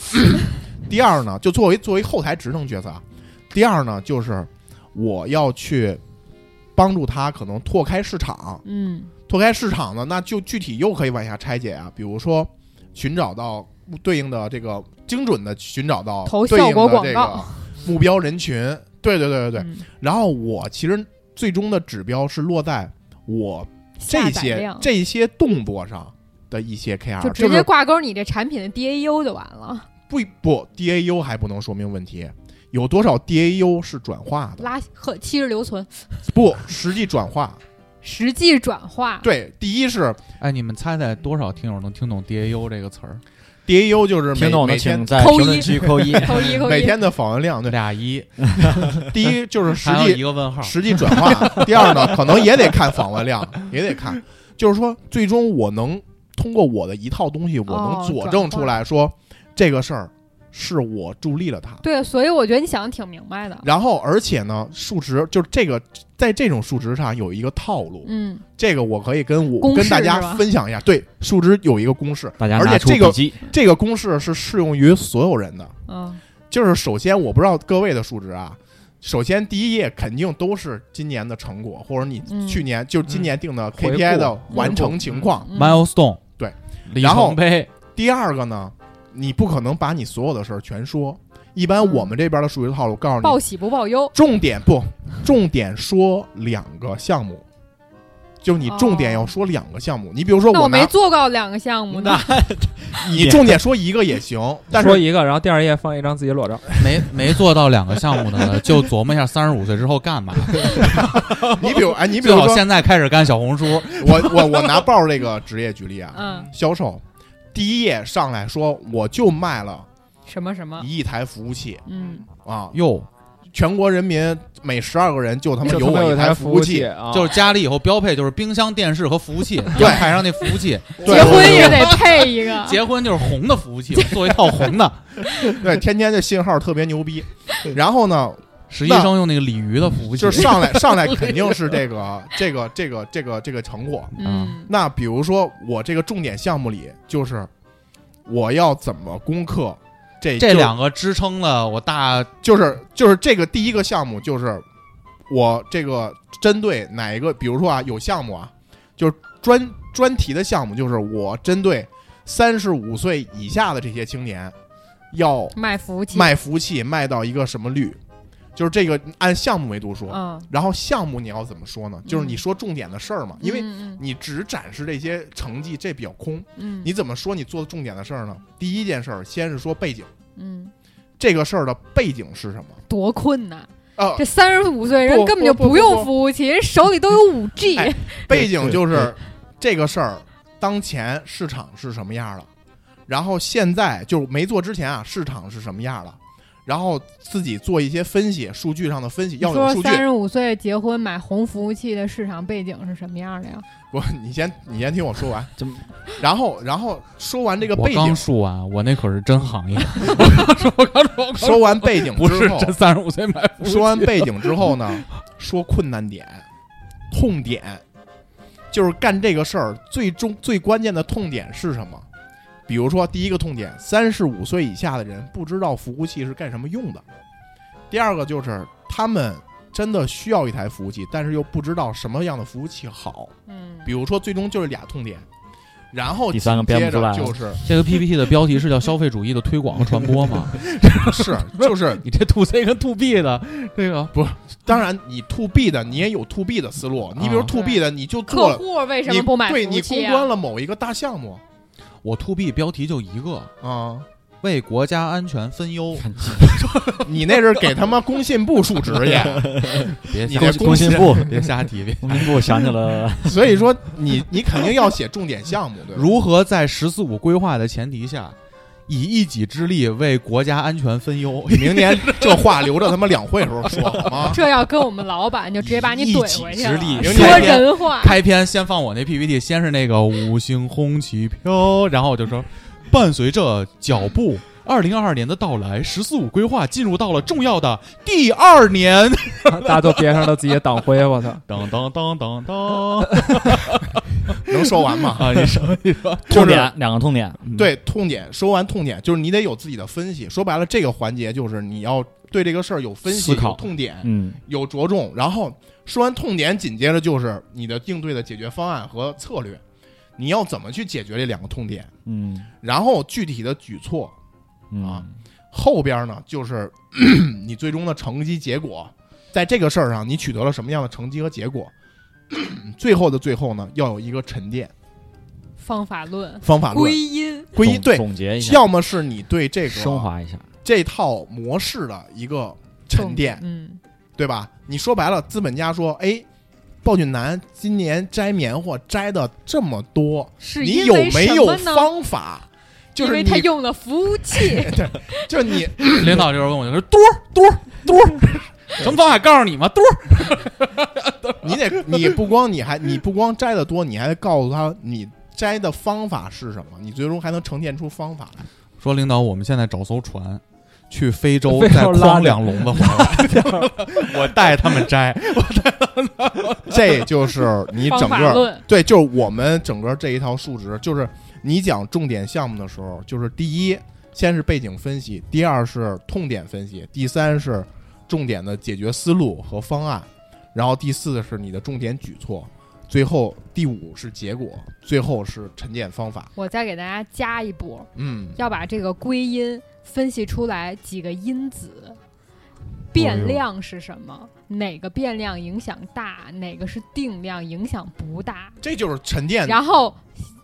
E: 第二呢，就作为作为后台职能角色啊，第二呢就是我要去帮助他可能拓开市场，
F: 嗯
E: 拓开市场呢，那就具体又可以往下拆解啊，比如说寻找到对应的这个精准的寻找到
F: 投
E: 哦对
F: 效
E: 应
F: 果
E: 的
F: 广
E: 这个
F: 告
E: 目标人群。对对对对对，
F: 嗯
E: 然后我其实最终的指标是落在我
F: 下
E: 这
F: 载
E: 些
F: 量
E: 这些动作上的一些 KR，
F: 就直接挂钩你这产品的 DAU 就完了，
E: 就是不不 DAU 还不能说明问题，有多少 DAU 是转化的？
F: 拉和七日留存，
E: 不，实际转 化。
F: 实际转化，
E: 对，第一是
C: 哎，你们猜猜多少听友能听懂 DAU 这个词儿？
E: DAU，就是
G: 听
E: 每
G: 懂的
E: 每
G: 请
E: 天
G: 在
F: 扣
G: 评论
F: 一
G: 区扣一。
F: 扣 一扣一，
E: 每天的访问量。对，
C: 俩一，
E: 第一就是实
C: 还有一
E: 际
C: 个
G: 啊
C: 问号。
E: 实际转化，第二呢，可能也得看访问量，也得看，就是说最终我能通过我的一套东西，我
F: 哦
E: 能佐
F: 转
E: 证
F: 化
E: 出来说这个事儿是我助力了他。
F: 对，所以我觉得你想的挺明白的。
E: 然后，而且呢，数值就是这个，在这种数值上有一个套路，
F: 嗯，
E: 这个我可以跟我
F: 公式
E: 跟大
F: 是
E: 家
F: 吧
E: 分享一下。对，数值有一个公式，
G: 大家
E: 而且
G: 拿出
E: 这个
G: 笔记，
E: 这个公式是适用于所有人的。
F: 嗯，
E: 就是首先，我不知道各位的数值啊，首先第一页肯定都是今年的成果，或者你
F: 嗯
E: 去年、就今年定的
D: 回顾
E: KPI 的完成情况。
F: 嗯
C: milestone
E: 对，
C: 里
E: 然后
C: 程碑
E: 第二个呢，你不可能把你所有的事儿全说，一般
F: 嗯
E: 我们这边的数值套路告诉
F: 报
E: 你，
F: 喜不报忧。
E: 重点不重点说两个项目，就你重点
F: 哦
E: 要说两个项目。你比如说
F: 那
E: 我
F: 我没
E: 拿，
F: 做过两个项目呢，
E: 你重点说一个也行，但
D: 说
E: 是
D: 一个，然后第二页放一张自己裸照，
C: 没没做到两个项目的呢，就琢磨一下三十五岁之后干嘛。
E: 你比如哎，你比
C: 最
E: 如
C: 好
E: 说
C: 现在开始干小红书，
E: 我我我拿豹这个职业举例啊，
F: 嗯，
E: 销售，第一页上来说我就卖了
F: 什么什么，
E: 一亿台服务器
F: 嗯，
E: 啊，
C: 哟，
E: 全国人民每十二个人就他妈
D: 就
E: 有
D: 他妈
E: 我
D: 有
E: 一
D: 台
E: 服
D: 务
E: 器，
D: 啊，
C: 就是家里以后标配就是冰箱、电视和服务器，
E: 对
C: 派上那服务器，。
E: 对
F: 结婚也得配一个
C: 结婚就是红的服务器，我做一套红 的。
E: 对，天天这信号特别牛逼。然后呢，
C: 实习生用那个鲤鱼的服务器，
E: 就是上来上来肯定是这个这个这个这个这个成果。
F: 嗯，
E: 那比如说我这个重点项目里，就是我要怎么攻克这
C: 这
E: 就
C: 两个支撑了我大
E: 就是就是这个第一个项目就是我这个针对哪一个，比如说啊，有项目啊，就是专专题的项目，就是我针对三十五岁以下的这些青年，要
F: 卖服务器，
E: 卖服务器卖到一个什么率，就是这个按项目维度说。
F: 嗯，
E: 然后项目你要怎么说呢？就是你说重点的事儿嘛，因为
F: 嗯
E: 你只展示这些成绩，这比较空。
F: 嗯，
E: 你怎么说你做的重点的事儿呢？第一件事儿先是说背景，
F: 嗯
E: 这个事儿的背景是什么？
F: 多困难。
E: 呃，
F: 这三十五岁人
E: 不
F: 根本就
E: 不不
F: 用
E: 不
F: 服务器，人手里都有五 G。
E: 哎背景就
G: 对
E: 是这个事儿，当前市场是什么样了，然后现在就是没做之前啊，市场是什么样了，然后自己做一些分析，数据上的分析
F: 你
E: 要有
F: 说
E: 数据
F: 三。十五岁结婚买红服务器的市场背景是什么样的呀？
E: 我你先你先听我说完
G: 怎么，
E: 然后然后说完这个
C: 我
E: 背
C: 刚
E: 景，
C: 说完，我那可是真行 业，
E: 说完背景
C: 不是
E: 之后，
C: 真三十五岁买服务器。
E: 说完背景之后呢， 说困难点、痛点，就是干这个事儿最终最关键的痛点是什么？比如说，第一个痛点，三十五岁以下的人不知道服务器是干什么用的；第二个就是他们真的需要一台服务器，但是又不知道什么样的服务器好。
F: 嗯，
E: 比如说，最终就是俩痛点。然后
G: 第三个
E: 紧接
G: 编不出
E: 着
G: 来
E: 就是
C: 这个 PPT 的标题是叫“消费主义的推广和传播” 吗？
E: 是就是，
C: 你这 to C 跟 to B 的这个
E: 当然你 to B 的你也有 to B 的思路，你比如
C: 啊
E: to B 的你就做
F: 客
E: 了
F: 户为什
E: 你
F: 么不买
E: 对
F: 服
E: 你
F: 务器
E: 公
F: 啊
E: 关？了某一个大项目
C: 我 to B 标题就一个，
E: 啊，
C: 为国家安全分忧。
E: 你那是给他妈工信部述职 去，
C: 别
E: 你
C: 瞎
E: 这
G: 工信部，
C: 别瞎提，别
G: 工信部想 起了
E: 所以说你你肯定要写重点项目，对吧？
C: 如何在“十四五”规划的前提下，以一己之力为国家安全分忧？
E: 你明年这话留着他妈两会时候说好 吗？
F: 这要跟我们老板就直接把你
G: 一
F: 怼
G: 己
F: 回去
G: 之
F: 了。
G: 力，
E: 明
F: 说
E: 天
F: 人话，
C: 开篇先放我那 PPT，先是那个五星红旗飘，然后我就说，伴随着脚步。二零二二年的到来，“十四五”规划进入到了重要的第二年。
D: 大 家都别上了自己的党徽，我
F: 嗯
D: 操！
C: 噔噔噔噔噔
E: 能说完吗？
C: 啊！你 说你说，
E: 就
G: 痛
E: 是
G: 点两个痛点，
E: 对痛点，说完痛点就是你得有自己的分析。说白了，这个环节就是你要对这个事儿有分析、
G: 思考
E: 有痛点、
G: 嗯，
E: 有着重，然后说完痛点，紧接着就是你的应对的解决方案和策略，你要怎么去解决这两个痛点，
G: 嗯
E: 然后具体的举措。
G: 嗯
E: 啊，后边呢，就是 你最终的成绩结果，在这个事儿上你取得了什么样的成绩和结果， 最后的最后呢，要有一个沉淀
F: 方法论、
E: 方法
F: 归
E: 啊论
F: 因，
E: 归一
G: 总
E: 对，
G: 总结一下，
E: 要么是你对这
G: 升
E: 个
G: 华一下，
E: 这套模式的一个沉淀，
F: 嗯，
E: 对吧？你说白了，资本家说，哎。暴君男今年摘棉花摘的这么多，
F: 是
E: 你
F: 因
E: 有
F: 为
E: 没
F: 什
E: 有
F: 么呢？
E: 方法？就
F: 因
E: 是
F: 为
E: 你
F: 他，用了服务 器，
E: 就是你，
C: 领导这时候问我，就说多儿多儿多儿，什么方法告诉你吗？多儿
E: 你得，你不光你还你不光摘的多，你还得告诉他你摘的方法是什么，你最终还能呈现出方法来。
C: 说领导，我们现在找艘船。去非洲
D: 非洲
C: 再
D: 拉
C: 框
D: 着
C: 两笼子 回来，我带他们摘。
E: 这就是你整
F: 方法
E: 个
F: 论，
E: 对，就是我们整个这一套数值，就是你讲重点项目的时候，就是第一先是背景分析，第二是痛点分析，第三是重点的解决思路和方案，然后第四是你的重点举措，最后第五是结果，最后是沉淀方法。
F: 我再给大家加一步，
E: 嗯，
F: 要把这个归因分析出来几个因子，
E: 哎
F: 变量是什么？哪个变量影响大？哪个是定量影响不大？
E: 这就是沉淀。
F: 然后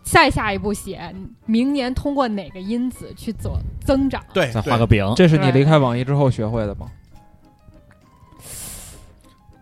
F: 再下一步写明年通过哪个因子去走增长。
E: 对，
G: 再
E: 对
G: 画个饼，
D: 这是你离
F: 对
D: 开网易之后学会的吗？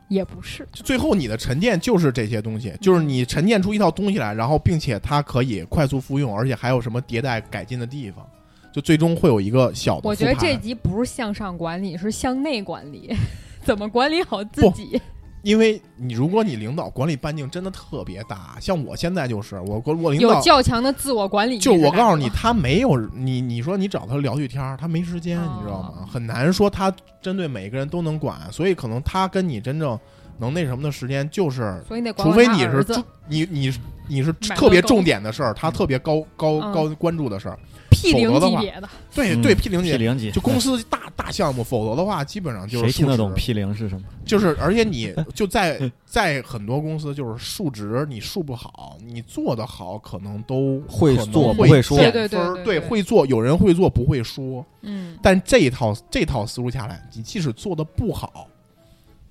F: 也不是，
E: 最后你的沉淀就是这些东西，
F: 嗯
E: 就是你沉淀出一套东西来，然后并且它可以快速复用，而且还有什么迭代改进的地方，就最终会有一个小的复
F: 我
E: 盘。
F: 觉得这集不是向上管理，是向内管理， 怎么管理好自
E: 不
F: 己？
E: 因为你如果你领导管理半径真的特别大，像我现在就是我我我领
F: 有
E: 导
F: 较强的自我管理意识
E: 就
F: 感
E: 是
F: 了。
E: 我告诉你，他没有你你说你找他聊句天儿，他没时间，
F: 哦
E: 你知道吗？很难说他针对每个人都能管，所以可能他跟你真正能那什么的时间就是
F: 所以你得管
E: 除
F: 管
E: 非
F: 他
E: 你
F: 儿
E: 是
F: 子
E: 重你你是你是
F: 买
E: 特别
F: 个狗
E: 重点的事儿，他特别高高
F: 嗯
E: 高关注的事儿。
F: P
E: 否
F: 零
E: 则的
F: 级
E: 话
F: 别的，
E: 对
G: 嗯
E: 对，P 零
G: ，P
E: 姐
G: 零级
E: 就公司大大项目，否则的话基本上就是
G: 谁听得懂
E: 数值
G: P 零是什么？
E: 就是而且 你就在在很多公司就是数值你数不好，你做的好可能都
G: 会
E: 可能
G: 做不
E: 会
G: 会说
E: 减
F: 对对
E: 分儿
F: 对对对
E: 会做有人会做不会说，
F: 嗯，
E: 但这一套这套思路下来，你即使做的不好，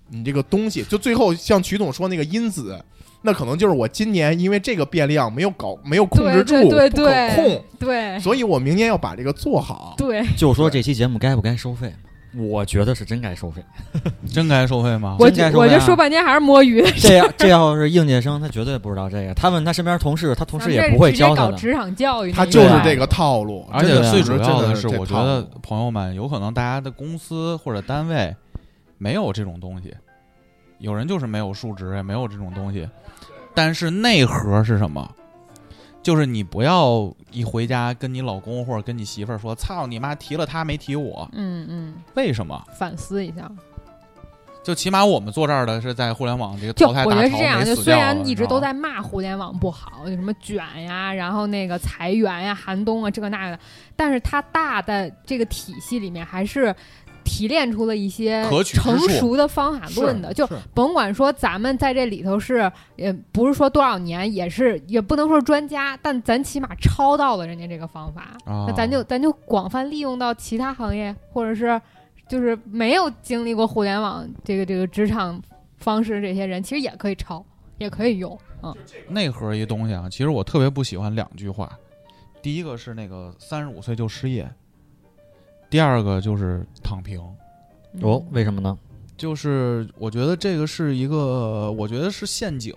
E: 你这个东西就最后像曲总说那个因子，那可能就是我今年因为这个变量没有搞没有控制
F: 对
E: 住，
F: 对对
E: 不可控
F: 对，对哎
E: 所以我明年要把这个做好。
F: 对，
G: 就说这期节目该不该收费？我觉得是真 该收费。
C: 真该收费吗？
F: 我
G: 真该
F: 就
G: 说
F: 我
G: 呀
F: 就说半天还是摸 鱼的。
G: 这要这要是应届生，他绝对不知道这个。他问他身边同事，他同事
F: 咱
G: 也
F: 们
G: 不
F: 这
G: 会
F: 直接
G: 教他
F: 搞
G: 的。
F: 职场教育那
E: 他
F: 一块儿，
E: 就是这个套路，
C: 而
E: 真
C: 且
E: 的
C: 最
E: 是
C: 主要
E: 真
C: 的
E: 的是这
C: 我觉
E: 套
C: 得
E: 路
C: 朋友们有可能大家的公司或者单位没有这种东西，有人就是没有数值，也没有这种东西。但是内核是什么？就是你不要一回家跟你老公或者跟你媳妇儿说：“操你妈，提了他没提我，
F: 嗯嗯，
C: 为什么
F: 反思一下。？”
C: 就起码我们坐这儿的是在互联网这个
F: 就
C: 淘汰
F: 我
C: 大
F: 觉
C: 潮
F: 得是这样，
C: 没
F: 就
C: 死
F: 虽
C: 掉
F: 然
C: 了
F: 一
C: 你知
F: 直
C: 道
F: 都
C: 吗
F: 在骂互联网不好，有什么卷呀，然后那个裁员呀、寒冬啊，这个那个的，但是它大的这个体系里面还是。提炼出了一些
C: 可取之
F: 成
C: 处
F: 熟的方法
E: 是
F: 论的，就是甭管说咱们在这里头是，也不是说多少年，也是也不能说是专家，但咱起码抄到了人家这个方法，
C: 啊
F: 那咱就咱就广泛利用到其他行业，或者是就是没有经历过互联网这个这个职场方式，这些人其实也可以抄，也可以用，嗯，
C: 内核一东西啊，其实我特别不喜欢两句话，第一个是那个三十五岁就失业，第二个就是躺平，
G: 哦，
F: 嗯
G: 为什么呢？
C: 就是我觉得这个是一个，我觉得是陷阱，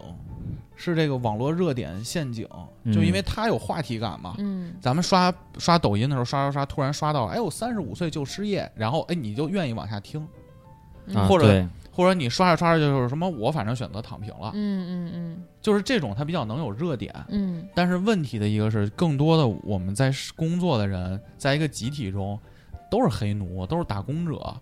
C: 是这个网络热点陷阱，
G: 嗯
C: 就因为它有话题感嘛。
F: 嗯，
C: 咱们刷刷抖音的时候，刷刷刷，突然刷到，哎，我三十五岁就失业，然后哎，你就愿意往下听，
F: 嗯
G: 啊，
C: 或者
G: 对
C: 或者你刷着刷着就是什么，我反正选择躺平了，
F: 嗯嗯
C: 就是这种它比较能有热点。
F: 嗯
C: 但是问题的一个是，更多的我们在工作的人，在一个集体中，都是黑奴，都是打工者。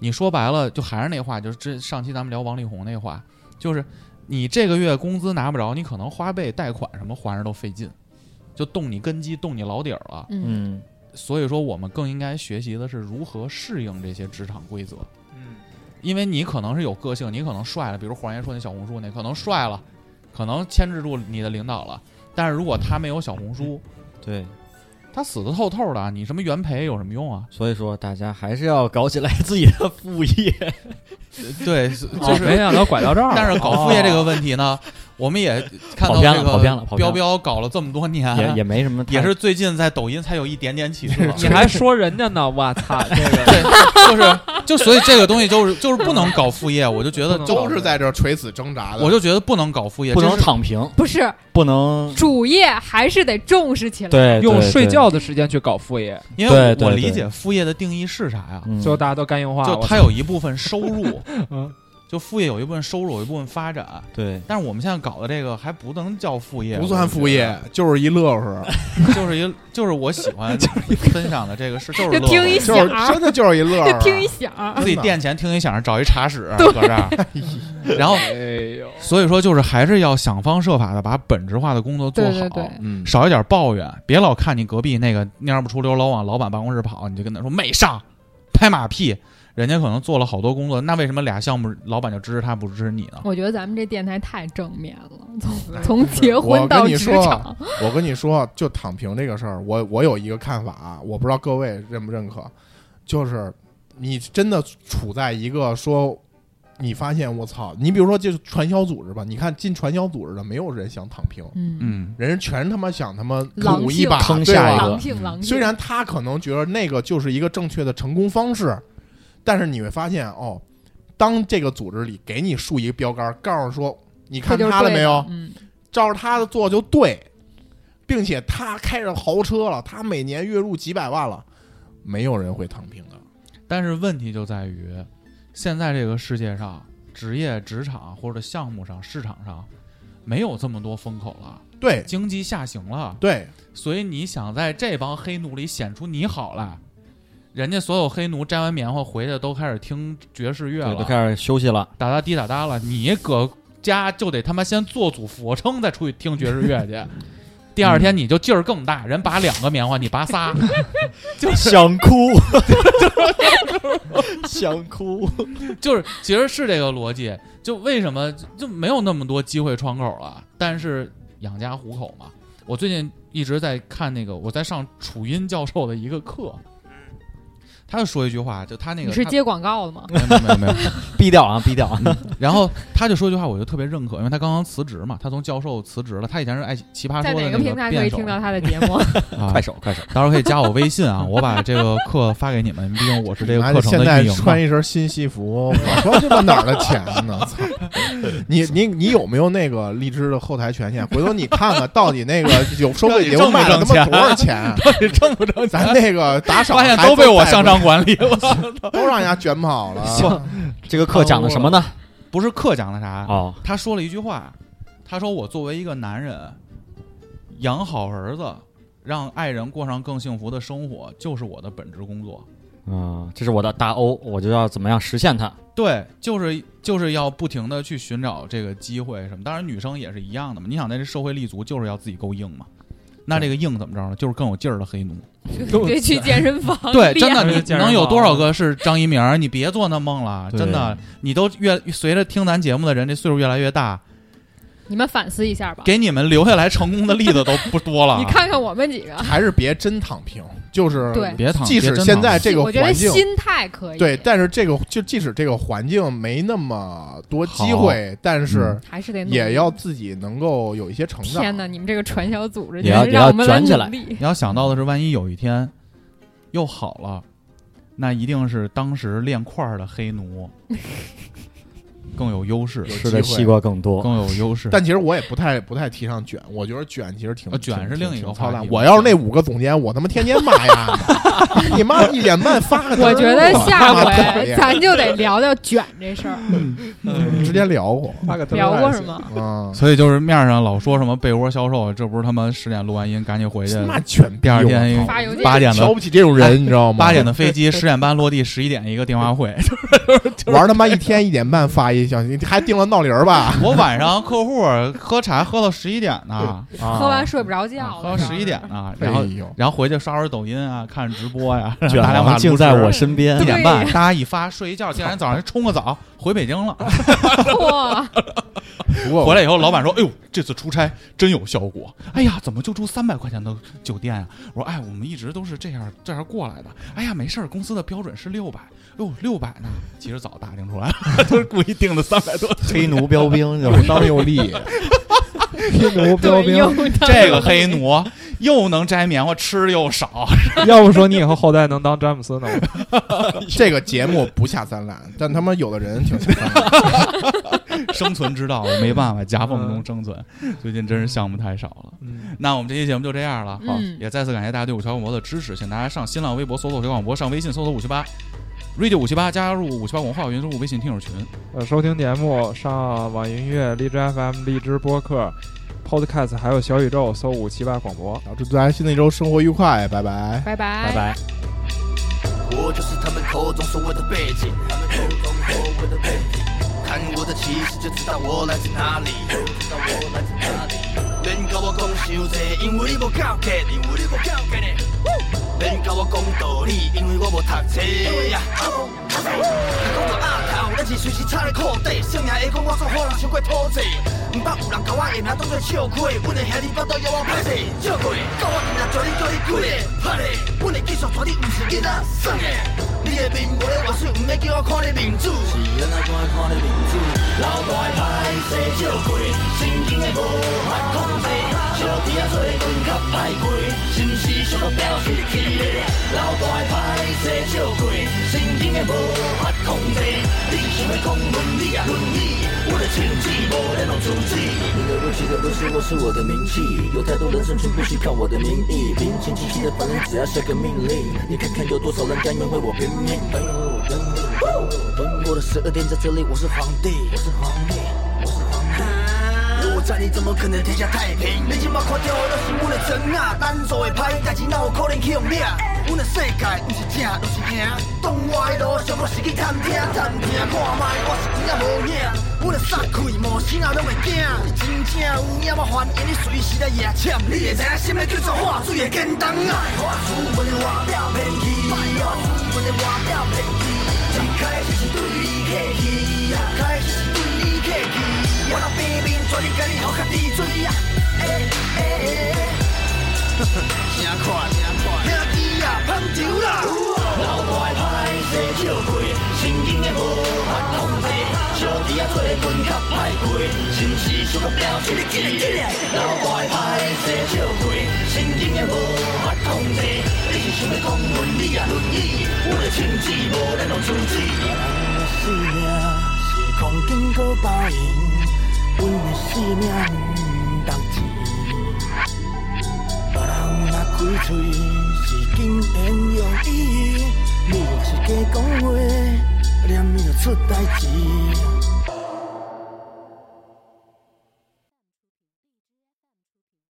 C: 你说白了，就还是那话，就是这上期咱们聊王力宏那话，就是你这个月工资拿不着，你可能花呗、贷款什么还着都费劲，就动你根基，动你老底儿了。
F: 嗯嗯，
G: 嗯，
C: 所以说，我们更应该学习的是如何适应这些职场规则。
D: 嗯，
C: 因为你可能是有个性，你可能帅了，比如黄爷说那小红书那，可能帅了，可能牵制住你的领导了。但是如果他没有小红书，
G: 对，
C: 他死的透透的，你什么原培有什么用啊？
G: 所以说大家还是要搞起来自己的副业。
C: 对，就
G: 哦
D: 哦没
C: 是。
D: 想到拐到这儿了。哦
C: 但是搞副业这个问题呢，我们也看
G: 跑
C: 到
G: 偏了
C: 这
G: 跑偏了
C: 个
G: 跑偏
C: 彪
G: 了
C: 彪搞了这么多年，
G: 也也没什么 太，
C: 也是最近在抖音才有一点点 起色。
D: 你还说人家呢？我操，这个
C: 对，就是就所以这个东西就是就是不能搞副业，我就觉得
D: 不能
C: 就
E: 都是在这垂死挣扎的。
C: 我就觉得不能搞副业，
G: 不能
C: 这是
G: 躺平，
F: 不是
G: 不能
F: 主业还是得重视起来，
G: 对
D: 用
G: 对
D: 睡
G: 对
D: 觉的时间去搞副业，
C: 因为
G: 对
C: 我我
G: 对
C: 理
G: 对
C: 解副业的定义是啥呀？
G: 嗯
D: 最后大家都肝硬化。
C: 就
D: 啊我
C: 他有一部分收入
D: 嗯，
C: 就副业有一部分收入，有一部分发展。
G: 对，
C: 但是我们现在搞的这个还不能叫副业，
E: 不算副业，就是一 乐呵，
C: 我觉得，就是一就是我喜欢分享的这个事，就是
F: 就
C: 乐
F: 听一
C: 呵
E: 就
F: 响
E: 是
F: 儿
E: 真的啊就是一乐
F: 就
E: 呵。
F: 听一响儿，
C: 自己垫钱听一响，找一茶室搁这儿，然后
D: 哎呦，
C: 所以说就是还是要想方设法的把本职化的工作做好，
F: 对对对
E: 嗯，
C: 少一点抱怨，别老看你隔壁那个蔫不出溜老往老板办公室跑，你就跟他说没上，拍马屁。人家可能做了好多工作，那为什么俩项目老板就支持他不支持你呢？
F: 我觉得咱们这电台太正面了，从从结婚
E: 我
F: 到
E: 跟你
F: 职
E: 说
F: 场，
E: 我跟你说，就躺平这个事儿，我我有一个看法，啊我不知道各位认不认可，就是你真的处在一个说，你发现我操，你比如说就是传销组织吧，你看进传销组织的没有人想躺平，
F: 嗯，
C: 嗯，
E: 人全他妈想他妈
F: 狼
E: 赌一
F: 性
E: 把，
G: 坑
E: 对
G: 下一
E: 吧？
G: 个
F: 狼性狼性，
E: 虽然他可能觉得那个就是一个正确的成功方式，但是你会发现哦，当这个组织里给你竖一个标杆儿，告诉说你
F: 这
E: 看
F: 就是
E: 他了
F: 对
E: 没
F: 的
E: 有，
F: 嗯，
E: 照着他的做就对，并且他开着豪车了，他每年月入几百万了，没有人会躺平的。
C: 但是问题就在于，现在这个世界上，职业、职场或者项目上、市场上，没有这么多风口了，
E: 对
C: 经济下行了，
E: 对，
C: 所以你想在这帮黑奴里显出你好来，人家所有黑奴摘完棉花回去都开始听爵士乐
G: 对，都
C: 了，
G: 开始休息了。
C: 哒哒滴哒哒了，你搁家就得他妈先做组俯卧撑，再出去听爵士乐去。第二天你就劲儿更大，人拔两个棉花，你拔仨，
G: 想哭，想哭。
C: 就是其实是这个逻辑。就为什么就没有那么多机会窗口了？但是养家糊口嘛。我最近一直在看那个，我在上楚音教授的一个课，他就说一句话，就他那个
F: 嗯你是
C: 他
F: 接广告了吗？
C: 没有没有没有，
G: 毙掉啊，毙掉啊！
C: 然后他就说一句话，我就特别认可，因为他刚刚辞职嘛，他从教授辞职了，他以前是爱奇葩
F: 在
C: 说
F: 哪
C: 的
F: 个平台可以
C: 辩手
F: 听到他的节目？
C: 啊
G: 快手，快手，
C: 到时候可以加我微信啊， 我把这个课发给你们，毕竟我是这个
E: 妈
C: 课程
E: 现
C: 的
E: 在
C: 运营嘛
E: 穿。一身新西服，我说这妈哪儿的钱呢？ 操！你你你有没有那个荔枝的后台权限？回头你看看到底那个有收费节目卖了他妈多少钱？
C: 到底挣不挣
E: 咱那个打 赏
C: 发现
E: 还
C: 都被我
E: 在
C: 向上管理了。
E: 都让人家卷跑了。
G: 这个课讲的什么呢？
C: 不是课讲的 啥，
G: 哦，
C: 他说了一句话，他说我作为一个男人，养好儿子，让爱人过上更幸福的生活，就是我的本职工作。
G: 嗯，这是我的大 O，我就要怎么样实现它？
C: 对，就是就是要不停的去寻找这个机会什么。当然，女生也是一样的嘛。你想在这社会立足，就是要自己够硬嘛。那这个硬怎么着呢？就是更有劲儿的黑奴。
F: 别去健身房 练，
C: 对，真的，
D: 对
C: 你
D: 健身
C: 能有
D: 房
C: 多少个是张一鸣儿？你别做那梦了，真的，你都越随着听咱节目的人这岁数越来越大，
F: 你们反思一下吧。
C: 给你们留下来成功的例子都不多了。
F: 你，看看我们几个，
E: 还是别真躺平，就是
F: 对
C: 别躺，
E: 即
C: 别
E: 使
C: 真
E: 现
C: 躺
E: 在这个
F: 我觉得
E: 环境，
F: 心态可以，
E: 对，但是这个就即使这个环境没那么多机
C: 啊
E: 会，
C: 嗯
E: 但是
F: 还是得努力
E: 也要。自己能够有一些成长。
F: 天哪，你们这个传销组织
G: 也要
F: 简直让我们
G: 也要卷起来
F: 努力
C: 你要想到的是，万一有一天又好了，那一定是当时练块儿的黑奴更有优势，
E: 有
G: 吃的
E: 机会
G: 西瓜更多。
C: 更有优势。
E: 但其实我也不太不太提倡卷，我觉得卷其实挺
C: 呃卷是
E: 挺
C: 另一个
E: 挺
C: 话
E: 操蛋
C: 题。
E: 我要是那五个总监，我他妈天天骂 呀！你妈一点半发个字儿，
F: 我觉得下
E: 我 他妈讨
F: 回
E: 厌
F: 咱就得聊聊卷这事儿，
E: 之前聊过，
D: 发个
F: 聊过什么？
E: 嗯，
C: 所以就是面上老说什么被窝销售，这不是他妈十点录完音赶紧回去，
E: 骂卷逼
C: 第二天
E: 我操
F: 发邮 件
C: 八点的
E: 瞧不起这种人，你知道吗？
C: 八点的飞机，十点半落地，十一点一个电话会。
E: 玩他妈一天一点半发一消息，你还定了闹铃儿吧？
C: 我晚上客户喝茶喝到十一点呢，
G: 啊
F: 喝完睡不着觉
C: 啊
F: 了，
C: 喝到十一点呢，
E: 哎
C: 然后
E: 呦，
C: 然后回去刷会儿抖音啊，看直播呀，
G: 卷
C: 打两把
G: 王竟在我身边
C: 一。点
F: 对
C: 半，
F: 呀
C: 大家一发睡一觉，第二天早上冲个澡回北京了。
F: 嚯，
E: 不过
C: 回来以后，老板说：“哎呦，这次出差真有效果！哎呀，怎么就住三百块钱的酒店啊？”我说：“哎，我们一直都是这样这样过来的。哎呀，没事儿，公司的标准是六百。哟，六百呢？其实早打听出来了， 都是故意定的三百多。
G: 黑奴标兵就
E: 又当又立，
D: 拼图标
F: 对，
D: 兵
F: 又？ 到
C: 这个黑奴又能摘棉花，吃的又少，
D: 要不说你以后后代能当詹姆斯呢？
E: 这个节目不下三滥，但他妈有的人挺下三滥。
C: 生存之道没办法，夹缝中生存。最近真是项目太少了。
D: 嗯，
C: 那我们这期节目就这样了，
F: 嗯
C: 也再次感谢大家对五七八广播的支持，请大家上新浪微博搜索“五七八广播”，上微信搜索“五七八 radio 五七八加入五七八文化有原生物微信听友群。
D: 呃，收听节目上网易音乐、荔枝 FM、荔枝播客、Podcast，还有小宇宙搜五七八广播。
E: 好，祝大家新的一周生活愉快，拜拜。
F: 拜拜
G: 拜拜。
H: 我就是他们口中所谓的背景。看我的气势就知道我来自哪里。免甲我讲伤济，因为你无够格，因为你无够格呢。免甲我讲道理，因为我无读册呀。讲到阿头，咱是随时插咧裤底，算命会讲我做好人伤过土济，毋捌有人甲我的名当作笑话，阮的兄弟巴肚枵我歹势，借过，到我今仔做你叫你跪咧，拍咧，阮的技术绝对毋是囡仔耍的，你的面无咧话水，毋免叫我看你面子，是安怎讲看你面子，老大的歹势借过，神经的无法控制，小弟仔做阵较歹过，心思想到表示去咧，老大的歹势借过，神经的无法控制，你想要讲伦理啊伦理，我的情志无咧拢阻止，你的入侵的入侵，我是我的名气，有太多人生全部虚靠我的名义，民情气息的凡人只要下个命令，你看看有多少人甘愿为我拼命。哦我的十二点在这里，我是皇帝，我是皇帝，我是皇帝。如果在你怎么可能天下太平？你今麦看到的都是阮的装啊，咱做的歹代志哪有可能去用掠？阮的世界不是正，就是硬。当我的路上，我是去探听，探听看卖，我是真正无影。阮的撒开无心啊，拢会惊。你真正有影我还原你随时来夜签。你会知影什么叫做化水的简单啊？我出门的外表骗去，我出门的外表骗去，一开始是对你客气，一开始是对你客气。我那拼命做你，甲你好甲滴水啊！哎哎哎！真快，真快，兄弟啊，捧场啦！老大的歹势笑过，神经的无法控制，小弟啊做阵较歹过，心思想到表情你紧紧嘞。老大的歹势笑过，神经的无法控制，你是想要讲伦理啊伦理，我的情志无咱拢阻止。生命是空经过包赢，阮的性命毋值钱。别人若开嘴是禁言用语，你若是假讲话，念伊就出代志。